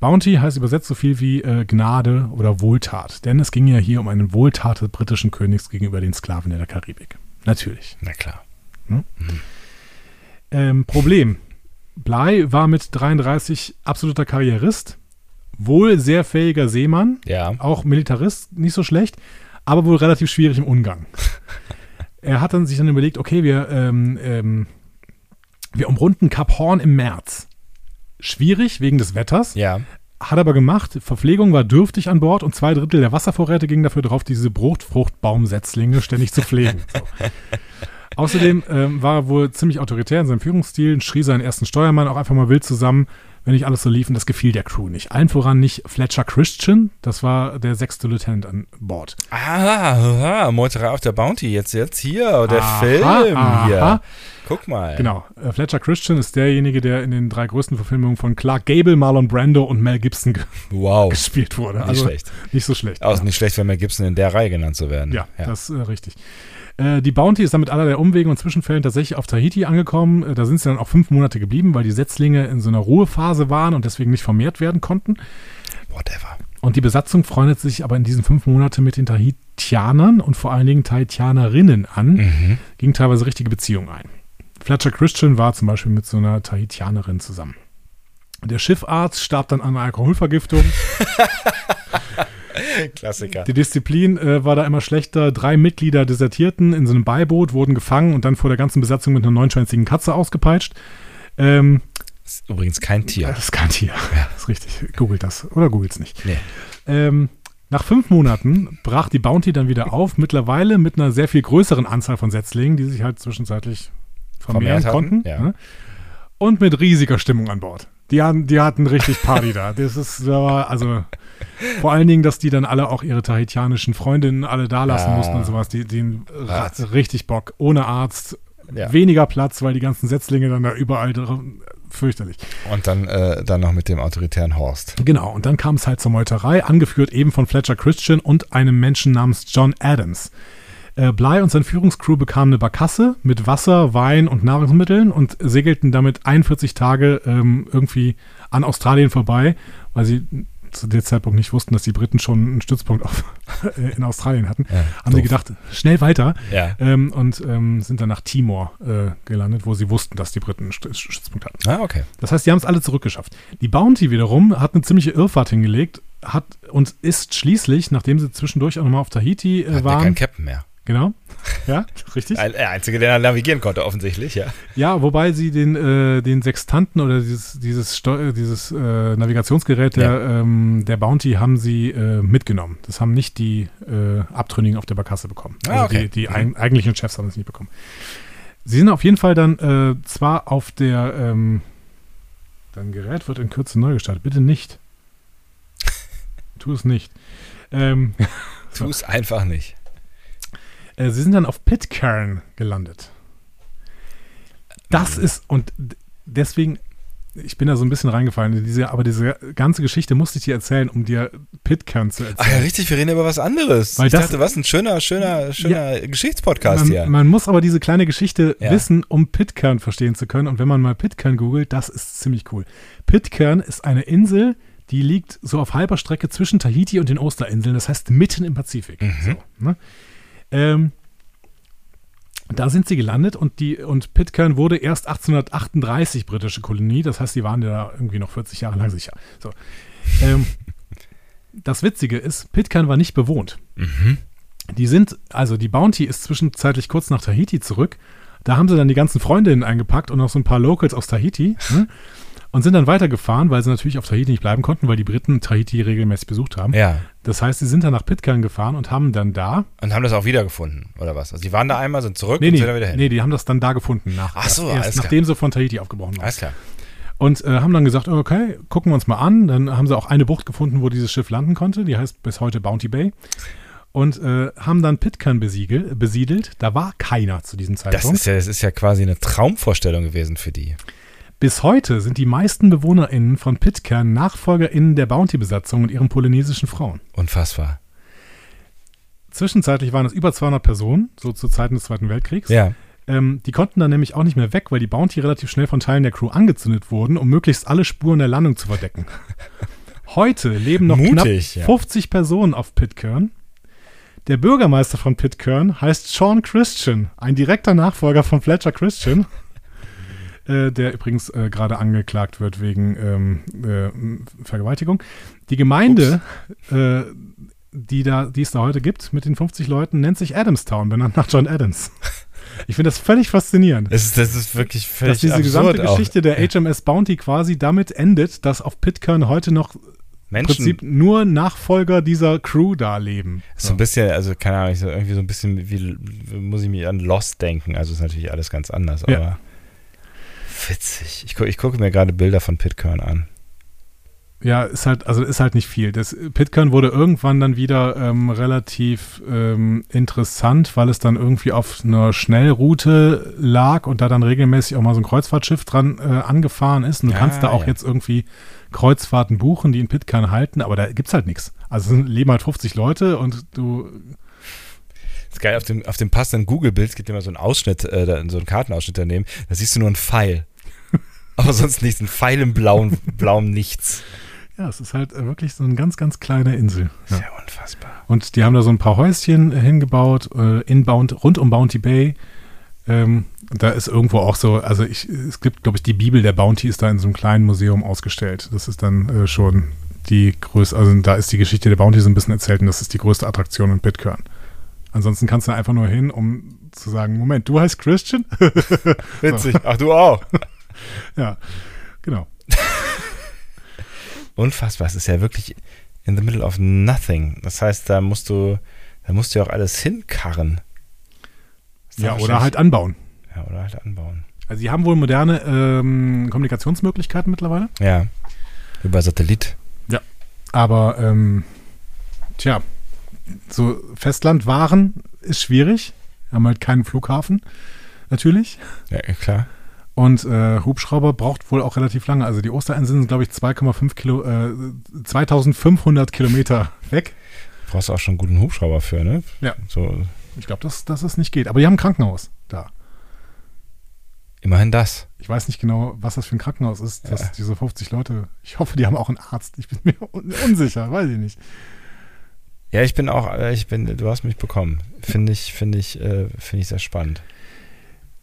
A: Bounty heißt übersetzt so viel wie äh, Gnade oder Wohltat, denn es ging ja hier um eine Wohltat des britischen Königs gegenüber den Sklaven in der Karibik. Natürlich.
B: Na klar.
A: Ähm, Problem. Blei war mit 33 absoluter Karrierist, wohl sehr fähiger Seemann,
B: Ja.
A: auch Militarist, nicht so schlecht, aber wohl relativ schwierig im Umgang. er hat dann sich dann überlegt, okay, wir, ähm, ähm, wir umrunden Kap Horn im März. Schwierig wegen des Wetters,
B: Ja.
A: hat aber gemacht. Verpflegung war dürftig an Bord und zwei Drittel der Wasservorräte gingen dafür drauf, diese Brotfruchtbaumsetzlinge ständig zu pflegen. So. Außerdem ähm, war er wohl ziemlich autoritär in seinem Führungsstil und schrie seinen ersten Steuermann auch einfach mal wild zusammen, wenn nicht alles so lief. Und das gefiel der Crew nicht. Allen voran nicht Fletcher Christian, das war der sechste Lieutenant an Bord.
B: Ah, aha, Meuterei auf der Bounty, jetzt, jetzt hier, der
A: Aha,
B: Film hier.
A: aha.
B: Guck mal.
A: Genau. Äh, Fletcher Christian ist derjenige, der in den drei größten Verfilmungen von Clark Gable, Marlon Brando und Mel Gibson ge
B: Wow.
A: gespielt wurde.
B: Nicht
A: Also
B: schlecht.
A: Nicht so schlecht.
B: Auch nicht schlecht, wenn Mel Gibson in der Reihe genannt zu werden.
A: Ja, das ist äh, richtig. Äh, die Bounty ist dann mit aller der Umwegen und Zwischenfällen tatsächlich auf Tahiti angekommen. Äh, da sind sie dann auch fünf Monate geblieben, weil die Setzlinge in so einer Ruhephase waren und deswegen nicht vermehrt werden konnten.
B: Whatever.
A: Und die Besatzung freundet sich aber in diesen fünf Monaten mit den Tahitianern und vor allen Dingen Tahitianerinnen an, ging teilweise richtige Beziehungen ein. Fletcher Christian war zum Beispiel mit so einer Tahitianerin zusammen. Der Schiffarzt starb dann an einer Alkoholvergiftung.
B: Klassiker.
A: Die Disziplin äh, war da immer schlechter. Drei Mitglieder desertierten in so einem Beiboot, wurden gefangen und dann vor der ganzen Besatzung mit einer neunschwänzigen Katze ausgepeitscht. Ähm,
B: Ist übrigens kein Tier.
A: das ist kein Tier. Ja, ist richtig. Googelt das oder googelt's nicht.
B: Nee.
A: Ähm, nach fünf Monaten brach die Bounty dann wieder auf, mittlerweile mit einer sehr viel größeren Anzahl von Setzlingen, die sich halt zwischenzeitlich vermehren
B: Vermehrt hatten,
A: konnten.
B: ja.
A: ne? Und mit riesiger Stimmung an Bord. Die, hatten- die hatten richtig Party da. Das ist, da war, also vor allen Dingen, dass die dann alle auch ihre tahitianischen Freundinnen alle da lassen
B: Ja.
A: mussten und sowas. Die, die ra-
B: Arzt.
A: richtig Bock, ohne Arzt,
B: Ja.
A: weniger Platz, weil die ganzen Setzlinge dann da überall drin, fürchterlich.
B: Und dann, äh, dann noch mit dem autoritären Horst.
A: Genau, und dann kam es halt zur Meuterei, angeführt eben von Fletcher Christian und einem Menschen namens John Adams. Äh, Bly und sein Führungscrew bekamen eine Barkasse mit Wasser, Wein und Nahrungsmitteln und segelten damit 41 Tage ähm, irgendwie an Australien vorbei, weil sie zu dem Zeitpunkt nicht wussten, dass die Briten schon einen Stützpunkt auf, äh, in Australien hatten.
B: Ja,
A: Haben sie
B: doof.
A: gedacht, schnell weiter
B: Ja.
A: ähm, und ähm, sind dann nach Timor äh, gelandet, wo sie wussten, dass die Briten einen Stütz- Stützpunkt hatten.
B: Ah, okay.
A: Das heißt, die haben es alle zurückgeschafft. Die Bounty wiederum hat eine ziemliche Irrfahrt hingelegt hat und ist schließlich, nachdem sie zwischendurch auch nochmal auf Tahiti äh,
B: Hat ja keinen
A: waren,
B: Captain mehr.
A: genau, ja, richtig,
B: Ein, der Einzige, der navigieren konnte, offensichtlich, ja.
A: ja, wobei sie den, äh, den Sextanten oder dieses, dieses, Steu äh, dieses äh, Navigationsgerät der, ähm, der Bounty haben sie äh, mitgenommen. Das haben nicht die äh, Abtrünnigen auf der Barkasse bekommen.
B: Ah,
A: also
B: okay.
A: die, die ein, eigentlichen Chefs haben es nicht bekommen. Sie sind auf jeden Fall dann äh, zwar auf der, ähm, dein Gerät wird in Kürze neu gestartet. Bitte nicht. tu es nicht. Ähm,
B: Tu es einfach nicht.
A: äh, sie sind dann auf Pitcairn gelandet. Das ist, und d- deswegen, ich bin da so ein bisschen reingefallen, in diese, aber diese ganze Geschichte musste ich dir erzählen, um dir Pitcairn zu
B: Ach
A: erzählen.
B: Ah, ja, richtig, wir reden über was anderes.
A: Weil
B: ich
A: das- Ähm,
B: dachte, was ein schöner, schöner, schöner Geschichtspodcast hier.
A: Man, man muss aber diese kleine Geschichte
B: Ja.
A: wissen, um Pitcairn verstehen zu können. Und wenn man mal Pitcairn googelt, das ist ziemlich cool. Pitcairn ist eine Insel, die liegt so auf halber Strecke zwischen Tahiti und den Osterinseln, das heißt mitten im Pazifik.
B: Mhm.
A: So, ne? ähm, da sind sie gelandet und, die, und Pitcairn wurde erst 1838 britische Kolonie, das heißt, sie waren ja irgendwie noch 40 Jahre lang sicher. So. Ähm, das Witzige ist, Pitcairn war nicht bewohnt.
B: Mhm.
A: Die sind, also die Bounty ist zwischenzeitlich kurz nach Tahiti zurück. Da haben sie dann die ganzen Freundinnen eingepackt und noch so ein paar Locals aus Tahiti ne? und sind dann weitergefahren, weil sie natürlich auf Tahiti nicht bleiben konnten, weil die Briten Tahiti regelmäßig besucht haben.
B: Ja.
A: Das heißt, sie sind dann nach Pitcairn gefahren und haben dann da.
B: Und haben das auch wiedergefunden, oder was? Also die waren da einmal, sind zurück
A: Nee,
B: und
A: nee,
B: sind dann wieder hin.
A: nee, die haben das dann da gefunden. Nach,
B: Ach so, alles
A: erst,
B: klar.
A: nachdem sie von Tahiti aufgebrochen waren.
B: Alles klar.
A: Und äh, haben dann gesagt, okay, gucken wir uns mal an. Dann haben sie auch eine Bucht gefunden, wo dieses Schiff landen konnte. Die heißt bis heute Bounty Bay. Und äh, haben dann Pitcairn besiegel, besiedelt. Da war keiner zu diesem
B: Das
A: Zeitpunkt.
B: ist, ja, das ist ja quasi eine Traumvorstellung gewesen für die.
A: Bis heute sind die meisten BewohnerInnen von Pitcairn NachfolgerInnen der Bounty-Besatzung und ihren polynesischen Frauen.
B: Unfassbar.
A: Zwischenzeitlich waren es über 200 Personen, so zu Zeiten des Zweiten Weltkriegs.
B: Ja.
A: Ähm, die konnten dann nämlich auch nicht mehr weg, weil die Bounty relativ schnell von Teilen der Crew angezündet wurden, um möglichst alle Spuren der Landung zu verdecken. Heute leben noch
B: Mutig, ja.
A: knapp 50 Personen auf Pitcairn. Der Bürgermeister von Pitcairn heißt Sean Christian, ein direkter Nachfolger von Fletcher Christian, äh, der übrigens äh, gerade angeklagt wird wegen ähm, äh, Vergewaltigung. Die Gemeinde, äh, die, da, die es da heute gibt mit den 50 Leuten, nennt sich Adamstown, benannt nach John Adams. Ich finde das völlig faszinierend.
B: Das ist, das ist wirklich völlig
A: Dass diese
B: absurd
A: gesamte Geschichte der HMS Bounty quasi damit endet, dass auf Pitcairn heute noch im Prinzip nur Nachfolger dieser Crew da leben.
B: So ein bisschen, also keine Ahnung, ich so irgendwie so ein bisschen wie, wie muss ich mir an Lost denken. Also ist natürlich alles ganz anders,
A: Ja.
B: aber witzig. Ich, gu ich gucke mir gerade Bilder von Pitcairn an.
A: Ja, ist halt, also ist halt nicht viel. Das Pitcairn wurde irgendwann dann wieder ähm, relativ ähm, interessant, weil es dann irgendwie auf einer Schnellroute lag und da dann regelmäßig auch mal so ein Kreuzfahrtschiff dran äh, angefahren ist. Und du
B: Ah,
A: kannst da auch
B: ja.
A: jetzt irgendwie Kreuzfahrten buchen, die in Pitcairn halten, aber da gibt's halt nichts. Also es leben halt 50 Leute und du
B: ist geil, auf dem, auf dem passenden Google-Bild gibt immer so ein Ausschnitt, äh, da- so einen Kartenausschnitt daneben, da siehst du nur einen Pfeil. Aber sonst nichts, ein Pfeil im blauen, blauen Nichts.
A: Ja, es ist halt äh, wirklich so eine ganz, ganz kleine Insel. Ja.
B: Sehr unfassbar.
A: Und die haben da so ein paar Häuschen äh, hingebaut, äh, in Bount, rund um Bounty Bay. Ähm, da ist irgendwo auch so, also ich, es gibt, glaube ich, die Bibel der Bounty ist da in so einem kleinen Museum ausgestellt. Das ist dann äh, schon die größte, also da ist die Geschichte der Bounty so ein bisschen erzählt und das ist die größte Attraktion in Pitcairn. Ansonsten kannst du einfach nur hin, um zu sagen, Moment, du heißt Christian?
B: Witzig. Ach, du auch.
A: ja, genau.
B: Unfassbar, es ist ja wirklich in the middle of nothing. Das heißt, da musst du, da musst du ja auch alles hinkarren. Ist doch
A: Ja, oder
B: wahrscheinlich-
A: halt anbauen.
B: Ja, oder halt anbauen.
A: Also die haben wohl moderne ähm, Kommunikationsmöglichkeiten mittlerweile.
B: Ja. Über Satellit.
A: Aber ähm, tja, so Festlandwaren ist schwierig. Wir haben halt keinen Flughafen, natürlich.
B: Ja, klar.
A: Und äh, Hubschrauber braucht wohl auch relativ lange. Also die Osterinseln sind, glaube ich, 2,5 Kilo, äh, 2500 Kilometer weg.
B: Brauchst du auch schon einen guten Hubschrauber für, ne?
A: Ja.
B: So,
A: Ich glaube, dass, dass das nicht geht. Aber die haben ein Krankenhaus da.
B: immerhin das.
A: Ich weiß nicht genau, was das für ein Krankenhaus ist, dass diese 50 Leute, ich hoffe, die haben auch einen Arzt. Ich bin mir un unsicher, weiß ich nicht.
B: Ja, ich bin auch, äh, ich bin, du hast mich bekommen. Finde ich, finde ich, äh, finde ich sehr spannend.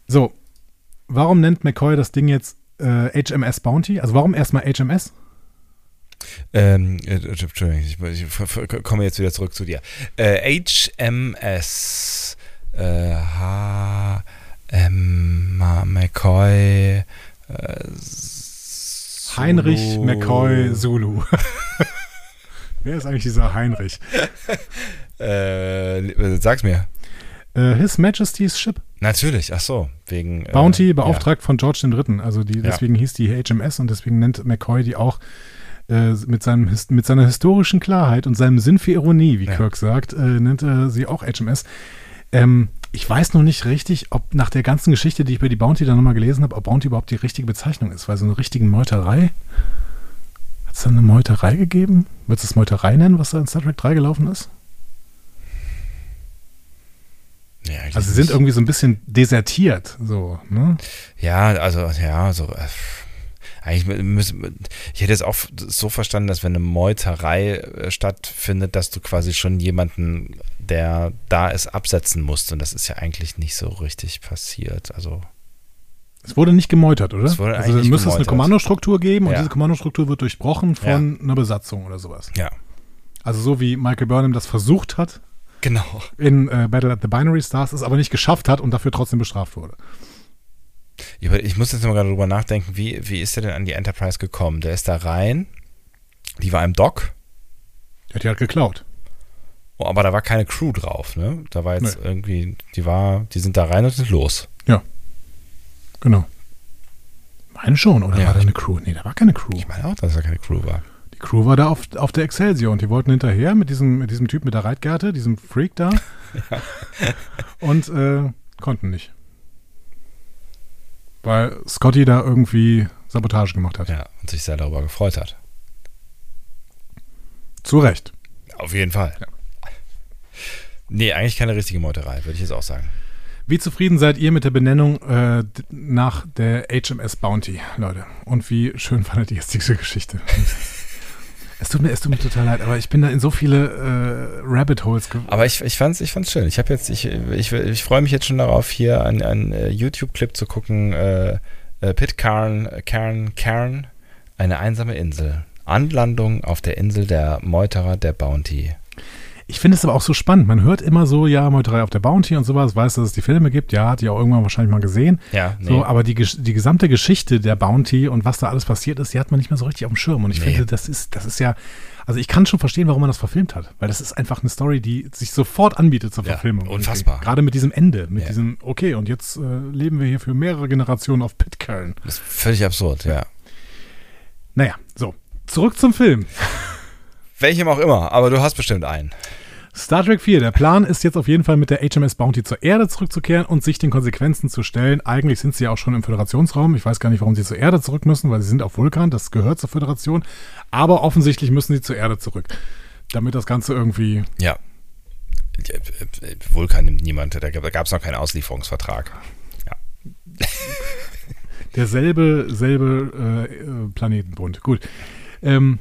A: So, warum nennt McCoy das Ding jetzt äh, HMS Bounty? Also warum erstmal HMS?
B: Ähm, äh, Entschuldigung, ich, ich f- f- komme jetzt wieder zurück zu dir. Äh, HMS äh, H. M. McCoy. Äh, Zulu.
A: Heinrich McCoy Zulu. Wer ist eigentlich dieser Heinrich?
B: Äh, äh, sag's mir.
A: Äh, His Majesty's Ship.
B: Natürlich, ach so, wegen. äh,
A: Bounty,
B: ja.
A: beauftragt von George III. Also die, deswegen hieß die HMS und deswegen nennt McCoy die auch äh, mit, seinem, His- mit seiner historischen Klarheit und seinem Sinn für Ironie, wie
B: Ja.
A: Kirk sagt, äh, nennt er sie auch HMS. Ähm, ich weiß noch nicht richtig, ob nach der ganzen Geschichte, die ich über die Bounty dann nochmal gelesen habe, ob Bounty überhaupt die richtige Bezeichnung ist, weil so eine richtige Meuterei. Hat es da eine Meuterei gegeben? Würdest du es Meuterei nennen, was da in Star Trek 3 gelaufen ist?
B: Ja, eigentlich
A: Also sie sind
B: nicht.
A: irgendwie so ein bisschen desertiert, so, ne?
B: Ja, also, ja, so. Äh, eigentlich mü- müssen. Ich hätte es auch so verstanden, dass wenn eine Meuterei äh, stattfindet, dass du quasi schon jemanden, der da ist, absetzen musst. Und das ist ja eigentlich nicht so richtig passiert. Also,
A: Es wurde nicht gemeutert, oder?
B: Es wurde
A: also
B: eigentlich
A: dann müsste es eine
B: gemeutert.
A: Kommandostruktur geben und
B: Ja.
A: diese Kommandostruktur wird durchbrochen von einer Besatzung oder sowas.
B: ja.
A: Also so wie Michael Burnham das versucht hat
B: Genau.
A: in äh, Battle at the Binary Stars, es aber nicht geschafft hat und dafür trotzdem bestraft wurde.
B: Ich über- ich muss jetzt noch mal gerade drüber nachdenken, wie, wie ist der denn an die Enterprise gekommen? Der ist da rein, die war im Dock,
A: Der hat die halt geklaut.
B: oh, aber da war keine Crew drauf, ne? Da war jetzt irgendwie, die war, die sind da rein und sind los.
A: Ja. Genau. Meine schon, oder
B: Ja.
A: war da eine Crew? Nee, da war keine Crew.
B: Ich meine auch, dass da keine Crew war.
A: Die Crew war da auf, auf der Excelsior und die wollten hinterher mit diesem, mit diesem Typ mit der Reitgerte, diesem Freak da. und äh, konnten nicht. Weil Scotty da irgendwie Sabotage gemacht hat.
B: Ja, und sich sehr darüber gefreut hat.
A: Zu Recht.
B: Auf jeden Fall. Nee, eigentlich keine richtige Meuterei, würde ich jetzt auch sagen.
A: Wie zufrieden seid ihr mit der Benennung äh, d- nach der HMS Bounty, Leute? Und wie schön fandet ihr jetzt diese Geschichte? es, tut mir, es tut mir total leid, aber ich bin da in so viele äh, Rabbit Holes ge
B: Aber ich, ich fand's, ich fand's schön. Ich habe jetzt, ich, ich, ich freue mich jetzt schon darauf, hier einen, einen äh, YouTube-Clip zu gucken. Äh, äh, Pitcairn, äh, Cairn, Cairn, eine einsame Insel. Anlandung auf der Insel der Meuterer der Bounty.
A: Ich finde es aber auch so spannend. Man hört immer so, ja, Meuterei auf der Bounty und sowas, weiß, dass es die Filme gibt. Ja, hat die auch irgendwann wahrscheinlich mal gesehen.
B: Ja, nee.
A: so, aber die, Gesch- die gesamte Geschichte der Bounty und was da alles passiert ist, die hat man nicht mehr so richtig auf dem Schirm. Und ich
B: Nee.
A: finde, das ist, das ist ja, also ich kann schon verstehen, warum man das verfilmt hat. Weil das ist einfach eine Story, die sich sofort anbietet zur
B: Ja,
A: Verfilmung.
B: unfassbar.
A: Gerade mit diesem Ende, mit
B: Ja.
A: diesem, okay, und jetzt äh, leben wir hier für mehrere Generationen auf Pitcairn.
B: Das ist völlig absurd, ja.
A: Naja, so. Zurück zum Film.
B: Welchem auch immer, aber du hast bestimmt einen.
A: Star Trek 4. Der Plan ist jetzt auf jeden Fall mit der HMS Bounty zur Erde zurückzukehren und sich den Konsequenzen zu stellen. Eigentlich sind sie ja auch schon im Föderationsraum. Ich weiß gar nicht, warum sie zur Erde zurück müssen, weil sie sind auf Vulkan. Das gehört zur Föderation. Aber offensichtlich müssen sie zur Erde zurück. Damit das Ganze irgendwie.
B: Ja. Vulkan nimmt niemand, da gab es noch keinen Auslieferungsvertrag. Ja.
A: Derselbe, selbe äh, äh, Planetenbund. Gut. Ähm,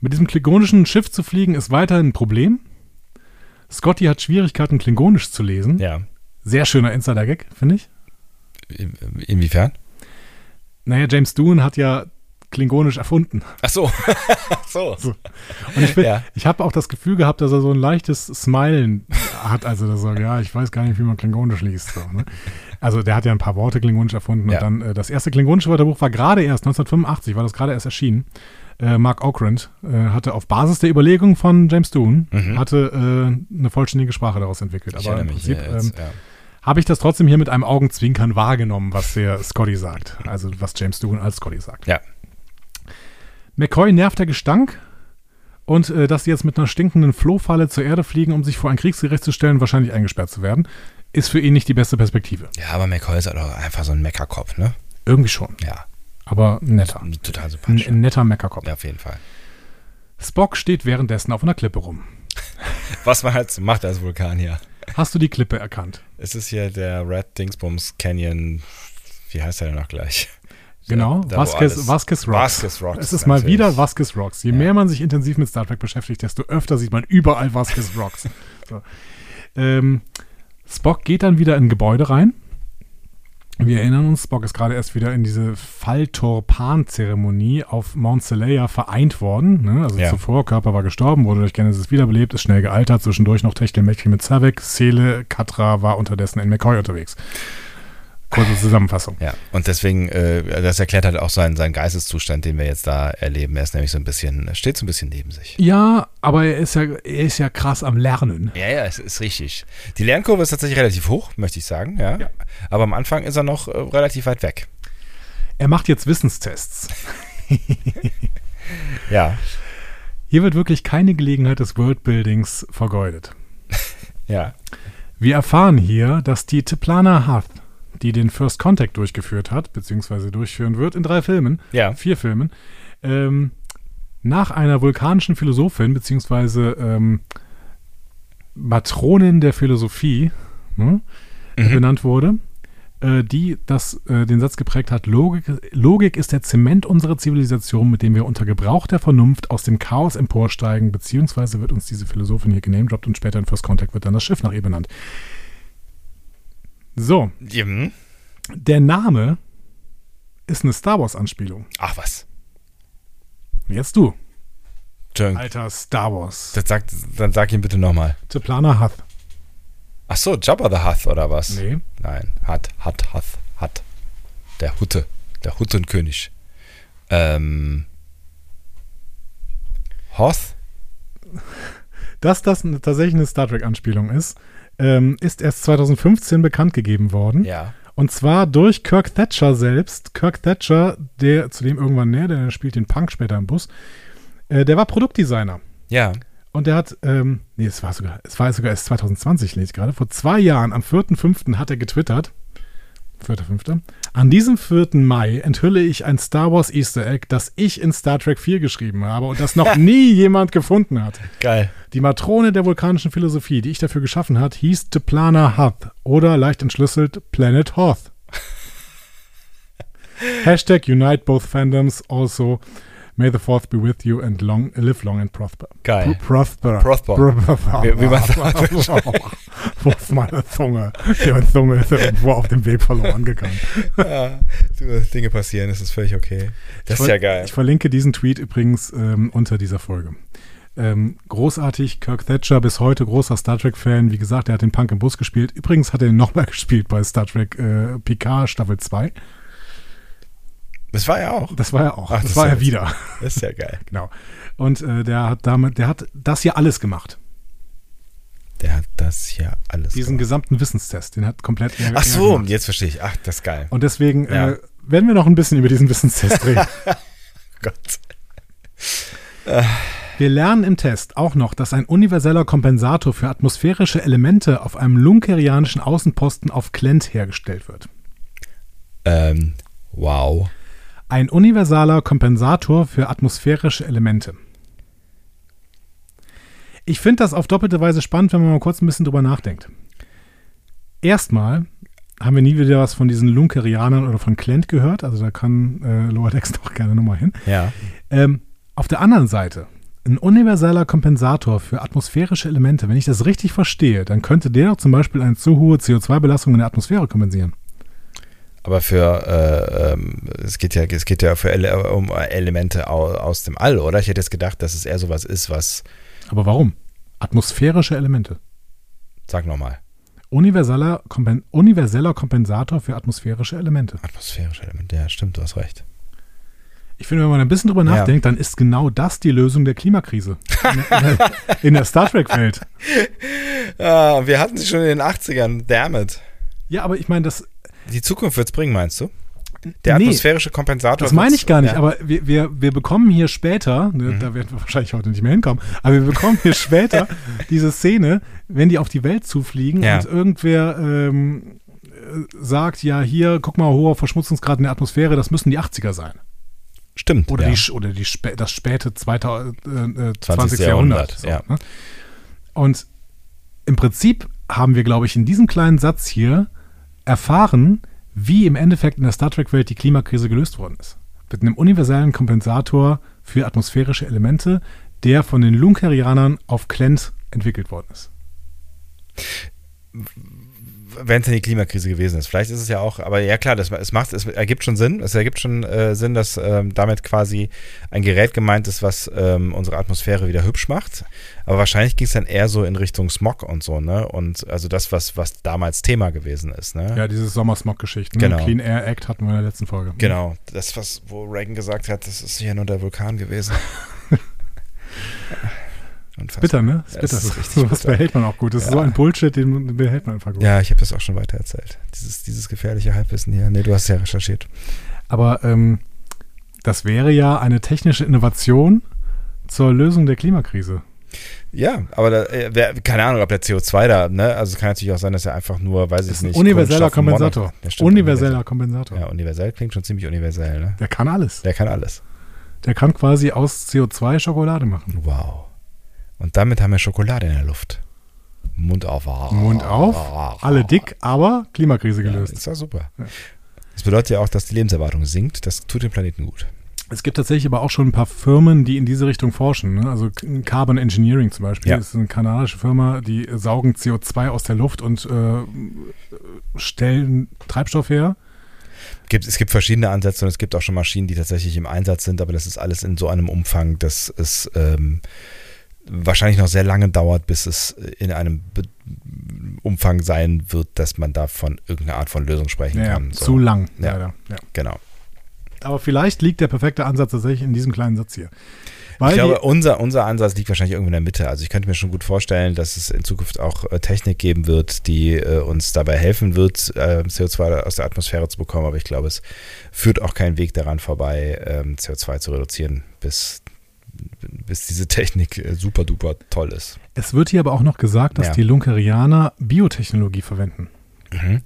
A: mit diesem klingonischen Schiff zu fliegen ist weiterhin ein Problem. Scotty hat Schwierigkeiten, klingonisch zu lesen.
B: ja.
A: Sehr schöner Insider-Gag, finde ich.
B: In- Inwiefern?
A: Naja, James Doohan hat ja klingonisch erfunden.
B: Ach so. so.
A: Und ich, bin-
B: Ja.
A: ich habe auch das Gefühl gehabt, dass er so ein leichtes Smilen hat. Also, dass er, ja, ich weiß gar nicht, wie man Klingonisch liest. So, ne? Also, der hat ja ein paar Worte Klingonisch erfunden.
B: Ja.
A: Und dann äh, das erste klingonische Wörterbuch war gerade erst, 1985 war das gerade erst erschienen. Äh, Mark Okrand äh, hatte auf Basis der Überlegung von James Doohan hatte äh, eine vollständige Sprache daraus entwickelt.
B: Mhm. Ich
A: Aber
B: erinnere
A: im
B: mich.
A: Prinzip
B: äh,
A: ähm,
B: jetzt, ja.
A: habe ich das trotzdem hier mit einem Augenzwinkern wahrgenommen, was der Scotty sagt. Also was James Doohan als Scotty sagt.
B: ja.
A: McCoy nervt der Gestank und äh, dass sie jetzt mit einer stinkenden Flohfalle zur Erde fliegen, um sich vor ein Kriegsgericht zu stellen, wahrscheinlich eingesperrt zu werden, ist für ihn nicht die beste Perspektive.
B: Ja, aber McCoy ist halt auch einfach so ein Meckerkopf, ne?
A: Irgendwie schon,
B: Ja.
A: aber netter.
B: Ein Total
A: Ein,
B: sympathisch.
A: ein netter Meckerkopf.
B: Ja, auf jeden Fall.
A: Spock steht währenddessen auf einer Klippe rum.
B: Was man halt so macht als Vulkan hier.
A: Hast du die Klippe erkannt?
B: Es ist hier der Red Dingsbums Canyon. Wie heißt der denn noch gleich?
A: Genau,
B: da wo
A: Vasquez,
B: alles-
A: Vasquez Rocks.
B: Vasquez Rocks,
A: Es ist mal
B: natürlich.
A: wieder Vasquez Rocks. Je mehr man sich intensiv mit Star Trek beschäftigt, desto öfter sieht man überall Vasquez Rocks. so. ähm, Spock geht dann wieder in ein Gebäude rein. Wir erinnern uns, Spock ist gerade erst wieder in diese Falltorpan-Zeremonie auf Mount Seleia vereint worden. Ne? Also
B: Ja.
A: zuvor, Körper war gestorben, wurde durch Genesis wiederbelebt, ist schnell gealtert, zwischendurch noch Techtelmechtel mit Zavek, Seele, Katra war unterdessen in McCoy unterwegs. Kurze Zusammenfassung.
B: Ja, und deswegen, äh, das erklärt halt auch seinen, seinen Geisteszustand, den wir jetzt da erleben. Er ist nämlich so ein bisschen, steht so ein bisschen neben sich.
A: Ja, aber er ist ja, er ist ja krass am Lernen.
B: Ja, ja, es ist richtig. Die Lernkurve ist tatsächlich relativ hoch, möchte ich sagen, ja.
A: Ja.
B: Aber am Anfang ist er noch äh, relativ weit weg.
A: Er macht jetzt Wissenstests.
B: Ja,
A: Hier wird wirklich keine Gelegenheit des Worldbuildings vergeudet.
B: ja.
A: Wir erfahren hier, dass die Teplana Hath, die den First Contact durchgeführt hat, beziehungsweise durchführen wird in drei Filmen,
B: Ja.
A: vier Filmen, ähm, nach einer vulkanischen Philosophin, beziehungsweise ähm, Matronin der Philosophie, ne, benannt wurde, äh, die das, äh, den Satz geprägt hat, Logik, Logik ist der Zement unserer Zivilisation, mit dem wir unter Gebrauch der Vernunft aus dem Chaos emporsteigen, beziehungsweise wird uns diese Philosophin hier genamedroppt und später in First Contact wird dann das Schiff nach ihr benannt. So,
B: Mhm.
A: der Name ist eine Star Wars-Anspielung.
B: Ach was.
A: Jetzt du,
B: Entschuldigung.
A: alter Star Wars.
B: Das sagt, dann sag ihn bitte nochmal.
A: Teplana Hath.
B: Ach so, Jabba the Hutt oder was?
A: Nee.
B: Nein, Hutt, Hutt, Hutt, Hutt. Der Hutte, der Huttenkönig. Ähm. Hoth?
A: Dass das eine, tatsächlich eine Star Trek-Anspielung ist, ähm, ist erst 2015 bekannt gegeben worden.
B: Ja.
A: Und zwar durch Kirk Thatcher selbst. Kirk Thatcher, der zu dem irgendwann näher, der spielt den Punk später im Bus, äh, der war Produktdesigner.
B: Ja.
A: Und der hat, ähm, nee, es war sogar, es war sogar erst 2020, lese ich gerade. Vor zwei Jahren, am 4.5. hat er getwittert. 4.5. An diesem 4. Mai enthülle ich ein Star Wars Easter Egg, das ich in Star Trek 4 geschrieben habe und das noch nie jemand gefunden hat.
B: Geil.
A: Die Matrone der vulkanischen Philosophie, die ich dafür geschaffen hat, hieß Teplana Hoth oder leicht entschlüsselt Planet Hoth. Hashtag Unite Both Fandoms, also May the Fourth be with you and long, live long and prosper.
B: Geil.
A: Pro- Prosper.
B: Prosper. Wie- wie man sagt.
A: Wo ist meine Zunge? Die meine Zunge ist irgendwo auf dem Weg verloren gegangen.
B: Ja, du, Dinge passieren, das ist völlig okay. Das ist
A: Ich
B: ja
A: ver-
B: geil.
A: Ich verlinke diesen Tweet übrigens ähm, unter dieser Folge. Ähm, großartig, Kirk Thatcher bis heute großer Star Trek-Fan. Wie gesagt, er hat den Punk im Bus gespielt. Übrigens hat er ihn nochmal gespielt bei Star Trek äh, PK Staffel 2.
B: Das war ja auch.
A: Das war er auch.
B: Ach,
A: das,
B: das
A: war
B: ist
A: er
B: ja
A: wieder.
B: Das ist ja geil.
A: Genau. Und äh, der hat damit, der hat das hier alles gemacht.
B: Der hat das ja alles.
A: Diesen
B: gemacht.
A: gesamten Wissenstest, den hat komplett. er-
B: Genau. Ach
A: er
B: so,
A: gemacht.
B: jetzt verstehe ich. Ach, das ist geil.
A: Und deswegen
B: Ja.
A: äh, werden wir noch ein bisschen über diesen Wissenstest reden.
B: Gott.
A: Wir lernen im Test auch noch, dass ein universeller Kompensator für atmosphärische Elemente auf einem lunkerianischen Außenposten auf Klent hergestellt wird.
B: Ähm, wow.
A: Ein universaler Kompensator für atmosphärische Elemente. Ich finde das auf doppelte Weise spannend, wenn man mal kurz ein bisschen drüber nachdenkt. Erstmal haben wir nie wieder was von diesen Lunkerianern oder von Klent gehört, also da kann äh, Lower Decks noch gerne nochmal hin.
B: Ja.
A: Ähm, auf der anderen Seite, ein universeller Kompensator für atmosphärische Elemente, wenn ich das richtig verstehe, dann könnte der doch zum Beispiel eine zu hohe CO2-Belastung in der Atmosphäre kompensieren.
B: Aber für äh, ähm, es geht ja es geht ja für Ele um Elemente au aus dem All, oder? Ich hätte jetzt gedacht, dass es eher sowas ist, was
A: Aber warum? Atmosphärische Elemente.
B: sag nochmal
A: Universeller, Kompen universeller Kompensator für atmosphärische Elemente.
B: atmosphärische Elemente. Ja, stimmt, du hast recht.
A: Ich finde, wenn man ein bisschen drüber
B: Ja.
A: nachdenkt, dann ist genau das die Lösung der Klimakrise. In, der- in der Star Trek-Welt.
B: Ah, wir hatten sie schon in den 80ern. Damn it.
A: Ja, aber ich meine, das,
B: Die Zukunft wird's bringen, meinst du? Der
A: Nee.
B: atmosphärische Kompensator.
A: Das meine ich gar nicht,
B: Ja. Mhm.
A: aber wir, wir, wir bekommen hier später, ne, da werden wir wahrscheinlich heute nicht mehr hinkommen, aber wir bekommen hier später diese Szene, wenn die auf die Welt zufliegen
B: Ja.
A: und irgendwer ähm, äh, sagt, ja hier, guck mal, hoher Verschmutzungsgrad in der Atmosphäre, das müssen die 80er sein.
B: stimmt.
A: Oder,
B: ja.
A: die, oder die, spä- das späte 2000, äh, äh, 20.
B: 20.
A: Jahrhundert.
B: Jahrhundert,
A: So,
B: ja.
A: ne? Und im Prinzip haben wir, glaube ich, in diesem kleinen Satz hier erfahren, wie im Endeffekt in der Star Trek-Welt die Klimakrise gelöst worden ist. Mit einem universellen Kompensator für atmosphärische Elemente, der von den Lunkerianern auf Klent entwickelt worden ist.
B: wenn es denn die Klimakrise gewesen ist. Vielleicht ist es ja auch, aber ja klar, das, es macht, es ergibt schon Sinn. Es ergibt schon äh, Sinn, dass ähm, damit quasi ein Gerät gemeint ist, was ähm, unsere Atmosphäre wieder hübsch macht. Aber wahrscheinlich ging es dann eher so in Richtung Smog und so, ne? Und also das, was, was damals Thema gewesen ist, ne?
A: Ja, diese Sommersmog-Geschichten. ne?
B: Genau.
A: Clean Air Act hatten wir in der letzten Folge.
B: Genau, das, was, wo Reagan gesagt hat, das ist hier nur der Vulkan gewesen. Unfassbar.
A: Bitter, ne?
B: Ja,
A: bitter.
B: das ist richtig
A: das
B: bitter.
A: behält man auch gut. Das ist
B: Ja.
A: so ein Bullshit, den den behält man einfach gut.
B: Ja, ich habe das auch schon weiter erzählt. Dieses, dieses gefährliche Halbwissen hier. Nee, du hast ja recherchiert.
A: Aber ähm, das wäre ja eine technische Innovation zur Lösung der Klimakrise.
B: Ja, aber da, äh, wer, keine Ahnung, ob der CO2 da, ne? Also es kann natürlich auch sein, dass er einfach nur, weiß ich
A: Das ist ein
B: nicht.
A: universeller
B: Kohlenstoff- Mono-
A: Kompensator.
B: Ja, stimmt,
A: universeller Kompensator.
B: Ja, universell klingt schon ziemlich universell, ne?
A: Der kann alles.
B: Der kann alles.
A: Der kann quasi aus CO2 Schokolade machen.
B: Wow. Und damit haben wir Schokolade in der Luft. Mund auf.
A: Mund auf, alle dick, aber Klimakrise
B: Oh, Ja,
A: gelöst.
B: das war super. Das bedeutet ja auch, dass die Lebenserwartung sinkt. Das tut dem Planeten gut.
A: Es gibt tatsächlich aber auch schon ein paar Firmen, die in diese Richtung forschen. Ne? Also K- Carbon Engineering zum Beispiel
B: Ja.
A: ist eine kanadische Firma, die saugen CO2 aus der Luft und äh, stellen Treibstoff her.
B: Gibt, es gibt verschiedene Ansätze und es gibt auch schon Maschinen, die tatsächlich im Einsatz sind, aber das ist alles in so einem Umfang, dass es ähm, wahrscheinlich noch sehr lange dauert, bis es in einem Be Umfang sein wird, dass man da von irgendeiner Art von Lösung sprechen
A: Naja,
B: kann. So,
A: zu lang,
B: Ja.
A: leider. Ja.
B: Genau.
A: Aber vielleicht liegt der perfekte Ansatz tatsächlich in diesem kleinen Satz hier. Weil
B: ich glaube,
A: die,
B: unser, unser Ansatz liegt wahrscheinlich irgendwo in der Mitte. Also ich könnte mir schon gut vorstellen, dass es in Zukunft auch äh, Technik geben wird, die äh, uns dabei helfen wird, äh, CO2 aus der Atmosphäre zu bekommen. Aber ich glaube, es führt auch kein Weg daran vorbei, ähm, CO2 zu reduzieren, bis, bis diese Technik äh, super duper toll ist.
A: es wird hier aber auch noch gesagt, dass
B: Ja.
A: die Lunkerianer Biotechnologie verwenden. Und das,
B: Mhm.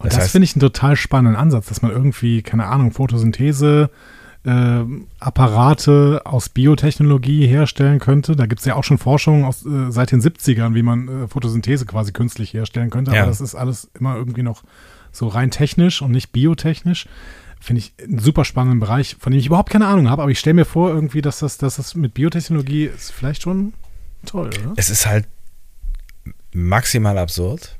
B: Das heißt-
A: finde ich einen total spannenden Ansatz, dass man irgendwie, keine Ahnung, Photosynthese, äh, Apparate aus Biotechnologie herstellen könnte. Da gibt es ja auch schon Forschungen aus, äh, seit den 70ern, wie man äh, Photosynthese quasi künstlich herstellen könnte.
B: Ja.
A: Aber das ist alles immer irgendwie noch so rein technisch und nicht biotechnisch. Finde ich einen super spannenden Bereich, von dem ich überhaupt keine Ahnung habe, aber ich stelle mir vor, irgendwie, dass das, dass das mit Biotechnologie ist vielleicht schon toll, oder?
B: Es ist halt maximal absurd,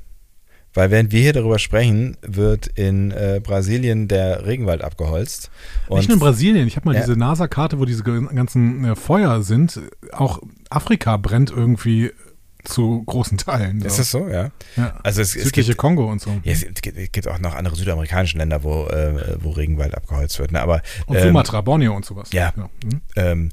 B: weil während wir hier darüber sprechen, wird in äh, Brasilien der Regenwald abgeholzt.
A: Nicht nur in Brasilien. Ich habe mal
B: Ja.
A: diese NASA-Karte, wo diese ganzen äh, Feuer sind, auch Afrika brennt irgendwie zu großen Teilen. So.
B: Ist das so, ja?
A: ja.
B: Also es, es,
A: Südliche
B: gibt,
A: Kongo und so.
B: ja, es gibt- es gibt auch noch andere südamerikanische Länder, wo, äh, wo Regenwald abgeholzt wird. Ne? Aber
A: Und
B: ähm,
A: Sumatra, Borneo und sowas.
B: ja.
A: Genau. Mhm.
B: ähm,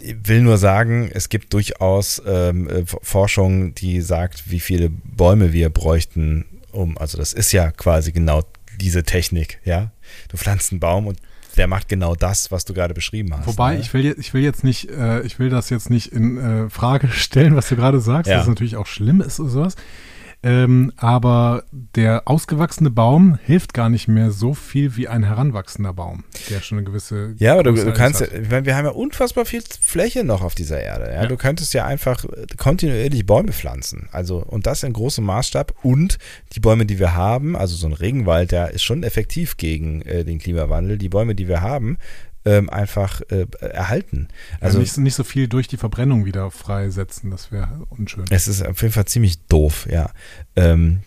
B: ich will nur sagen, es gibt durchaus ähm, äh, F- Forschung, die sagt, wie viele Bäume wir bräuchten, um, also das ist ja quasi genau diese Technik, ja. Du pflanzt einen Baum und der macht genau das, was du gerade beschrieben hast.
A: Wobei,
B: ne?
A: ich will, jetzt- ich will jetzt nicht, äh, ich will das jetzt nicht in äh, Frage stellen, was du gerade sagst,
B: Ja.
A: dass es natürlich auch schlimm ist und sowas. Ähm, aber der ausgewachsene Baum hilft gar nicht mehr so viel wie ein heranwachsender Baum, der schon eine gewisse.
B: Ja, aber du,
A: Größe
B: du
A: eines
B: kannst, ja-
A: hat.
B: ich meine, wir haben ja unfassbar viel Fläche noch auf dieser Erde. Ja?
A: Ja.
B: Du könntest ja einfach äh, kontinuierlich Bäume pflanzen. Also, und das in großem Maßstab. Und die Bäume, die wir haben, also so ein Regenwald, der ist schon effektiv gegen äh, den Klimawandel. Die Bäume, die wir haben, ähm, einfach äh, erhalten. Also,
A: Also nicht, so- nicht so viel durch die Verbrennung wieder freisetzen, das wäre unschön.
B: es ist auf jeden Fall ziemlich doof, ja. Ähm,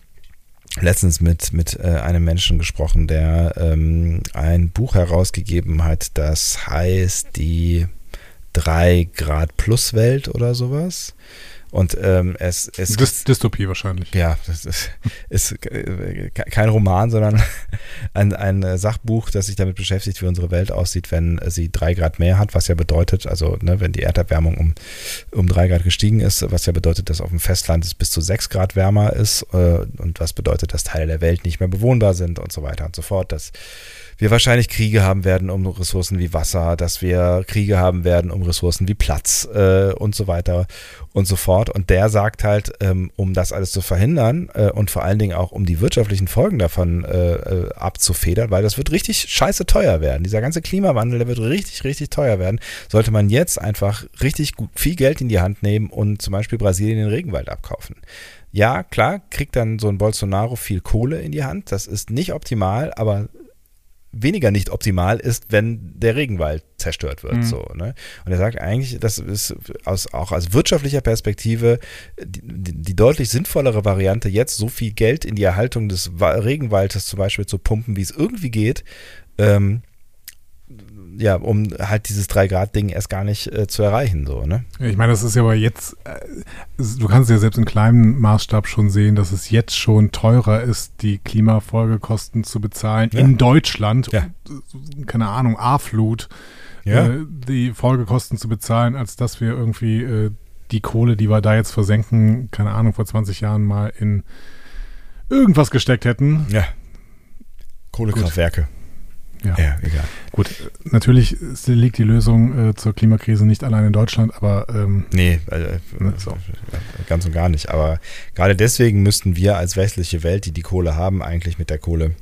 B: letztens mit, mit äh, einem Menschen gesprochen, der ähm, ein Buch herausgegeben hat, das heißt die 3 Grad Plus Welt oder sowas. Und ähm, es, es
A: Dys Dystopie wahrscheinlich.
B: ja, das ist, ist äh, ke- kein Roman, sondern ein, ein äh, Sachbuch, das sich damit beschäftigt, wie unsere Welt aussieht, wenn sie drei Grad mehr hat, was ja bedeutet, also ne, wenn die Erderwärmung um, um drei Grad gestiegen ist, was ja bedeutet, dass auf dem Festland es bis zu sechs Grad wärmer ist äh, und was bedeutet, dass Teile der Welt nicht mehr bewohnbar sind und so weiter und so fort, dass wir wahrscheinlich Kriege haben werden um Ressourcen wie Wasser, dass wir Kriege haben werden um Ressourcen wie Platz äh, und so weiter und so fort. Und der sagt halt, ähm, um das alles zu verhindern äh, und vor allen Dingen auch um die wirtschaftlichen Folgen davon äh, äh, abzufedern, weil das wird richtig scheiße teuer werden. Dieser ganze Klimawandel, der wird richtig, richtig teuer werden. Sollte man jetzt einfach richtig gut viel Geld in die Hand nehmen und zum Beispiel Brasilien den Regenwald abkaufen. Ja, klar, kriegt dann so ein Bolsonaro viel Kohle in die Hand. Das ist nicht optimal, aber weniger nicht optimal ist, wenn der Regenwald zerstört wird. So, ne? Und er sagt eigentlich, das ist aus, auch aus wirtschaftlicher Perspektive die, die, die deutlich sinnvollere Variante, jetzt so viel Geld in die Erhaltung des Wa- Regenwaldes zum Beispiel zu pumpen, wie es irgendwie geht, ähm, ja, um halt dieses 3-Grad-Ding erst gar nicht äh, zu erreichen. So, ne?
A: Ich meine, das ist ja aber jetzt, äh, es- du kannst ja selbst in kleinem Maßstab schon sehen, dass es jetzt schon teurer ist, die Klimafolgekosten zu bezahlen
B: Ja.
A: in Deutschland.
B: Ja.
A: Keine Ahnung, A-Flut,
B: Ja.
A: äh, die Folgekosten zu bezahlen, als dass wir irgendwie äh, die Kohle, die wir da jetzt versenken, keine Ahnung, vor 20 Jahren mal in irgendwas gesteckt hätten.
B: Ja. Kohlekraftwerke.
A: Ja.
B: Ja, egal.
A: Gut, äh, natürlich ist- liegt die Lösung äh, zur Klimakrise nicht allein in Deutschland, aber ähm,
B: Nee, äh,
A: Ne?
B: so, ganz und gar nicht. Aber gerade deswegen müssten wir als westliche Welt, die die Kohle haben, eigentlich mit der Kohle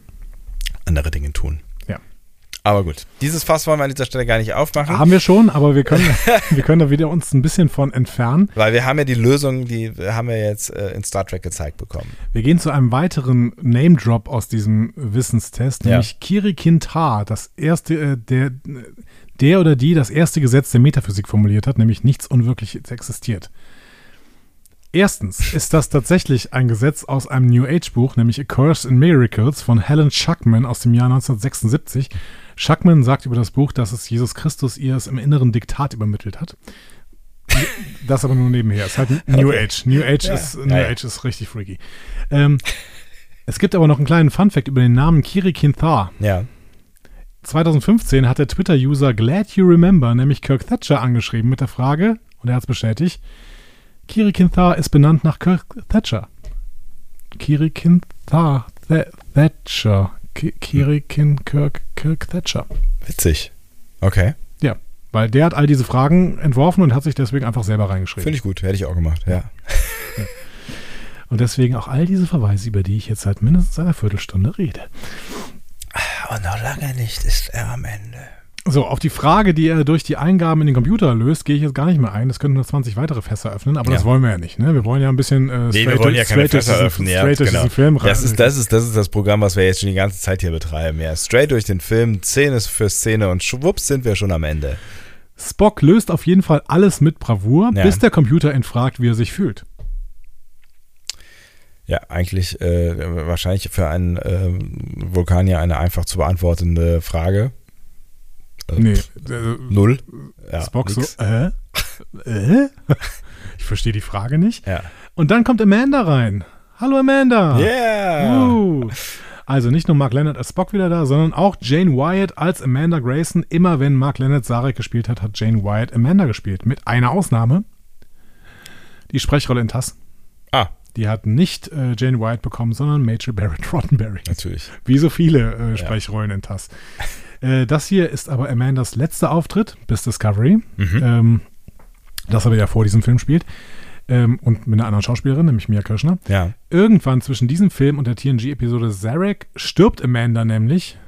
B: andere Dinge tun.
A: ja.
B: Aber gut, dieses Fass wollen wir an dieser Stelle gar nicht aufmachen,
A: Haben wir schon, aber wir können, wir können da wieder uns ein bisschen von entfernen.
B: weil wir haben ja die Lösung, die haben wir jetzt äh, in Star Trek gezeigt bekommen.
A: Wir gehen zu einem weiteren Name-Drop aus diesem Wissenstest,
B: Ja.
A: nämlich Kirikin Tar, das erste, äh, der, der oder die das erste Gesetz der Metaphysik formuliert hat, nämlich nichts Unwirkliches existiert. Erstens ist das tatsächlich ein Gesetz aus einem New Age-Buch, nämlich A Course in Miracles von Helen Schuckman aus dem Jahr 1976. Schuckman sagt über das Buch, dass es Jesus Christus ihr es im inneren Diktat übermittelt hat. Das aber nur nebenher. Es ist halt New Age. New Age, ist, New
B: ja.
A: Age ist richtig freaky. Ähm, es gibt aber noch einen kleinen Funfact über den Namen Kiri Kinthar.
B: Ja.
A: 2015 hat der Twitter-User Glad You Remember nämlich Kirk Thatcher angeschrieben mit der Frage, und er hat es bestätigt, Kiri Kinthar ist benannt nach Kirk Thatcher. Kiri Kinthar, Th Thatcher. Ki- Kiri Kin Kirk, Kirk Thatcher.
B: Witzig. Okay,
A: Ja, weil der hat all diese Fragen entworfen und hat sich deswegen einfach selber reingeschrieben.
B: finde ich gut, hätte ich auch gemacht, ja.
A: Und deswegen auch all diese Verweise, über die ich jetzt seit mindestens einer Viertelstunde rede.
B: Und noch lange nicht ist er am Ende.
A: So, auf die Frage, die er durch die Eingaben in den Computer löst, gehe ich jetzt gar nicht mehr ein. Das könnten noch 20 weitere Fässer öffnen, aber
B: Ja.
A: das wollen wir ja nicht. Ne? Wir wollen ja ein bisschen äh,
B: Nee, wir wollen ja keine
A: straight durch
B: Fässer
A: diesen-
B: öffnen. Ja,
A: straight durch
B: genau.
A: diesen Film rein.
B: das, ist, das, ist, das ist das Programm, was wir jetzt schon die ganze Zeit hier betreiben. Ja, straight durch den Film, Szene für Szene und schwupps sind wir schon am Ende.
A: Spock löst auf jeden Fall alles mit Bravour,
B: Ja.
A: bis der Computer ihn fragt, wie er sich fühlt.
B: Ja, eigentlich äh, wahrscheinlich für einen ähm, Vulkanier eine einfach zu beantwortende Frage. Äh,
A: Nee,
B: pff,
A: äh,
B: Null. Ja,
A: Spock
B: nix.
A: so, äh? Äh? Ich verstehe die Frage nicht.
B: Ja.
A: Und dann kommt Amanda rein. Hallo Amanda.
B: Yeah!
A: Uh. Also nicht nur Mark Leonard als Spock wieder da, sondern auch Jane Wyatt als Amanda Grayson. Immer wenn Mark Leonard Sarek gespielt hat, hat Jane Wyatt Amanda gespielt. Mit einer Ausnahme. Die Sprechrolle in Tass.
B: Ah,
A: Die hat nicht äh, Jane Wyatt bekommen, sondern Major Barrett Roddenberry.
B: natürlich.
A: Wie so viele äh, Sprechrollen in TASS. Äh, das hier ist aber Amandas letzter Auftritt bis Discovery. Ähm, das aber ja vor diesem Film spielt. Ähm, und mit einer anderen Schauspielerin, nämlich Mia Kirschner.
B: Ja.
A: Irgendwann zwischen diesem Film und der TNG-Episode Zarek stirbt Amanda nämlich.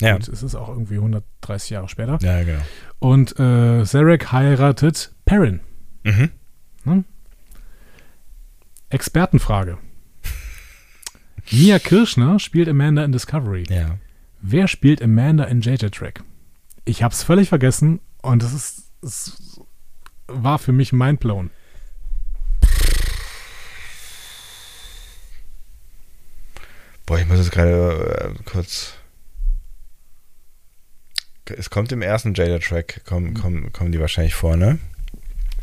B: Ja.
A: Und es ist auch irgendwie 130 Jahre später.
B: Ja, genau.
A: Und äh, Zarek heiratet Perrin.
B: Mhm.
A: Ne? Expertenfrage. Mia Kirschner spielt Amanda in Discovery.
B: Ja.
A: Wer spielt Amanda in JJ Track? Ich hab's völlig vergessen und es ist es war für mich mindblown.
B: Boah, ich muss jetzt gerade äh, kurz. Es kommt im ersten Jada-Track, kommen, kommen, kommen die wahrscheinlich vor, ne?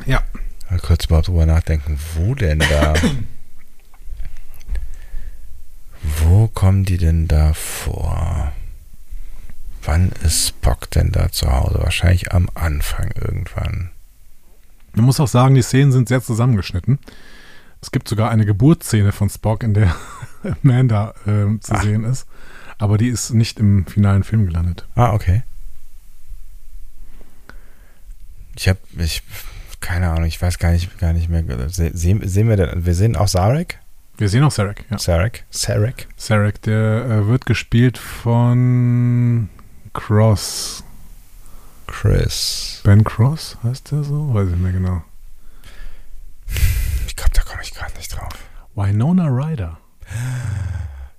A: Ja.
B: Mal kurz überhaupt drüber nachdenken, wo denn da. wo kommen die denn da vor? Wann ist Spock denn da zu Hause? Wahrscheinlich am Anfang irgendwann.
A: Man muss auch sagen, die Szenen sind sehr zusammengeschnitten. Es gibt sogar eine Geburtsszene von Spock, in der Amanda ähm, zu sehen ist, aber die ist nicht im finalen Film gelandet.
B: Ah, okay. Ich habe, ich, keine Ahnung, ich weiß gar nicht, gar nicht mehr. äh, Se, sehen, sehen wir denn, wir sehen auch Sarek?
A: Wir sehen auch Sarek. Ja.
B: Sarek? Sarek?
A: Sarek, der äh, wird gespielt von Cross.
B: Chris.
A: Ben Cross heißt der so? Weiß ich nicht mehr genau.
B: Ich glaube, da komme ich gerade nicht drauf.
A: Winona Ryder.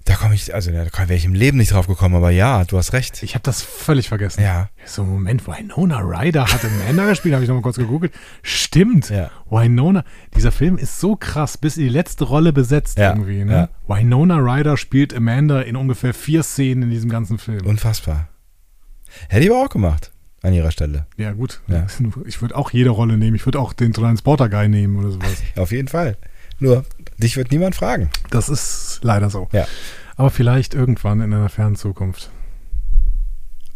B: Da komme ich, also da wäre ich im Leben nicht drauf gekommen, aber ja, du hast recht.
A: Ich habe das völlig vergessen.
B: Ja.
A: So, Moment, Winona Ryder hat Amanda gespielt, habe ich nochmal kurz gegoogelt. Stimmt.
B: Ja.
A: Winona, dieser Film ist so krass, bis ihr die letzte Rolle besetzt
B: Ja,
A: irgendwie. Ne? Winona Ryder spielt Amanda in ungefähr vier Szenen in diesem ganzen Film.
B: Unfassbar. Hätte ich aber auch gemacht, an ihrer Stelle.
A: ja, gut.
B: Ja.
A: Ich würde auch jede Rolle nehmen. Ich würde auch den Transporter-Guy nehmen oder sowas.
B: Auf jeden Fall. Nur, dich wird niemand fragen.
A: Das ist leider so.
B: Ja.
A: Aber vielleicht irgendwann in einer fernen Zukunft.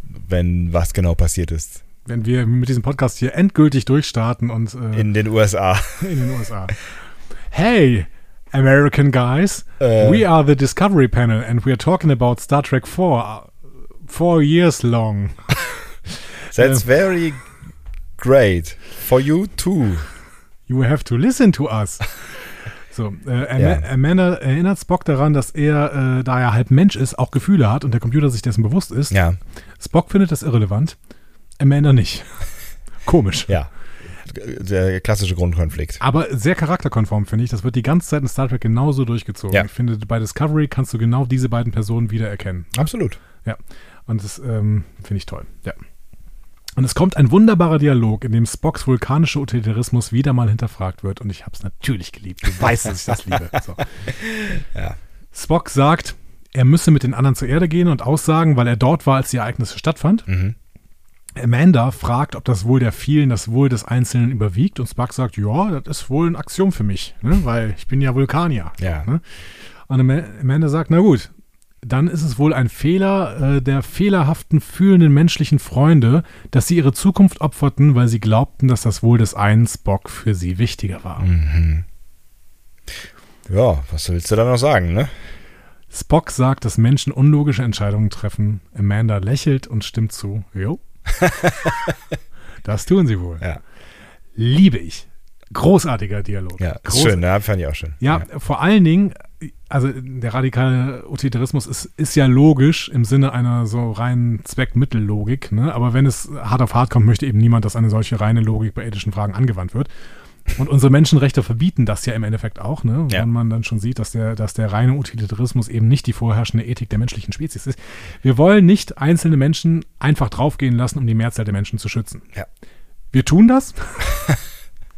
B: Wenn was genau passiert ist.
A: Wenn wir mit diesem Podcast hier endgültig durchstarten und äh,
B: In den USA.
A: in den USA. Hey, American guys,
B: Äh.
A: we are the Discovery Panel and we are talking about Star Trek 4 uh, four years long.
B: That's very great. For you too.
A: You have to listen to us. So, äh, Am
B: Ja.
A: Amanda erinnert Spock daran, dass er, äh, da er halb Mensch ist, auch Gefühle hat und der Computer sich dessen bewusst ist.
B: Ja,
A: Spock findet das irrelevant, Amanda nicht. Komisch.
B: ja. Der klassische Grundkonflikt.
A: Aber sehr charakterkonform, finde ich. Das wird die ganze Zeit in Star Trek genauso durchgezogen.
B: Ja.
A: Ich finde, bei Discovery kannst du genau diese beiden Personen wiedererkennen.
B: Absolut.
A: Ja, und das ähm, finde ich toll. Ja. Und es kommt ein wunderbarer Dialog, in dem Spocks vulkanischer Utilitarismus wieder mal hinterfragt wird. Und ich habe es natürlich geliebt. Du weißt, dass ich das liebe. So.
B: Ja.
A: Spock sagt, er müsse mit den anderen zur Erde gehen und aussagen, weil er dort war, als die Ereignisse stattfand. Amanda fragt, ob das Wohl der vielen das Wohl des Einzelnen überwiegt. Und Spock sagt, ja, das ist wohl ein Aktion für mich, ne? weil ich bin ja Vulkanier.
B: Ja.
A: Ne? Und Ama- Amanda sagt, na gut, dann ist es wohl ein Fehler äh, der fehlerhaften, fühlenden menschlichen Freunde, dass sie ihre Zukunft opferten, weil sie glaubten, dass das Wohl des einen Spock für sie wichtiger war.
B: Ja, was willst du da noch sagen, ne?
A: Spock sagt, dass Menschen unlogische Entscheidungen treffen. Amanda lächelt und stimmt zu. Jo. das tun sie wohl.
B: Ja.
A: Liebe ich. Großartiger Dialog.
B: Ja, ist
A: Groß-
B: schön, ne? Fand ich auch schön.
A: Ja, vor allen Dingen, also der radikale Utilitarismus ist, ist ja logisch im Sinne einer so reinen Zweck-Mittel-Logik. Ne? Aber wenn es hart auf hart kommt, möchte eben niemand, dass eine solche reine Logik bei ethischen Fragen angewandt wird. Und unsere Menschenrechte verbieten das ja im Endeffekt auch, ne?
B: Ja.
A: wenn man dann schon sieht, dass der, dass der reine Utilitarismus eben nicht die vorherrschende Ethik der menschlichen Spezies ist. Wir wollen nicht einzelne Menschen einfach draufgehen lassen, um die Mehrzahl der Menschen zu schützen.
B: Ja.
A: Wir tun das.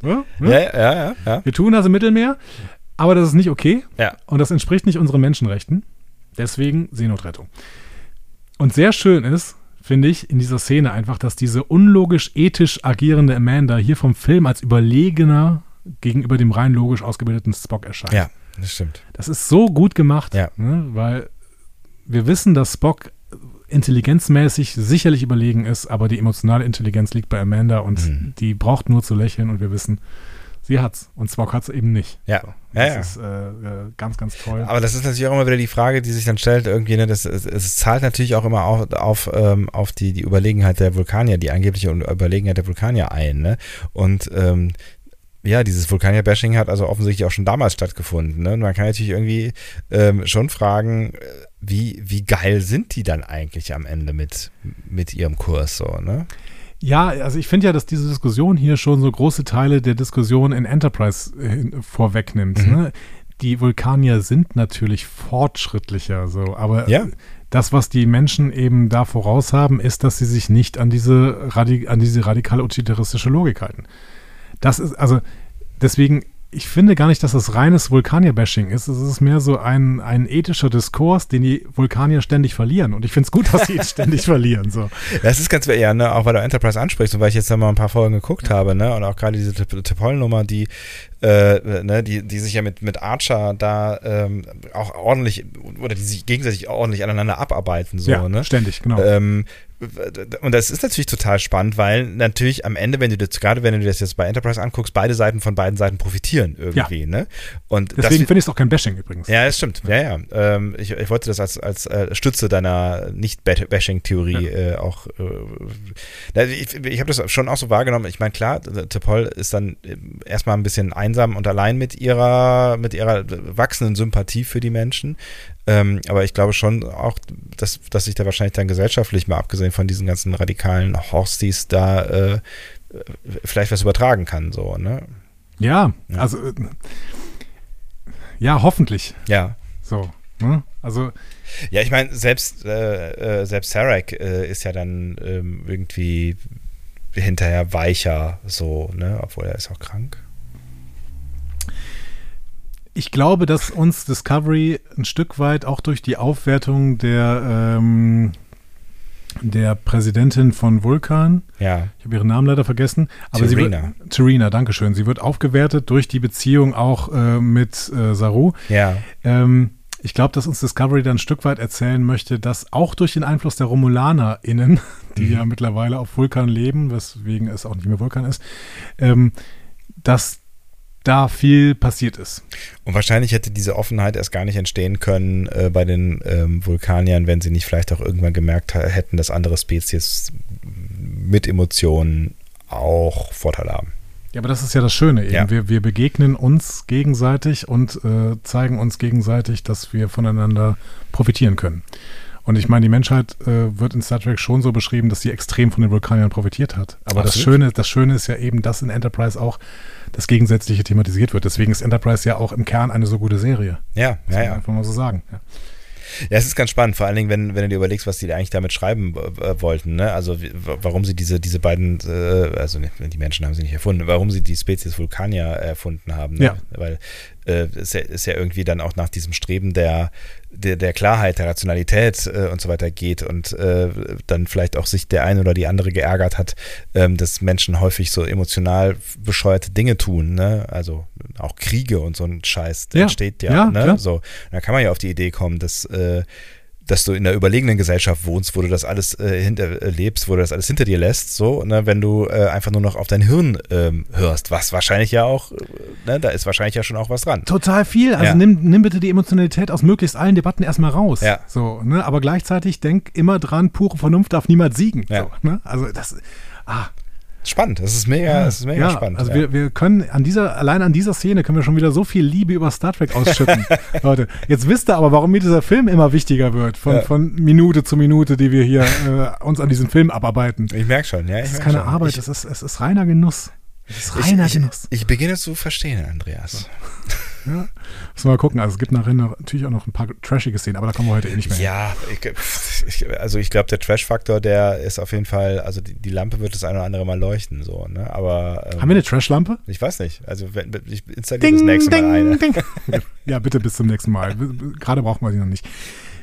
A: ja, ne?
B: Ja, ja, ja. Ja,
A: Wir tun das im Mittelmeer, aber das ist nicht okay
B: ja.
A: und das entspricht nicht unseren Menschenrechten. Deswegen Seenotrettung. Und sehr schön ist, finde ich, in dieser Szene einfach, dass diese unlogisch ethisch agierende Amanda hier vom Film als überlegener gegenüber dem rein logisch ausgebildeten Spock erscheint.
B: Ja, das stimmt.
A: Das ist so gut gemacht,
B: Ja.
A: ne? weil wir wissen, dass Spock intelligenzmäßig sicherlich überlegen ist, aber die emotionale Intelligenz liegt bei Amanda und
B: Mhm.
A: die braucht nur zu lächeln und wir wissen, sie hat's und Spock hat's eben nicht.
B: Ja.
A: So.
B: Ja,
A: das
B: ja.
A: ist äh, äh, ganz, ganz toll.
B: Aber das ist natürlich auch immer wieder die Frage, die sich dann stellt, irgendwie, ne, das, es, es zahlt natürlich auch immer auf, auf, ähm, auf die, die Überlegenheit der Vulkanier, die angebliche Un- Überlegenheit der Vulkanier ein, ne? Und ähm, ja, dieses Vulkanier-Bashing hat also offensichtlich auch schon damals stattgefunden. Ne? Und man kann natürlich irgendwie ähm, schon fragen, äh, wie, wie geil sind die dann eigentlich am Ende mit, mit ihrem Kurs so, ne?
A: Ja, also ich finde ja, dass diese Diskussion hier schon so große Teile der Diskussion in Enterprise äh, vorwegnimmt.
B: Mhm.
A: Ne? Die Vulkanier sind natürlich fortschrittlicher, so, aber
B: Ja.
A: das, was die Menschen eben da voraus haben, ist, dass sie sich nicht an diese, Radi an diese radikale utilitaristische Logik halten. Das ist, also, deswegen, ich finde gar nicht, dass das reines Vulkanier-Bashing ist. Es ist mehr so ein, ein ethischer Diskurs, den die Vulkanier ständig verlieren. Und ich finde es gut, dass sie ihn ständig verlieren, so.
B: Das ist ganz, ja, ne, auch weil du Enterprise ansprichst und weil ich jetzt da mal ein paar Folgen geguckt habe, ne, und auch gerade diese Tip- Tipol-Nummer, die, äh, ne, die, die sich ja mit, mit Archer da ähm, auch ordentlich, oder die sich gegenseitig ordentlich aneinander abarbeiten, so,
A: ja,
B: ne?
A: ständig, genau.
B: Ähm, und das ist natürlich total spannend, weil natürlich am Ende, wenn du das, gerade wenn du das jetzt bei Enterprise anguckst, beide Seiten von beiden Seiten profitieren irgendwie, ne? Und das
A: Deswegen finde ich es auch kein Bashing übrigens.
B: ja, das stimmt. Ja, ja. Ähm, ich, ich wollte das als, als äh, Stütze deiner Nicht-Bashing-Theorie äh, auch. Äh, na, ich ich habe das schon auch so wahrgenommen. Ich meine, klar, Tepol ist dann äh, erstmal ein bisschen einsam und allein mit ihrer, mit ihrer wachsenden Sympathie für die Menschen. Ähm, aber ich glaube schon auch, dass, dass sich da wahrscheinlich dann gesellschaftlich mal abgesehen von diesen ganzen radikalen Horsties da äh, vielleicht was übertragen kann. So, ne?
A: Ja,
B: Ja.
A: also äh, ja, hoffentlich.
B: Ja.
A: So. Ne? Also
B: Ja, ich meine, selbst, äh, äh, selbst Sarek äh, ist ja dann ähm, irgendwie hinterher weicher, so, ne? Obwohl er ist auch krank.
A: ich glaube, dass uns Discovery ein Stück weit auch durch die Aufwertung der, ähm, der Präsidentin von Vulkan,
B: Ja.
A: ich habe ihren Namen leider vergessen, aber
B: Tarina.
A: sie wird Tarina, Dankeschön. Sie wird aufgewertet durch die Beziehung auch äh, mit äh, Saru.
B: Ja.
A: Ähm, ich glaube, dass uns Discovery dann ein Stück weit erzählen möchte, dass auch durch den Einfluss der RomulanerInnen, die ja mittlerweile auf Vulkan leben, weswegen es auch nicht mehr Vulkan ist, ähm, dass da viel passiert ist.
B: Und wahrscheinlich hätte diese Offenheit erst gar nicht entstehen können äh, bei den ähm, Vulkaniern, wenn sie nicht vielleicht auch irgendwann gemerkt ha- hätten, dass andere Spezies mit Emotionen auch Vorteile haben.
A: Ja, aber das ist ja das Schöne eben.
B: Ja.
A: Wir, wir begegnen uns gegenseitig und äh, zeigen uns gegenseitig, dass wir voneinander profitieren können. Und ich meine, die Menschheit äh, wird in Star Trek schon so beschrieben, dass sie extrem von den Vulkaniern profitiert hat. Aber das
B: Absolut.
A: Schöne, das Schöne ist ja eben, dass in Enterprise auch das Gegensätzliche thematisiert wird. Deswegen ist Enterprise ja auch im Kern eine so gute Serie.
B: Ja,
A: Das muss
B: ja,
A: man
B: ja.
A: Einfach mal so sagen. Ja.
B: Ja, es ist ganz spannend, vor allen Dingen, wenn, wenn du dir überlegst, was die eigentlich damit schreiben äh, wollten, ne? Also wie- w- warum sie diese, diese beiden, äh, also ne, die Menschen haben sie nicht erfunden, warum sie die Spezies Vulkanier erfunden haben. Ne?
A: Ja.
B: Weil äh, es ja, ist ja irgendwie dann auch nach diesem Streben der, der, der Klarheit, der Rationalität äh, und so weiter geht und äh, dann vielleicht auch sich der eine oder die andere geärgert hat, ähm, dass Menschen häufig so emotional bescheuerte Dinge tun, ne? Also auch Kriege und so ein Scheiß
A: Ja.
B: entsteht ja,
A: Ja,
B: ne?
A: klar.
B: So, da kann man ja auf die Idee kommen, dass, äh, dass du in einer überlegenen Gesellschaft wohnst, wo du das alles äh, hinter, äh, lebst, wo du das alles hinter dir lässt, so, ne, wenn du äh, einfach nur noch auf dein Hirn ähm, hörst, was wahrscheinlich ja auch, äh, ne, da ist wahrscheinlich ja schon auch was dran.
A: Total viel. Also
B: Ja.
A: nimm, nimm bitte die Emotionalität aus möglichst allen Debatten erstmal raus.
B: Ja.
A: So, ne? Aber gleichzeitig denk immer dran, pure Vernunft darf niemals siegen.
B: Ja.
A: So, ne? Also das ah,
B: Spannend, das ist mega, das ist mega
A: ja,
B: spannend.
A: Also
B: ja.
A: wir, wir können an dieser, allein an dieser Szene können wir schon wieder so viel Liebe über Star Trek ausschütten. Leute, jetzt wisst ihr aber, warum mir dieser Film immer wichtiger wird, von,
B: Ja.
A: von Minute zu Minute, die wir hier äh, uns an diesem Film abarbeiten.
B: ich merke schon, ja.
A: Es
B: ich
A: ist
B: merk
A: keine
B: schon.
A: Arbeit,
B: Ich,
A: es, ist, es ist reiner Genuss. Es ist
B: ich,
A: reiner
B: ich,
A: Genuss.
B: ich beginne zu verstehen, Andreas.
A: Müssen wir mal gucken. Also es gibt nachher noch, natürlich auch noch ein paar trashige Szenen, aber da kommen wir heute eh nicht mehr. hin.
B: Ja, ich, ich, also ich glaube, der Trash-Faktor, der ist auf jeden Fall, also die, die Lampe wird das ein oder andere Mal leuchten, so, ne? Aber ähm,
A: Haben wir eine Trashlampe?
B: Ich weiß nicht. Also wenn, ich installiere das nächste Mal eine.
A: ding. Ja, bitte bis zum nächsten Mal. Gerade brauchen wir sie noch nicht.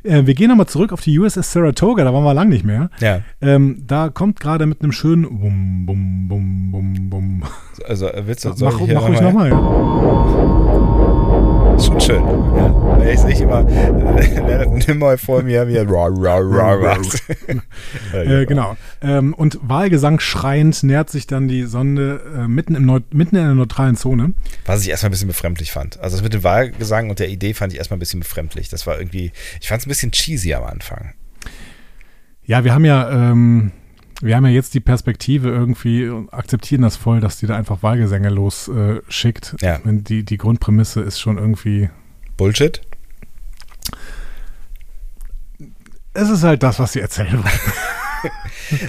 A: Äh, wir gehen nochmal zurück auf die USS Saratoga, da waren wir lang nicht mehr.
B: Ja.
A: Ähm, da kommt gerade mit einem schönen Bum, Bum, Bum, Bum, Bum.
B: Also äh, willst du soll
A: Mach,
B: ich hier
A: mach ruhig nochmal.
B: Schon schön. Ja. Wenn ich nicht immer Leonard Nimoy vor mir mir ra, ra, ra, ra.
A: Äh, genau. Ähm, und Wahlgesang schreiend nähert sich dann die Sonde äh, mitten, im Neu- mitten in der neutralen Zone.
B: Was ich erstmal ein bisschen befremdlich fand. Also das mit dem Wahlgesang und der Idee fand ich erstmal ein bisschen befremdlich. Das war irgendwie, ich fand es ein bisschen cheesy am Anfang.
A: Ja, wir haben ja, ähm, wir haben ja jetzt die Perspektive irgendwie und akzeptieren das voll, dass die da einfach Wahlgesänge losschickt. Äh, schickt.
B: Ja.
A: Wenn Die, die Grundprämisse ist schon irgendwie.
B: Bullshit?
A: Es ist halt das, was sie erzählen wollen.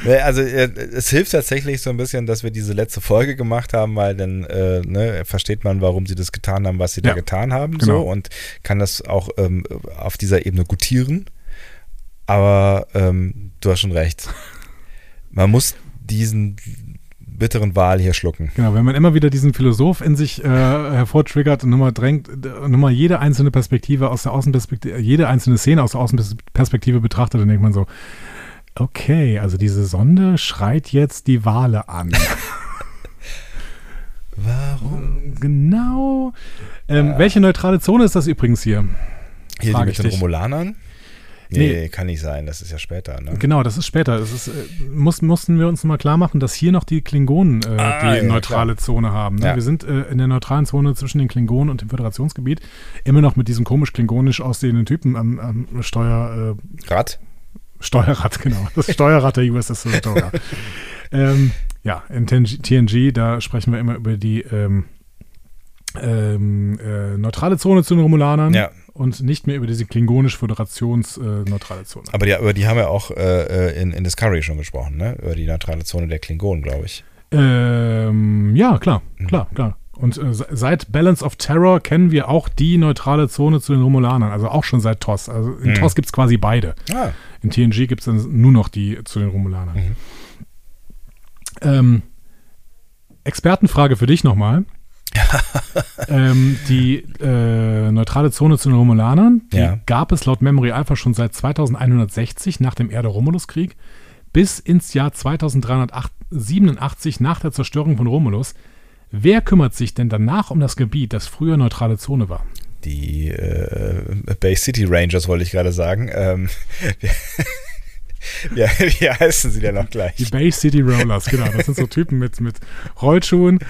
B: Ne, Also äh, es hilft tatsächlich so ein bisschen, dass wir diese letzte Folge gemacht haben, weil dann äh, ne, versteht man, warum sie das getan haben, was sie da
A: Ja.
B: getan haben
A: Genau.
B: so und kann das auch ähm, auf dieser Ebene gutieren. Aber ähm, du hast schon recht. Man muss diesen bitteren Wal hier schlucken.
A: Genau, wenn man immer wieder diesen Philosoph in sich äh, hervortriggert und nochmal drängt, d- nochmal jede einzelne Perspektive aus der Außenperspektive, jede einzelne Szene aus der Außenperspektive betrachtet, dann denkt man so, okay, also diese Sonde schreit jetzt die Wale an.
B: Warum?
A: genau. Ähm, Welche neutrale Zone ist das übrigens hier?
B: Hier die
A: Frage
B: mit
A: ich
B: den
A: dich.
B: Romulanern? Nee,
A: Nee.
B: kann nicht sein, das ist ja später. Ne?
A: Genau, das ist später. Das ist, äh, muss, mussten wir uns nochmal klar machen, dass hier noch die Klingonen äh,
B: Ah,
A: die
B: ja,
A: neutrale Zone haben. Ne?
B: Ja.
A: Wir sind äh, in der neutralen Zone zwischen den Klingonen und dem Föderationsgebiet. Immer noch mit diesem komisch klingonisch aussehenden Typen am, am Steuer, äh,
B: Rad?
A: Steuerrad, genau. Das Steuerrad der USS Saratoga. ähm, ja, in TNG, TNG, da sprechen wir immer über die ähm, ähm, äh, neutrale Zone zu den Romulanern
B: Ja.
A: und nicht mehr über diese klingonisch-föderations-neutrale Zone.
B: Aber die, über die haben wir auch äh, äh, in, in Discovery schon gesprochen, ne? Über die neutrale Zone der Klingonen, glaube ich.
A: Ähm, ja, klar, klar, klar. Und äh, se- seit Balance of Terror kennen wir auch die neutrale Zone zu den Romulanern, also auch schon seit TOS. Also in TOS gibt es quasi beide.
B: Ah,
A: In TNG gibt es dann nur noch die zu den Romulanern. Ähm, Expertenfrage für dich nochmal. ähm, die äh, neutrale Zone zu den Romulanern, die
B: Ja.
A: gab es laut Memory Alpha schon seit 2160 nach dem Erde-Romulus-Krieg bis ins Jahr 2387 nach der Zerstörung von Romulus. Wer kümmert sich denn danach um das Gebiet, das früher neutrale Zone war?
B: die äh, Bay City Rangers wollte ich gerade sagen. Ähm, ja, wie heißen sie denn noch gleich?
A: Die Bay City Rollers, genau. Das sind so Typen mit, mit Rollschuhen.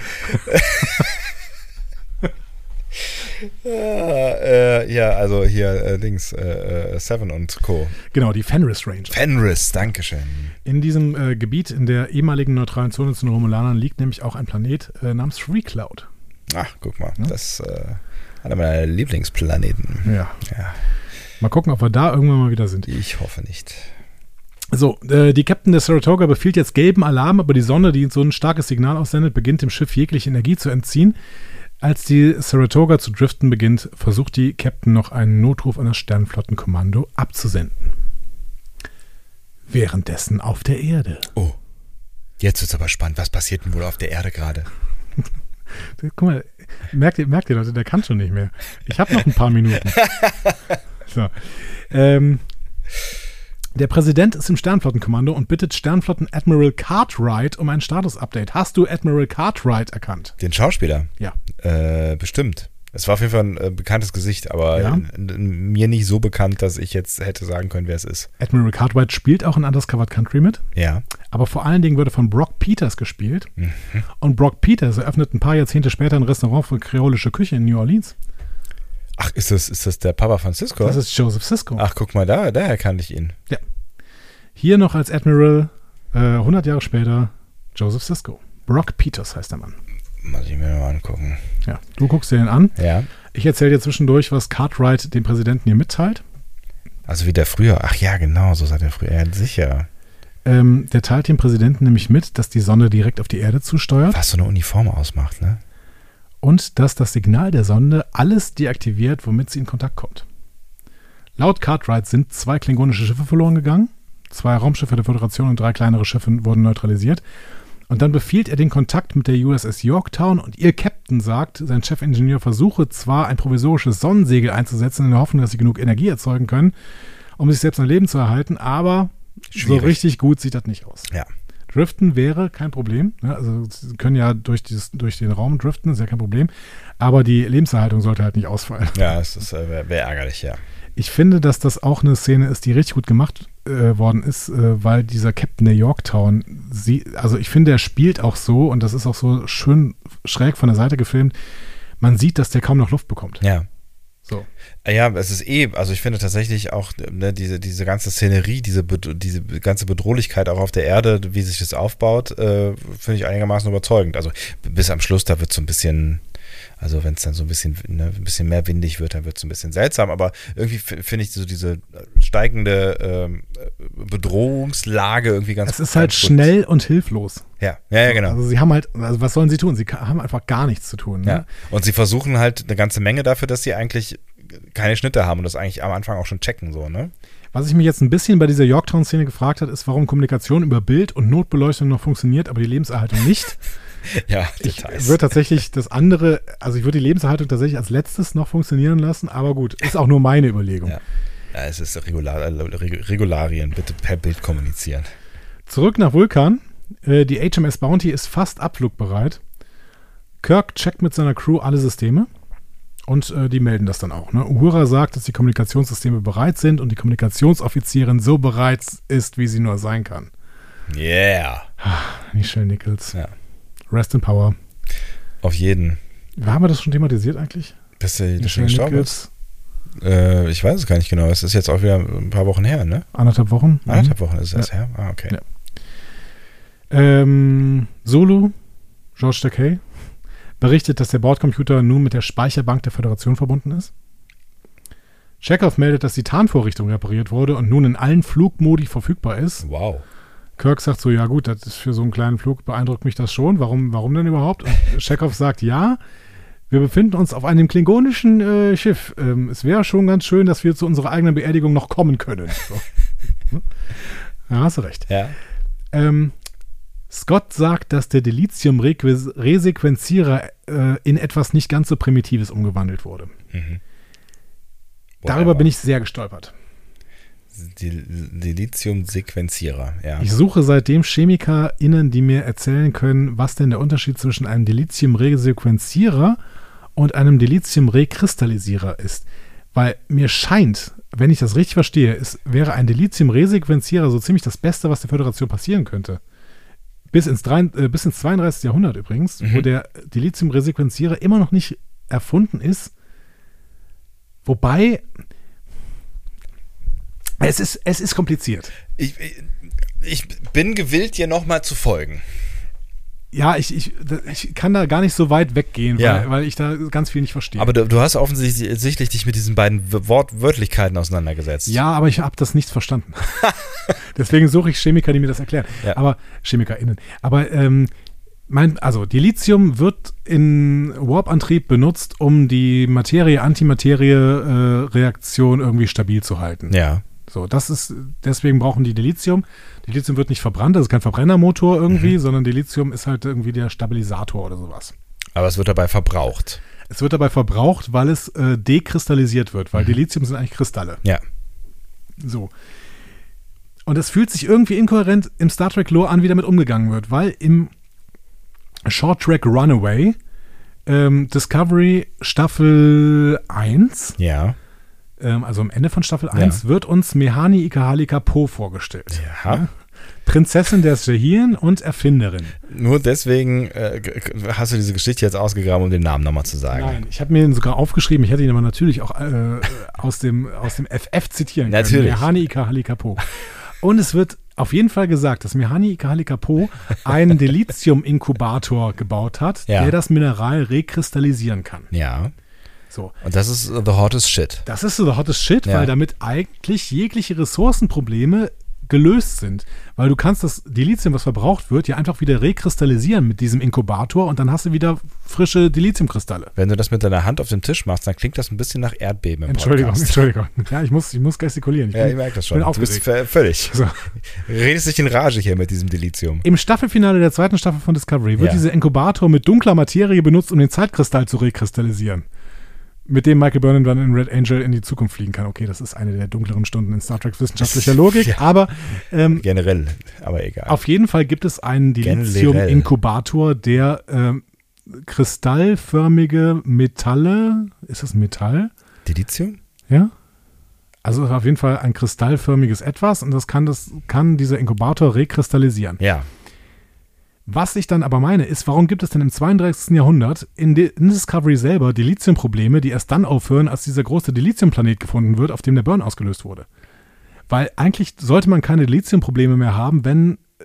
B: Äh, äh, ja, also hier äh, links, äh, äh, Seven und Co.
A: Genau, die Fenris Rangers.
B: Fenris, Dankeschön.
A: In diesem äh, Gebiet, in der ehemaligen neutralen Zone zu den Romulanern, liegt nämlich auch ein Planet äh, namens Free Cloud.
B: Ach, guck mal, das äh, einer meiner Lieblingsplaneten.
A: Ja.
B: Ja,
A: Mal gucken, ob wir da irgendwann mal wieder sind.
B: ich hoffe nicht.
A: So, äh, die Captain der Saratoga befiehlt jetzt gelben Alarm, aber die Sonde, die so ein starkes Signal aussendet, beginnt dem Schiff jegliche Energie zu entziehen. Als die Saratoga zu driften beginnt, versucht die Captain noch einen Notruf an das Sternflottenkommando abzusenden. Währenddessen auf der Erde.
B: Oh. Jetzt wird's aber spannend, was passiert denn wohl auf der Erde gerade?
A: Guck mal, merkt ihr, merkt ihr Leute, der kann schon nicht mehr. Ich habe noch ein paar Minuten. So. Ähm, der Präsident ist im Sternflottenkommando und bittet Sternflotten Admiral Cartwright um ein Status-Update. Hast du Admiral Cartwright erkannt?
B: Den Schauspieler?
A: Ja.
B: Äh, bestimmt. Es war auf jeden Fall ein äh, bekanntes Gesicht, aber
A: Ja?
B: n- n- mir nicht so bekannt, dass ich jetzt hätte sagen können, wer es ist.
A: Admiral Cartwright spielt auch in Undiscovered Country mit,
B: Ja.
A: aber vor allen Dingen wurde von Brock Peters gespielt. Und Brock Peters eröffnet ein paar Jahrzehnte später ein Restaurant für kreolische Küche in New Orleans.
B: Ach, ist das, ist das der Papa Francisco?
A: Das ist Joseph Sisko.
B: Ach, guck mal, da, daher kannte ich ihn.
A: Ja. Hier noch als Admiral, äh, 100 Jahre später, Joseph Sisko. Brock Peters heißt der Mann.
B: Muss ich mir mal angucken.
A: Ja, du guckst dir den an.
B: Ja.
A: Ich erzähle dir zwischendurch, was Cartwright dem Präsidenten hier mitteilt.
B: Also wie der früher. Ach ja, genau, so sah der früher. Ja, sicher.
A: Ähm, der teilt dem Präsidenten nämlich mit, dass die Sonne direkt auf die Erde zusteuert
B: Was so eine Uniform ausmacht, ne?
A: und dass das Signal der Sonde alles deaktiviert, womit sie in Kontakt kommt. Laut Cartwright sind zwei klingonische Schiffe verloren gegangen, zwei Raumschiffe der Föderation und drei kleinere Schiffe wurden neutralisiert. Und dann befiehlt er den Kontakt mit der USS Yorktown und ihr Captain sagt, sein Chefingenieur versuche zwar ein provisorisches Sonnensegel einzusetzen, in der Hoffnung, dass sie genug Energie erzeugen können, um sich selbst ein Leben zu erhalten, aber
B: Schwierig.
A: so richtig gut sieht das nicht aus.
B: Ja.
A: Driften wäre kein Problem. Ne? Also sie können ja durch, dieses, durch den Raum driften, ist ja kein Problem. Aber die Lebenserhaltung sollte halt nicht ausfallen.
B: Ja, es ist äh, wäre wär ärgerlich, ja.
A: Ich finde, dass das auch eine Szene ist, die richtig gut gemacht äh, worden ist, äh, weil dieser Captain der Yorktown, sie, also ich finde, er spielt auch so und das ist auch so schön schräg von der Seite gefilmt. Man sieht, dass der kaum noch Luft bekommt.
B: Ja.
A: So.
B: Ja, es ist eh, also ich finde tatsächlich auch ne, diese, diese ganze Szenerie, diese, Bed- diese ganze Bedrohlichkeit auch auf der Erde, wie sich das aufbaut, äh, finde ich einigermaßen überzeugend. Also b- bis am Schluss, da wird so ein bisschen, also wenn es dann so ein bisschen, ne, ein bisschen mehr windig wird, dann wird es ein bisschen seltsam, aber irgendwie f- finde ich so diese steigende ähm, Bedrohungslage irgendwie ganz
A: Es ist halt
B: ganz gut.
A: schnell und hilflos.
B: Ja, ja, ja genau.
A: Also sie haben halt, also was sollen sie tun? Sie ka- haben einfach gar nichts zu tun. Ne?
B: Ja. Und sie versuchen halt eine ganze Menge dafür, dass sie eigentlich keine Schnitte haben und das eigentlich am Anfang auch schon checken, so, ne?
A: Was ich mich jetzt ein bisschen bei dieser Yorktown-Szene gefragt hat, ist, warum Kommunikation über Bild und Notbeleuchtung noch funktioniert, aber die Lebenserhaltung nicht.
B: Ja,
A: Ich würde tatsächlich das andere, also ich würde die Lebenserhaltung tatsächlich als letztes noch funktionieren lassen, aber gut, ist auch nur meine Überlegung.
B: Ja. Ja, es ist Regular, äh, Regu- Regularien, bitte per Bild kommunizieren.
A: Zurück nach Vulkan. Äh, die HMS Bounty ist fast abflugbereit. Kirk checkt mit seiner Crew alle Systeme und äh, die melden das dann auch. Ne? Uhura sagt, dass die Kommunikationssysteme bereit sind und die Kommunikationsoffizierin so bereit ist, wie sie nur sein kann.
B: Yeah.
A: Michelle Nichols.
B: Ja.
A: Rest in Power.
B: Auf jeden.
A: Haben wir das schon thematisiert eigentlich?
B: Bis sie das schon
A: Michelle
B: gestorben ist.
A: Nichols,
B: Äh, ich weiß es gar nicht genau. Es ist jetzt auch wieder ein paar Wochen her, ne?
A: anderthalb Wochen. Mhm.
B: Anderthalb Wochen ist es erst her. Ah, okay.
A: Ja. Ähm, Solo, George Takei, berichtet, dass der Bordcomputer nun mit der Speicherbank der Föderation verbunden ist. Chekhov meldet, dass die Tarnvorrichtung repariert wurde und nun in allen Flugmodi verfügbar ist.
B: Wow.
A: Kirk sagt so, ja gut, das ist für so einen kleinen Flug, beeindruckt mich das schon. Warum, warum denn überhaupt? Und Chekhov sagt, ja, wir befinden uns auf einem klingonischen äh, Schiff. Ähm, es wäre schon ganz schön, dass wir zu unserer eigenen Beerdigung noch kommen können. So. Ja, hast du recht.
B: Ja.
A: Ähm, Scott sagt, dass der Delizium-Resequenzierer äh, in etwas nicht ganz so Primitives umgewandelt wurde. Darüber bin ich sehr gestolpert.
B: Die, die Lithium-Sequenzierer, ja.
A: Ich suche seitdem ChemikerInnen, die mir erzählen können, was denn der Unterschied zwischen einem Delizium-Resequenzierer und einem Delizium-Rekristallisierer ist. Weil mir scheint, wenn ich das richtig verstehe, ist, wäre ein Delizium-Resequenzierer so ziemlich das Beste, was der Föderation passieren könnte. Bis ins, drei, äh, bis ins 32. Jahrhundert übrigens, wo der Delizium-Resequenzierer immer noch nicht erfunden ist. Wobei, es ist, es ist kompliziert.
B: Ich, ich, ich bin gewillt, dir nochmal zu folgen.
A: Ja, ich, ich, ich kann da gar nicht so weit weggehen,
B: Ja.
A: weil, weil ich da ganz viel nicht verstehe.
B: Aber du, du hast offensichtlich dich mit diesen beiden W- Wortwörtlichkeiten auseinandergesetzt.
A: ja, aber ich habe das nicht verstanden. Deswegen suche ich Chemiker, die mir das erklären.
B: Ja.
A: Aber ChemikerInnen. Aber ähm, mein, also die Lithium wird in Warp-Antrieb benutzt, um die Materie-Antimaterie-Reaktion irgendwie stabil zu halten.
B: Ja.
A: So, das ist, deswegen brauchen die Delizium. Delizium wird nicht verbrannt, das ist kein Verbrennermotor irgendwie,
B: Mhm.
A: sondern Delizium ist halt irgendwie der Stabilisator oder sowas.
B: Aber es wird dabei verbraucht.
A: Es wird dabei verbraucht, weil es äh, dekristallisiert wird, weil Delizium sind eigentlich Kristalle.
B: Ja.
A: So. Und es fühlt sich irgendwie inkohärent im Star Trek Lore an, wie damit umgegangen wird, weil im Short Track Runaway ähm, Discovery Staffel 1,
B: Ja.
A: ähm, also am Ende von Staffel 1, wird uns Mehani Ikahalika Poe vorgestellt.
B: Ja.
A: Prinzessin der Shahirn und Erfinderin.
B: Nur deswegen äh, g- g- hast du diese Geschichte jetzt ausgegraben, um den Namen nochmal zu sagen.
A: Nein, ich habe mir ihn sogar aufgeschrieben. Ich hätte ihn aber natürlich auch äh, aus, dem, aus dem FF zitieren
B: Natürlich.
A: können. Mehani Ikahali Kapo. Und es wird auf jeden Fall gesagt, dass Mehani Ikahali Kapo einen Delizium-Inkubator gebaut hat,
B: Ja.
A: der das Mineral rekristallisieren kann.
B: Ja.
A: So.
B: Und das ist äh, the hottest shit.
A: Das ist so der hottest Shit,
B: Ja.
A: weil damit eigentlich jegliche Ressourcenprobleme gelöst sind. Weil du kannst das Delizium, was verbraucht wird, ja einfach wieder rekristallisieren mit diesem Inkubator und dann hast du wieder frische Deliziumkristalle.
B: Wenn du das mit deiner Hand auf den Tisch machst, dann klingt das ein bisschen nach Erdbeben im
A: Entschuldigung,
B: Podcast.
A: Entschuldigung. Ja, ich muss, ich muss gestikulieren.
B: Ja, ich merke das schon.
A: Bin
B: du bist
A: aufgeregt.
B: vö- völlig.
A: So.
B: Redest dich in Rage hier mit diesem Delizium.
A: Im Staffelfinale der zweiten Staffel von Discovery wird
B: Ja.
A: dieser Inkubator mit dunkler Materie benutzt, um den Zeitkristall zu rekristallisieren. mit dem Michael Burnham dann in Red Angel in die Zukunft fliegen kann. Okay, das ist eine der dunkleren Stunden in Star Trek wissenschaftlicher Logik,
B: Ja.
A: aber ähm,
B: Generell, aber egal.
A: auf jeden Fall gibt es einen
B: Generell.
A: Dilithium-Inkubator, der ähm, kristallförmige Metalle, ist das Metall?
B: Dilithium?
A: Ja. Also es ist auf jeden Fall ein kristallförmiges Etwas und das kann, das kann dieser Inkubator rekristallisieren.
B: Ja.
A: Was ich dann aber meine, ist, warum gibt es denn im 32. Jahrhundert in, Di- in Discovery selber Dilithium-Probleme, die erst dann aufhören, als dieser große Dilithium-Planet gefunden wird, auf dem der Burn ausgelöst wurde? Weil eigentlich sollte man keine Dilithium-Probleme mehr haben, wenn äh,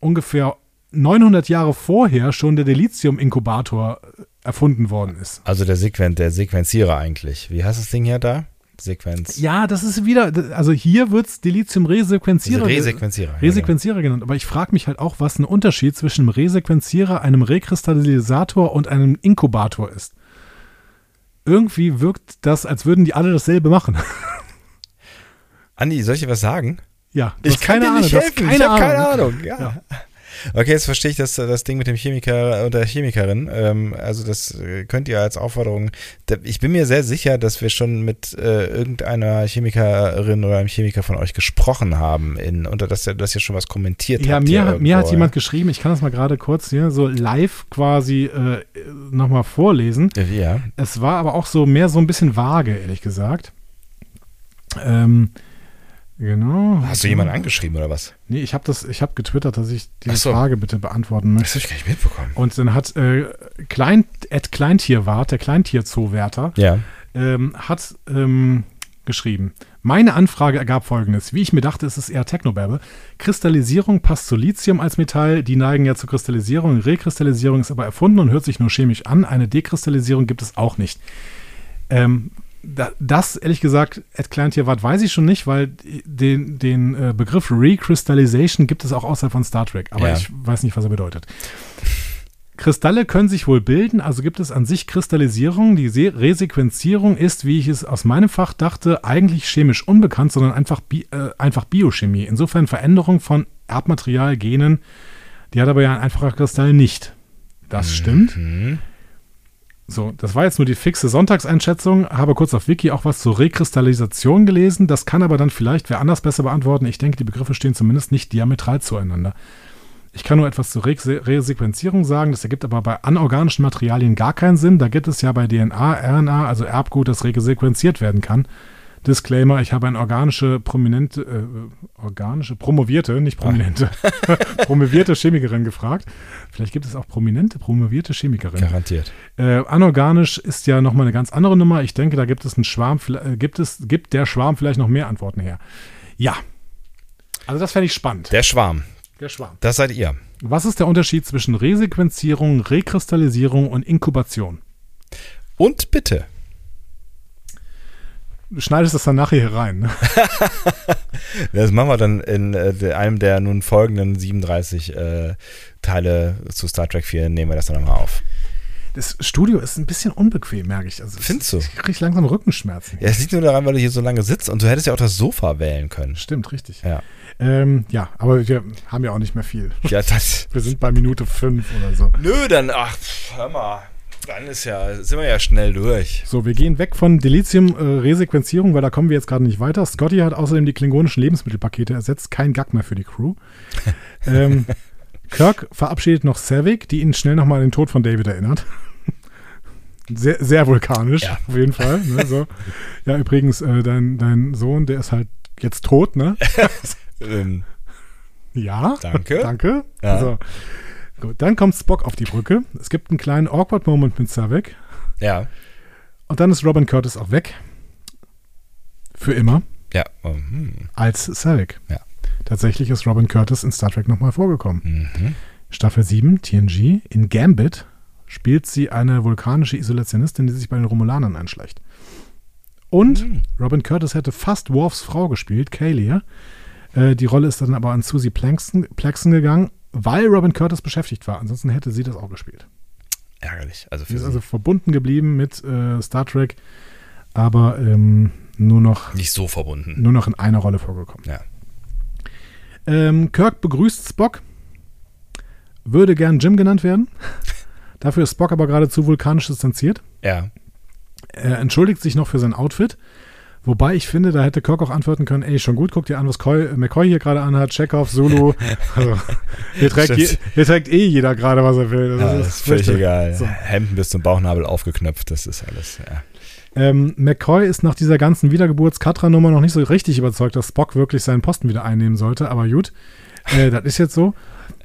A: ungefähr 900 Jahre vorher schon der Dilithium-Inkubator äh, erfunden worden ist.
B: Also der Sequent, der Sequenzierer eigentlich. Wie heißt das Ding hier da? Sequenz.
A: Ja, das ist wieder, also hier wird es Dilithium-Resequenzierer.
B: Diese Also Resequenzierer, ja,
A: Resequenzierer genannt. Aber ich frage mich halt auch, was ein Unterschied zwischen einem Resequenzierer, einem Rekristallisator und einem Inkubator ist. Irgendwie wirkt das, als würden die alle dasselbe machen.
B: Andi, soll ich dir was sagen?
A: ja, du
B: Ich
A: hast
B: kann dir nicht
A: du hast
B: helfen.
A: Keine
B: ich habe
A: Ahnung.
B: keine Ahnung. Ja. Okay, jetzt verstehe ich das, das Ding mit dem Chemiker und der Chemikerin. Ähm, also das äh, könnt ihr als Aufforderung. da- Ich bin mir sehr sicher, dass wir schon mit äh, irgendeiner Chemikerin oder einem Chemiker von euch gesprochen haben in, oder dass ihr, dass ihr schon was kommentiert
A: Ja,
B: habt.
A: mir,
B: hier
A: hat- mir
B: irgendwo,
A: hat jemand geschrieben, ich kann das mal gerade kurz hier so live quasi äh, nochmal vorlesen.
B: ja. Äh, Ja.
A: Es war aber auch so mehr so ein bisschen vage, ehrlich gesagt. Ähm, genau.
B: Hast du jemanden angeschrieben oder was?
A: Nee, ich habe das, ich habe getwittert, dass ich diese
B: Ach so.
A: Frage bitte beantworten möchte.
B: Das habe ich gar nicht mitbekommen.
A: Und dann hat äh, Klein, Ed Kleintierwart, der Kleintierzoowärter,
B: Ja.
A: ähm, hat ähm, geschrieben. Meine Anfrage ergab folgendes. Wie ich mir dachte, ist es eher Technobabble. Kristallisierung passt zu Lithium als Metall. Die neigen ja zur Kristallisierung. Rekristallisierung ist aber erfunden und hört sich nur chemisch an. Eine Dekristallisierung gibt es auch nicht. Ähm, da, das, ehrlich gesagt, Ed Kleintierwart weiß ich schon nicht, weil den, den äh, Begriff Recrystallization gibt es auch außerhalb von Star Trek. Aber
B: Ja.
A: ich weiß nicht, was er bedeutet. Kristalle können sich wohl bilden, also gibt es an sich Kristallisierung. Die Se- Resequenzierung ist, wie ich es aus meinem Fach dachte, eigentlich chemisch unbekannt, sondern einfach, bi äh, einfach Biochemie. Insofern Veränderung von Erbmaterial, Genen, die hat aber ja ein einfacher Kristall nicht. Das stimmt. So, das war jetzt nur die fixe Sonntagseinschätzung. Habe kurz auf Wiki auch was zur Rekristallisation gelesen. Das kann aber dann vielleicht wer anders besser beantworten. Ich denke, die Begriffe stehen zumindest nicht diametral zueinander. Ich kann nur etwas zur Re Resequenzierung sagen. Das ergibt aber bei anorganischen Materialien gar keinen Sinn. Da gibt es ja bei DNA, RNA, also Erbgut, das resequenziert werden kann. Disclaimer, ich habe eine organische, prominente, äh, organische, promovierte, nicht prominente, promovierte Chemikerin gefragt. Vielleicht gibt es auch prominente, promovierte Chemikerinnen.
B: Garantiert.
A: Äh, anorganisch ist ja nochmal eine ganz andere Nummer. Ich denke, da gibt es einen Schwarm, vla- äh, gibt es, gibt der Schwarm vielleicht noch mehr Antworten her. Ja. Also das fände ich spannend.
B: Der Schwarm.
A: Der Schwarm.
B: Das seid ihr.
A: Was ist der Unterschied zwischen Resequenzierung, Rekristallisierung und Inkubation?
B: Und bitte.
A: Du schneidest das dann nachher hier rein. Ne?
B: Das machen wir dann in äh, de- einem der nun folgenden 37 äh, Teile zu Star Trek 4, nehmen wir das dann nochmal auf.
A: Das Studio ist ein bisschen unbequem, merke ich. Also,
B: Findest du?
A: Ich kriege langsam Rückenschmerzen.
B: Ja, es liegt nur daran, weil du hier so lange sitzt und du hättest ja auch das Sofa wählen können.
A: Stimmt, richtig.
B: Ja,
A: Ähm, ja, aber wir haben ja auch nicht mehr viel.
B: ja das.
A: Wir sind bei Minute fünf oder so.
B: Nö, dann, ach, pff, hör mal. Dann ist ja, sind wir ja schnell durch.
A: So, wir gehen weg von Delizium-Resequenzierung, weil da kommen wir jetzt gerade nicht weiter. Scotty hat außerdem die klingonischen Lebensmittelpakete ersetzt. Kein Gag mehr für die Crew. ähm, Kirk verabschiedet noch Savik, die ihn schnell nochmal an den Tod von David erinnert. Sehr, sehr vulkanisch,
B: Ja.
A: auf jeden Fall. Ne, so. Ja, übrigens, äh, dein, dein Sohn, der ist halt jetzt tot, ne?
B: Ähm,
A: Ja.
B: Danke.
A: Danke.
B: Ja.
A: So. Gut, dann kommt Spock auf die Brücke. Es gibt einen kleinen Awkward-Moment mit Savik.
B: ja,
A: Und dann ist Robin Curtis auch weg. Für immer.
B: ja. oh, Hm.
A: Als Sarek.
B: Ja.
A: Tatsächlich ist Robin Curtis in Star Trek nochmal vorgekommen. Staffel 7, TNG, in Gambit spielt sie eine vulkanische Isolationistin, die sich bei den Romulanern einschleicht. Und Robin Curtis hätte fast Worfs Frau gespielt, Kalia. Äh, die Rolle ist dann aber an Susie Plankson, Plaxton gegangen, weil Robin Curtis beschäftigt war. Ansonsten hätte sie das auch gespielt.
B: Ärgerlich. Also
A: Sie
B: für
A: ist
B: sie.
A: also verbunden geblieben mit äh, Star Trek, aber ähm, nur, noch,
B: nicht so verbunden.
A: nur noch in einer Rolle vorgekommen.
B: Ja.
A: Ähm, Kirk begrüßt Spock, würde gern Jim genannt werden. Dafür ist Spock aber gerade zu vulkanisch distanziert.
B: Ja.
A: Er entschuldigt sich noch für sein Outfit. Wobei ich finde, da hätte Kirk auch antworten können, ey, schon gut, guck dir an, was Coy, äh, McCoy hier gerade anhat, Chekhov, Zulu. Also, hier, trägt je,
B: Stimmt.
A: hier trägt eh jeder gerade, was er will.
B: Ja, das ist völlig
A: fürchterlich.
B: egal.
A: So.
B: Hemden bis zum Bauchnabel aufgeknöpft, das ist alles. Ja.
A: Ähm, McCoy ist nach dieser ganzen Wiedergeburts-Katra-Nummer noch nicht so richtig überzeugt, dass Spock wirklich seinen Posten wieder einnehmen sollte, aber gut, äh, das ist jetzt so.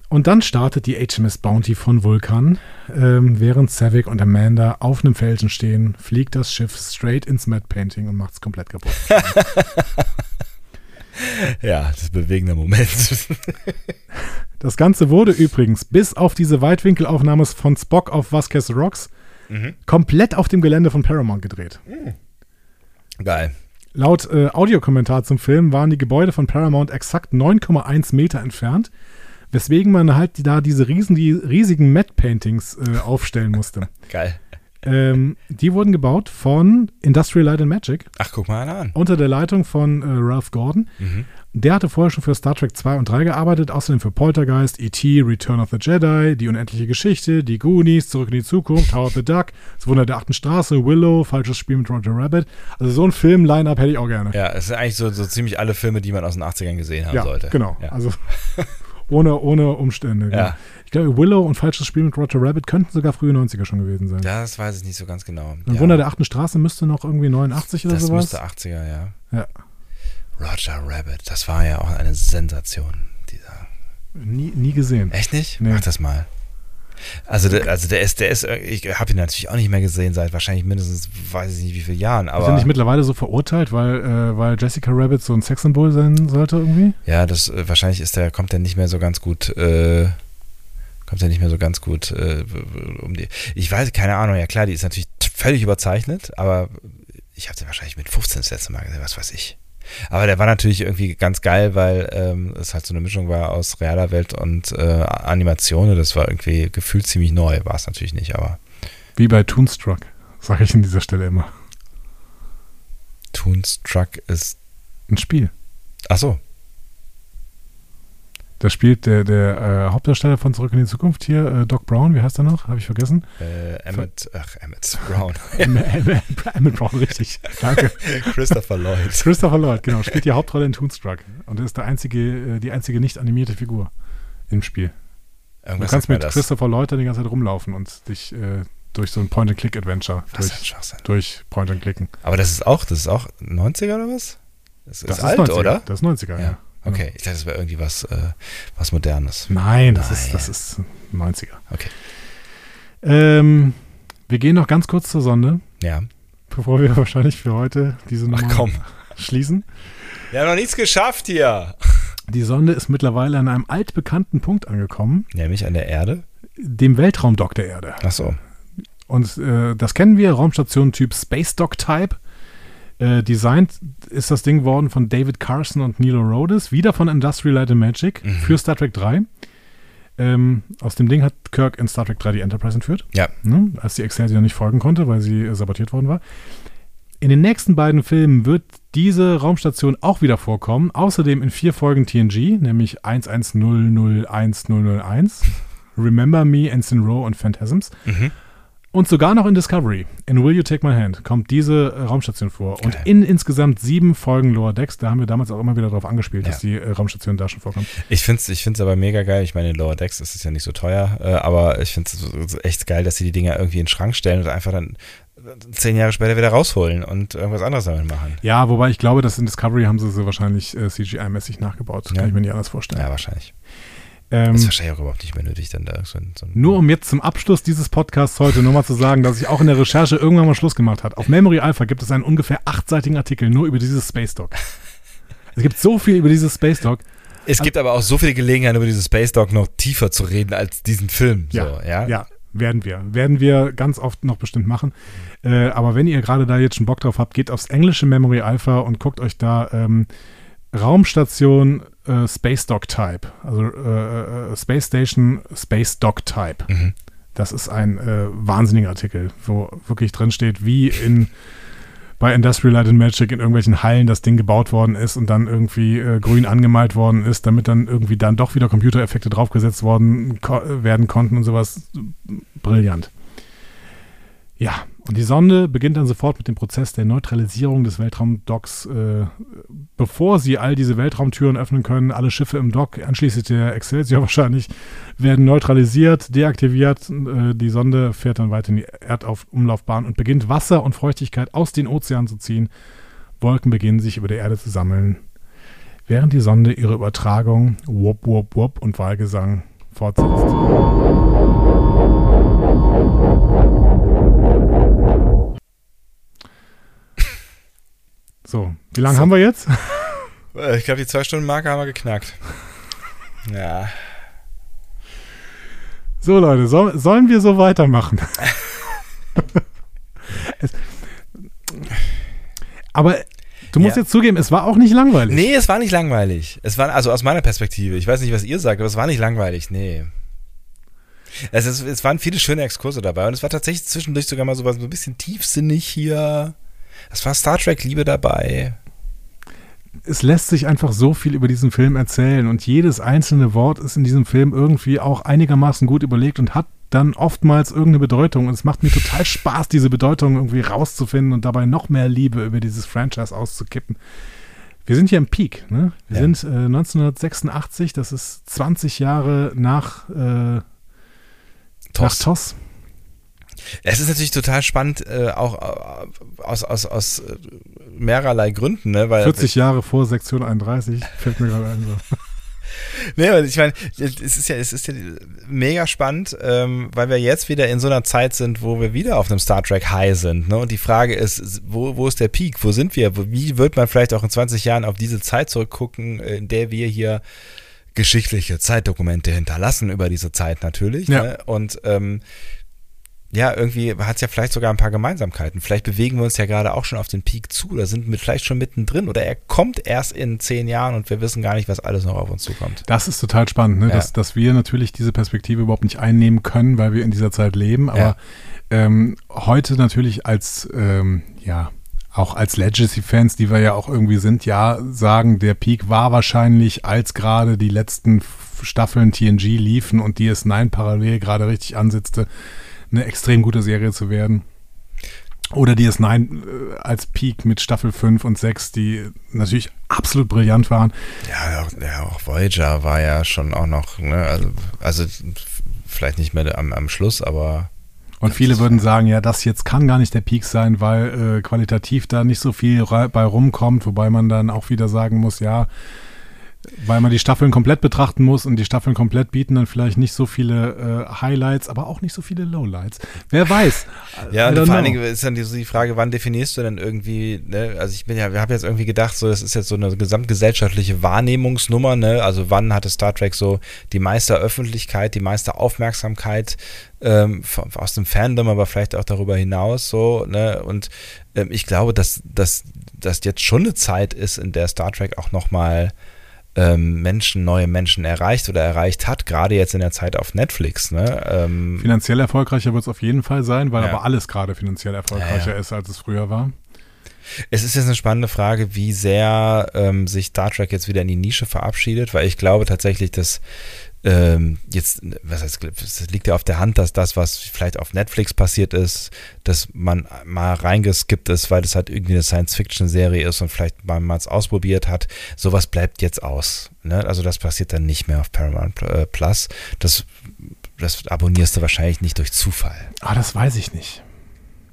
A: Und dann startet die HMS Bounty von Vulkan. Ähm, während Savick und Amanda auf einem Felsen stehen, fliegt das Schiff straight ins Mad Painting und macht es komplett kaputt.
B: ja, das ist ein bewegender Moment.
A: Das Ganze wurde übrigens, bis auf diese Weitwinkelaufnahme von Spock auf Vasquez Rocks, komplett auf dem Gelände von Paramount gedreht.
B: Geil.
A: Laut äh, Audiokommentar zum Film waren die Gebäude von Paramount exakt 9,1 Meter entfernt, weswegen man halt da diese riesen, die riesigen Matte-Paintings äh, aufstellen musste.
B: Geil.
A: ähm, die wurden gebaut von Industrial Light and Magic
B: Ach, guck mal einer an.
A: unter der Leitung von äh, Ralph Gordon. Der hatte vorher schon für Star Trek 2 und 3 gearbeitet, außerdem für Poltergeist, E.T., Return of the Jedi, Die unendliche Geschichte, Die Goonies, Zurück in die Zukunft, Howard the Duck, Das Wunder der achten Straße, Willow, Falsches Spiel mit Roger Rabbit. Also so ein Film-Line-Up hätte ich auch gerne.
B: Ja, es sind eigentlich so, so ziemlich alle Filme, die man aus den 80ern gesehen haben
A: Ja,
B: sollte.
A: genau.
B: Ja.
A: Also ohne, ohne Umstände. genau.
B: Ja.
A: Ich glaube, Willow und Falsches Spiel mit Roger Rabbit könnten sogar frühe 90er schon gewesen sein.
B: das weiß ich nicht so ganz genau.
A: Ein
B: ja.
A: Wunder der achten Straße müsste noch irgendwie 89 oder
B: das
A: sowas.
B: müsste 80er, ja.
A: Ja.
B: Roger Rabbit, das war ja auch eine Sensation. Dieser.
A: Nie, nie gesehen.
B: Echt nicht?
A: Nee.
B: Mach das mal. Also, der, also der ist, der ist, ich habe ihn natürlich auch nicht mehr gesehen seit wahrscheinlich mindestens, weiß ich nicht wie viele Jahren,
A: Ist er
B: aber
A: nicht mittlerweile so verurteilt, weil, äh, weil Jessica Rabbit so ein Sexsymbol sein sollte irgendwie?
B: ja, das äh, wahrscheinlich ist der, kommt der nicht mehr so ganz gut, äh, kommt der nicht mehr so ganz gut äh, um die. Ich weiß, keine Ahnung, ja klar, die ist natürlich t- völlig überzeichnet, aber ich habe den wahrscheinlich mit 15 das letzte Mal gesehen, was weiß ich. Aber der war natürlich irgendwie ganz geil, weil ähm, es halt so eine Mischung war aus realer Welt und äh, Animation. Und Das war irgendwie gefühlt ziemlich neu, war es natürlich nicht, aber
A: Wie bei Toonstruck, sage ich an dieser Stelle immer.
B: Toonstruck ist.
A: Ein Spiel.
B: Ach so,
A: Da spielt der, der äh, Hauptdarsteller von Zurück in die Zukunft hier, äh, Doc Brown, wie heißt er noch? Habe ich vergessen.
B: äh, Emmett, ach, Emmett Brown.
A: Emmett Brown, richtig. Danke.
B: Christopher Lloyd.
A: Christopher Lloyd, genau, spielt die Hauptrolle in Toonstruck und ist der einzige, äh, die einzige nicht animierte Figur im Spiel. Du
B: Irgendwas
A: kannst
B: sagt mir
A: mit Christopher Lloyd dann die ganze Zeit rumlaufen und dich äh, durch so ein Point-and-Click-Adventure
B: Was für ein
A: durch,
B: Schwachsinn.
A: durch Point-and-Clicken.
B: Aber das ist auch, das ist auch 90er oder was? Das ist alt,
A: 90er.
B: oder?
A: Das ist 90er, ja.
B: Ja. Okay, ich dachte, das wäre irgendwie was, äh, was Modernes.
A: Nein, das,
B: Nein.
A: Ist, das ist 90er.
B: Okay.
A: Ähm, wir gehen noch ganz kurz zur Sonde,
B: Ja.
A: bevor wir wahrscheinlich für heute diese Nummer
B: Ach komm.
A: schließen.
B: Wir haben noch nichts geschafft hier.
A: Die Sonde ist mittlerweile an einem altbekannten Punkt angekommen,
B: Nämlich an der Erde.
A: dem Weltraumdock der Erde.
B: Ach so.
A: Und äh, das kennen wir, Raumstation Typ Space Dock Type. Äh, designt ist das Ding worden von David Carson und Nilo Rhodes, wieder von Industrial Light and Magic für Star Trek 3. Ähm, aus dem Ding hat Kirk in Star Trek 3 die Enterprise entführt.
B: Ja.
A: ne, als die Excelsior nicht folgen konnte, weil sie äh, sabotiert worden war. In den nächsten beiden Filmen wird diese Raumstation auch wieder vorkommen, außerdem in vier Folgen TNG, nämlich 11001001. Remember Me, Ensign Row und Phantasms.
B: Mhm.
A: Und sogar noch in Discovery, in Will You Take My Hand, kommt diese äh, Raumstation vor. Und
B: Geil.
A: in insgesamt sieben Folgen Lower Decks, da haben wir damals auch immer wieder drauf angespielt,
B: Ja.
A: dass die äh, Raumstation da schon vorkommt.
B: Ich finde es ich find's aber mega geil. Ich meine, in Lower Decks ist es ja nicht so teuer, äh, aber ich finde es echt geil, dass sie die Dinger irgendwie in den Schrank stellen und einfach dann äh, zehn Jahre später wieder rausholen und irgendwas anderes damit machen.
A: Ja, wobei ich glaube, dass in Discovery haben sie sie wahrscheinlich äh, CGI-mäßig nachgebaut. Das
B: Ja.
A: kann ich mir nicht anders vorstellen.
B: Ja, wahrscheinlich.
A: Ähm,
B: Ist wahrscheinlich auch überhaupt nicht mehr nötig, dann da so ein. So ein
A: Nur um jetzt zum Abschluss dieses Podcasts heute nur mal zu sagen, dass ich auch in der Recherche irgendwann mal Schluss gemacht hat. Auf Memory Alpha gibt es einen ungefähr achtseitigen Artikel nur über dieses Space Dog. Es gibt so viel über dieses Space Dog.
B: es gibt aber auch so viele Gelegenheiten, über dieses Space Dog noch tiefer zu reden als diesen Film. so, ja?
A: ja, werden wir. Werden wir ganz oft noch bestimmt machen. Äh, aber wenn ihr gerade da jetzt schon Bock drauf habt, geht aufs englische Memory Alpha und guckt euch da ähm, Raumstation äh, Space Dog Type, also äh, äh, Space Station Space Dog Type.
B: Mhm.
A: Das ist ein äh, wahnsinniger Artikel, wo wirklich drin steht, wie in bei Industrial Light and Magic in irgendwelchen Hallen das Ding gebaut worden ist und dann irgendwie äh, grün angemalt worden ist, damit dann irgendwie dann doch wieder Computereffekte draufgesetzt äh, worden ko werden konnten und sowas. Brillant. Ja, Und die Sonde beginnt dann sofort mit dem Prozess der Neutralisierung des Weltraumdocks, äh, bevor sie all diese Weltraumtüren öffnen können. Alle Schiffe im Dock, anschließend der Excelsior wahrscheinlich, werden neutralisiert, deaktiviert. Äh, die Sonde fährt dann weiter in die Erdumlaufbahn und beginnt Wasser und Feuchtigkeit aus den Ozeanen zu ziehen. Wolken beginnen sich über der Erde zu sammeln, während die Sonde ihre Übertragung, Wop, Wop, Wop und Wahlgesang fortsetzt. So, wie lange
B: So.
A: haben wir jetzt?
B: Äh, Ich glaube, die Zwei-Stunden-Marke haben wir geknackt. Ja.
A: So, Leute, soll, sollen wir so weitermachen? es, aber du musst
B: Ja.
A: jetzt zugeben, es war auch nicht langweilig.
B: Nee, es war nicht langweilig. Es war, also aus meiner Perspektive, ich weiß nicht, was ihr sagt, aber es war nicht langweilig, nee. Es, ist, es waren viele schöne Exkurse dabei und es war tatsächlich zwischendurch sogar mal sowas so ein bisschen tiefsinnig hier. Es war Star Trek-Liebe dabei.
A: Es lässt sich einfach so viel über diesen Film erzählen und jedes einzelne Wort ist in diesem Film irgendwie auch einigermaßen gut überlegt und hat dann oftmals irgendeine Bedeutung. Und es macht mir total Spaß, diese Bedeutung irgendwie rauszufinden und dabei noch mehr Liebe über dieses Franchise auszukippen. Wir sind hier im Peak. Ne? Wir
B: Ja.
A: sind äh, 1986, das ist 20 Jahre nach äh,
B: Toss.
A: Nach Toss.
B: Es ist natürlich total spannend, äh, auch äh, aus, aus, aus äh, mehrerlei Gründen, ne? Weil
A: 40 Jahre vor Sektion 31, fällt mir gerade ein. So.
B: Nee, aber ich meine, es ist ja, es ist ja mega spannend, ähm, weil wir jetzt wieder in so einer Zeit sind, wo wir wieder auf einem Star Trek High sind. Ne? Und die Frage ist, wo, wo ist der Peak? Wo sind wir? Wo- Wie wird man vielleicht auch in 20 Jahren auf diese Zeit zurückgucken, äh, in der wir hier geschichtliche Zeitdokumente hinterlassen über diese Zeit natürlich.
A: Ja.
B: Ne? Und ähm, ja, irgendwie hat es ja vielleicht sogar ein paar Gemeinsamkeiten. Vielleicht bewegen wir uns ja gerade auch schon auf den Peak zu oder sind mit, vielleicht schon mittendrin oder er kommt erst in zehn Jahren und wir wissen gar nicht, was alles noch auf uns zukommt.
A: Das ist total spannend, ne?
B: Ja.
A: dass, dass wir natürlich diese Perspektive überhaupt nicht einnehmen können, weil wir in dieser Zeit leben. Aber ähm, heute natürlich als, ähm, ja, auch als Legacy-Fans, die wir ja auch irgendwie sind, ja, sagen, der Peak war wahrscheinlich, als gerade die letzten F- Staffeln TNG liefen und DS9 parallel gerade richtig ansetzte, eine extrem gute Serie zu werden. Oder DS9 äh, als Peak mit Staffel 5 und 6, die natürlich absolut brillant waren.
B: Ja, auch, ja, auch Voyager war ja schon auch noch, ne, also, also f- vielleicht nicht mehr am, am Schluss, aber
A: Und viele würden sagen, ja, das jetzt kann gar nicht der Peak sein, weil äh, qualitativ da nicht so viel ra- bei rumkommt, wobei man dann auch wieder sagen muss, ja, weil man die Staffeln komplett betrachten muss und die Staffeln komplett bieten dann vielleicht nicht so viele äh, Highlights, aber auch nicht so viele Lowlights. Wer weiß.
B: ja,
A: I
B: und
A: don't
B: vor allen
A: know.
B: Dingen ist dann die, so die Frage, wann definierst du denn irgendwie, ne, also ich bin ja, wir haben jetzt irgendwie gedacht, so das ist jetzt so eine gesamtgesellschaftliche Wahrnehmungsnummer, ne, also wann hatte Star Trek so die meiste Öffentlichkeit, die meiste Aufmerksamkeit ähm, von, aus dem Fandom, aber vielleicht auch darüber hinaus, so, ne, und ähm, ich glaube, dass, dass, dass jetzt schon eine Zeit ist, in der Star Trek auch nochmal ähm, Menschen, neue Menschen erreicht oder erreicht hat, gerade jetzt in der Zeit auf Netflix, ne, ähm,
A: Finanziell erfolgreicher wird es auf jeden Fall sein, weil
B: Ja.
A: aber alles gerade finanziell erfolgreicher
B: Ja, ja.
A: ist, als es früher war.
B: Es ist jetzt eine spannende Frage, wie sehr ähm, sich Star Trek jetzt wieder in die Nische verabschiedet, weil ich glaube tatsächlich, dass ähm, jetzt, was heißt, es liegt ja auf der Hand, dass das, was vielleicht auf Netflix passiert ist, dass man mal reingeskippt ist, weil das halt irgendwie eine Science-Fiction-Serie ist und vielleicht man mal es ausprobiert hat. Sowas bleibt jetzt aus. Ne? Also das passiert dann nicht mehr auf Paramount äh, Plus. Das, das abonnierst du wahrscheinlich nicht durch Zufall.
A: Ah, das weiß ich nicht.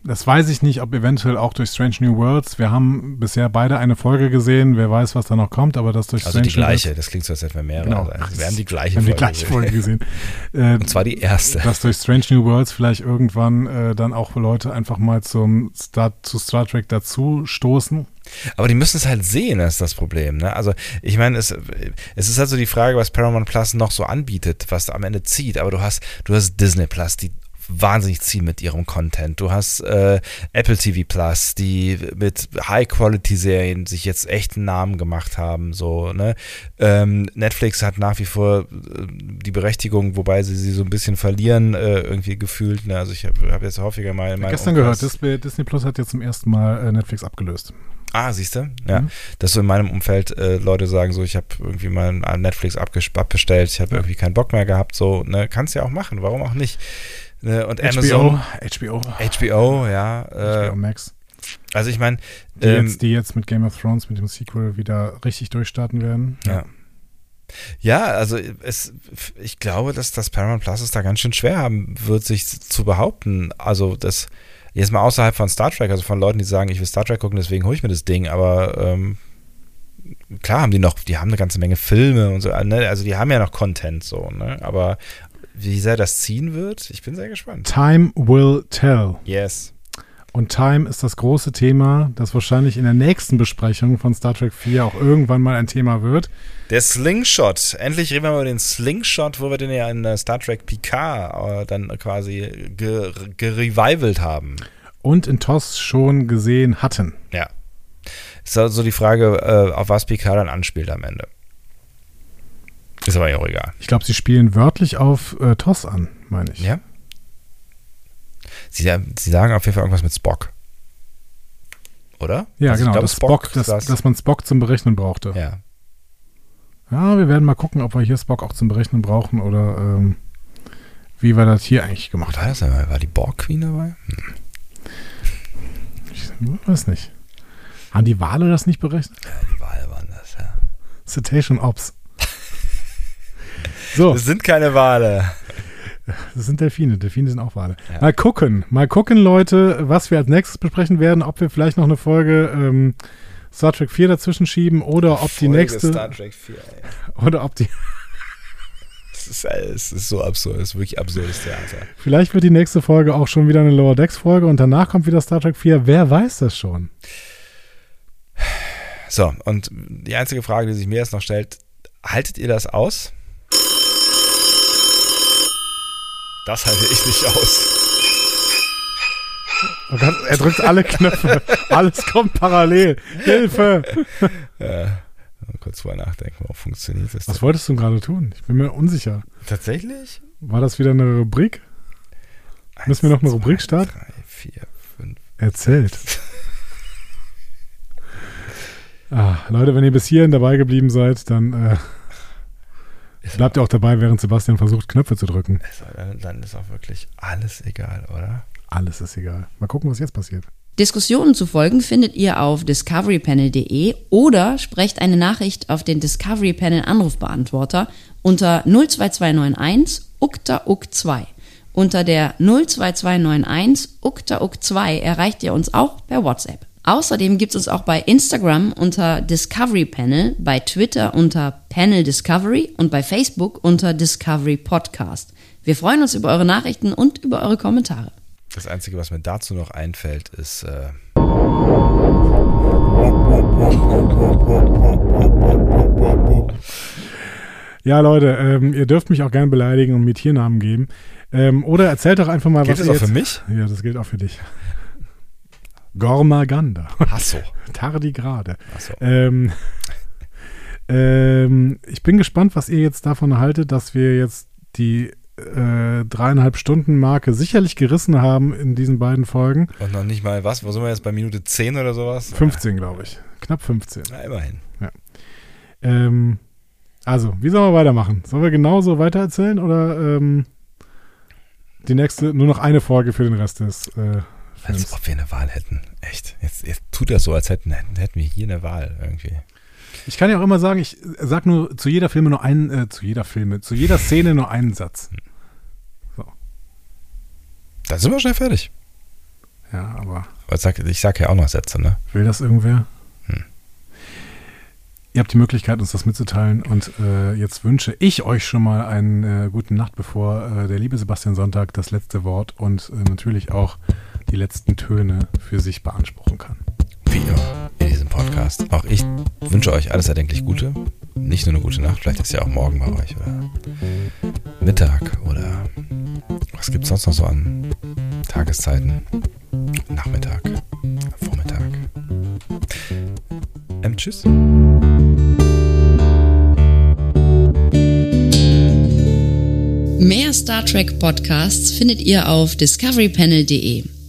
A: Das weiß ich nicht, ob eventuell auch durch Strange New Worlds. Wir haben bisher beide eine Folge gesehen. Wer weiß, was da noch kommt, aber das durch
B: Also
A: Strange
B: die
A: New Worlds-
B: gleiche. Das klingt so, als hätten wir mehrere.
A: Genau.
B: Also, wir haben die gleiche
A: Wir haben die
B: Folge
A: gleiche
B: gesehen.
A: Folge gesehen. Äh,
B: Und zwar die erste.
A: dass durch Strange New Worlds vielleicht irgendwann äh, dann auch Leute einfach mal zum Star, zu Star Trek dazu stoßen.
B: Aber die müssen es halt sehen, das ist das Problem. Ne? Also ich meine, es, es ist halt so die Frage, was Paramount Plus noch so anbietet, was am Ende zieht. Aber du hast, du hast Disney Plus, die wahnsinnig ziehen mit ihrem Content. Du hast äh, Apple TV Plus, die mit High-Quality-Serien sich jetzt echt einen Namen gemacht haben. So, ne? ähm, Netflix hat nach wie vor äh, die Berechtigung, wobei sie sie so ein bisschen verlieren, äh, irgendwie gefühlt. Ne? Also ich habe hab jetzt häufiger mal in meinem
A: Gestern
B: Umkreis-
A: gehört, Disney, Disney Plus hat jetzt zum ersten Mal äh, Netflix abgelöst.
B: Ah, siehst du? Ja.
A: Mhm.
B: Dass so in meinem Umfeld äh, Leute sagen, so, ich habe irgendwie mal an Netflix abges- abbestellt, ich habe irgendwie keinen Bock mehr gehabt, so, ne, kannst ja auch machen, warum auch nicht? Ne? Und
A: HBO,
B: Amazon.
A: HBO,
B: HBO, ja.
A: HBO
B: Äh,
A: Max.
B: also ich meine,
A: Die,
B: ähm,
A: jetzt, die jetzt mit Game of Thrones, mit dem Sequel wieder richtig durchstarten werden.
B: Ja. Ja, also es, ich glaube, dass das Paramount Plus es da ganz schön schwer haben wird, sich zu behaupten. Also das jetzt mal außerhalb von Star Trek, also von Leuten, die sagen, ich will Star Trek gucken, deswegen hole ich mir das Ding. Aber ähm, klar haben die noch, die haben eine ganze Menge Filme und so. Ne? Also die haben ja noch Content so. Ne? Aber wie sehr das ziehen wird, ich bin sehr gespannt.
A: Time will tell.
B: Yes.
A: Und Time ist das große Thema, das wahrscheinlich in der nächsten Besprechung von Star Trek 4 auch irgendwann mal ein Thema wird.
B: Der Slingshot. Endlich reden wir mal über den Slingshot, wo wir den ja in äh, Star Trek Picard äh, dann quasi ge- gerevivalt haben.
A: Und in TOS schon gesehen hatten.
B: Ja. Ist also die Frage, äh, auf was Picard dann anspielt am Ende. Ist aber ja auch egal.
A: Ich glaube, sie spielen wörtlich auf äh, TOS an, meine ich.
B: Ja. Sie, sie sagen auf jeden Fall irgendwas mit Spock. Oder?
A: Ja,
B: Also ich
A: genau.
B: glaube,
A: das Spock, das,
B: das-
A: dass man Spock zum Berechnen brauchte. Ja.
B: ja.
A: wir werden mal gucken, ob wir hier Spock auch zum Berechnen brauchen oder ähm, wie wir das hier eigentlich gemacht
B: War
A: haben.
B: das einmal? War die Borg Queen dabei?
A: Ich weiß nicht. Haben die Wale das nicht berechnet?
B: Die Wale waren das, ja.
A: Cetacean Ops. So,
B: Das sind keine Wale.
A: das sind Delfine. Delfine sind auch Wale.
B: Ja.
A: Mal gucken, mal gucken, Leute, was wir als nächstes besprechen werden. Ob wir vielleicht noch eine Folge ähm, Star Trek 4 dazwischen schieben oder ob die
B: Folge
A: nächste
B: Star Trek 4, ey.
A: oder ob die
B: Das ist, es ist so absurd. Das ist wirklich absurdes Theater.
A: Vielleicht wird die nächste Folge auch schon wieder eine Lower Decks Folge und danach kommt wieder Star Trek 4. Wer weiß das schon?
B: So, und die einzige Frage, die sich mir jetzt noch stellt, haltet ihr das aus? Das halte ich nicht aus.
A: Oh Gott, er drückt alle Knöpfe. Alles kommt parallel. Hilfe!
B: Mal Kurz drüber nachdenken, warum funktioniert das?
A: Was wolltest du denn gerade tun? Ich bin mir unsicher.
B: Tatsächlich?
A: War das wieder eine Rubrik? Müssen wir noch eine Rubrik starten?
B: Drei, vier, fünf.
A: Erzählt. Ah, Leute, wenn ihr bis hierhin dabei geblieben seid, dann äh, bleibt ihr auch dabei, während Sebastian versucht, Knöpfe zu drücken.
B: Also, dann- Dann ist auch wirklich alles egal, oder?
A: Alles ist egal. Mal gucken, was jetzt passiert.
C: Diskussionen zu folgen findet ihr auf discoverypanel.de oder sprecht eine Nachricht auf den Discovery Panel Anrufbeantworter unter 02291 ukta uk 2. Unter der 02291 ukta uk 2 erreicht ihr uns auch per WhatsApp. Außerdem gibt es uns auch bei Instagram unter Discovery Panel, bei Twitter unter Panel Discovery und bei Facebook unter Discovery Podcast. Wir freuen uns über eure Nachrichten und über eure Kommentare.
B: Das Einzige, was mir dazu noch einfällt, ist. Äh,
A: Ja, Leute, ähm, ihr dürft mich auch gern beleidigen und mir Tiernamen geben. Ähm, oder erzählt doch einfach mal, was
B: Gilt das
A: ihr
B: auch für
A: jetzt-
B: mich?
A: Ja, das gilt auch für dich. Gormaganda.
B: Hasso.
A: Tardigrade.
B: Achso.
A: Ähm, ähm, ich bin gespannt, was ihr jetzt davon haltet, dass wir jetzt die äh, dreieinhalb Stunden Marke sicherlich gerissen haben in diesen beiden Folgen.
B: Und noch nicht mal was? Wo sind wir jetzt? Bei Minute 10 oder sowas?
A: 15, glaube ich. Knapp 15.
B: Na, immerhin.
A: Ähm, also, wie sollen wir weitermachen? Sollen wir genauso weitererzählen oder ähm, die nächste, nur noch eine Folge für den Rest des äh,
B: Als
A: Films?
B: ob wir eine Wahl hätten. Echt. Jetzt, jetzt tut das so, als hätten, hätten, hätten wir hier eine Wahl irgendwie.
A: Ich kann ja auch immer sagen, ich sag nur zu jeder Filme nur einen, äh, zu jeder Filme, zu jeder Szene nur einen Satz.
B: Dann sind wir schnell fertig.
A: Ja, aber
B: Aber ich sag, ich sag ja auch noch Sätze, ne?
A: will das irgendwer?
B: Hm.
A: Ihr habt die Möglichkeit, uns das mitzuteilen und äh, jetzt wünsche ich euch schon mal einen äh, guten Nacht, bevor äh, der liebe Sebastian Sonntag das letzte Wort und äh, natürlich auch die letzten Töne für sich beanspruchen kann.
B: Wie immer in diesem Podcast. Auch ich wünsche euch alles erdenklich Gute. Nicht nur eine gute Nacht, vielleicht ist ja auch morgen bei euch oder Mittag oder was gibt's sonst noch so an Tageszeiten? Nachmittag, Vormittag. Ähm, tschüss.
C: Mehr Star Trek Podcasts findet ihr auf discoverypanel.de.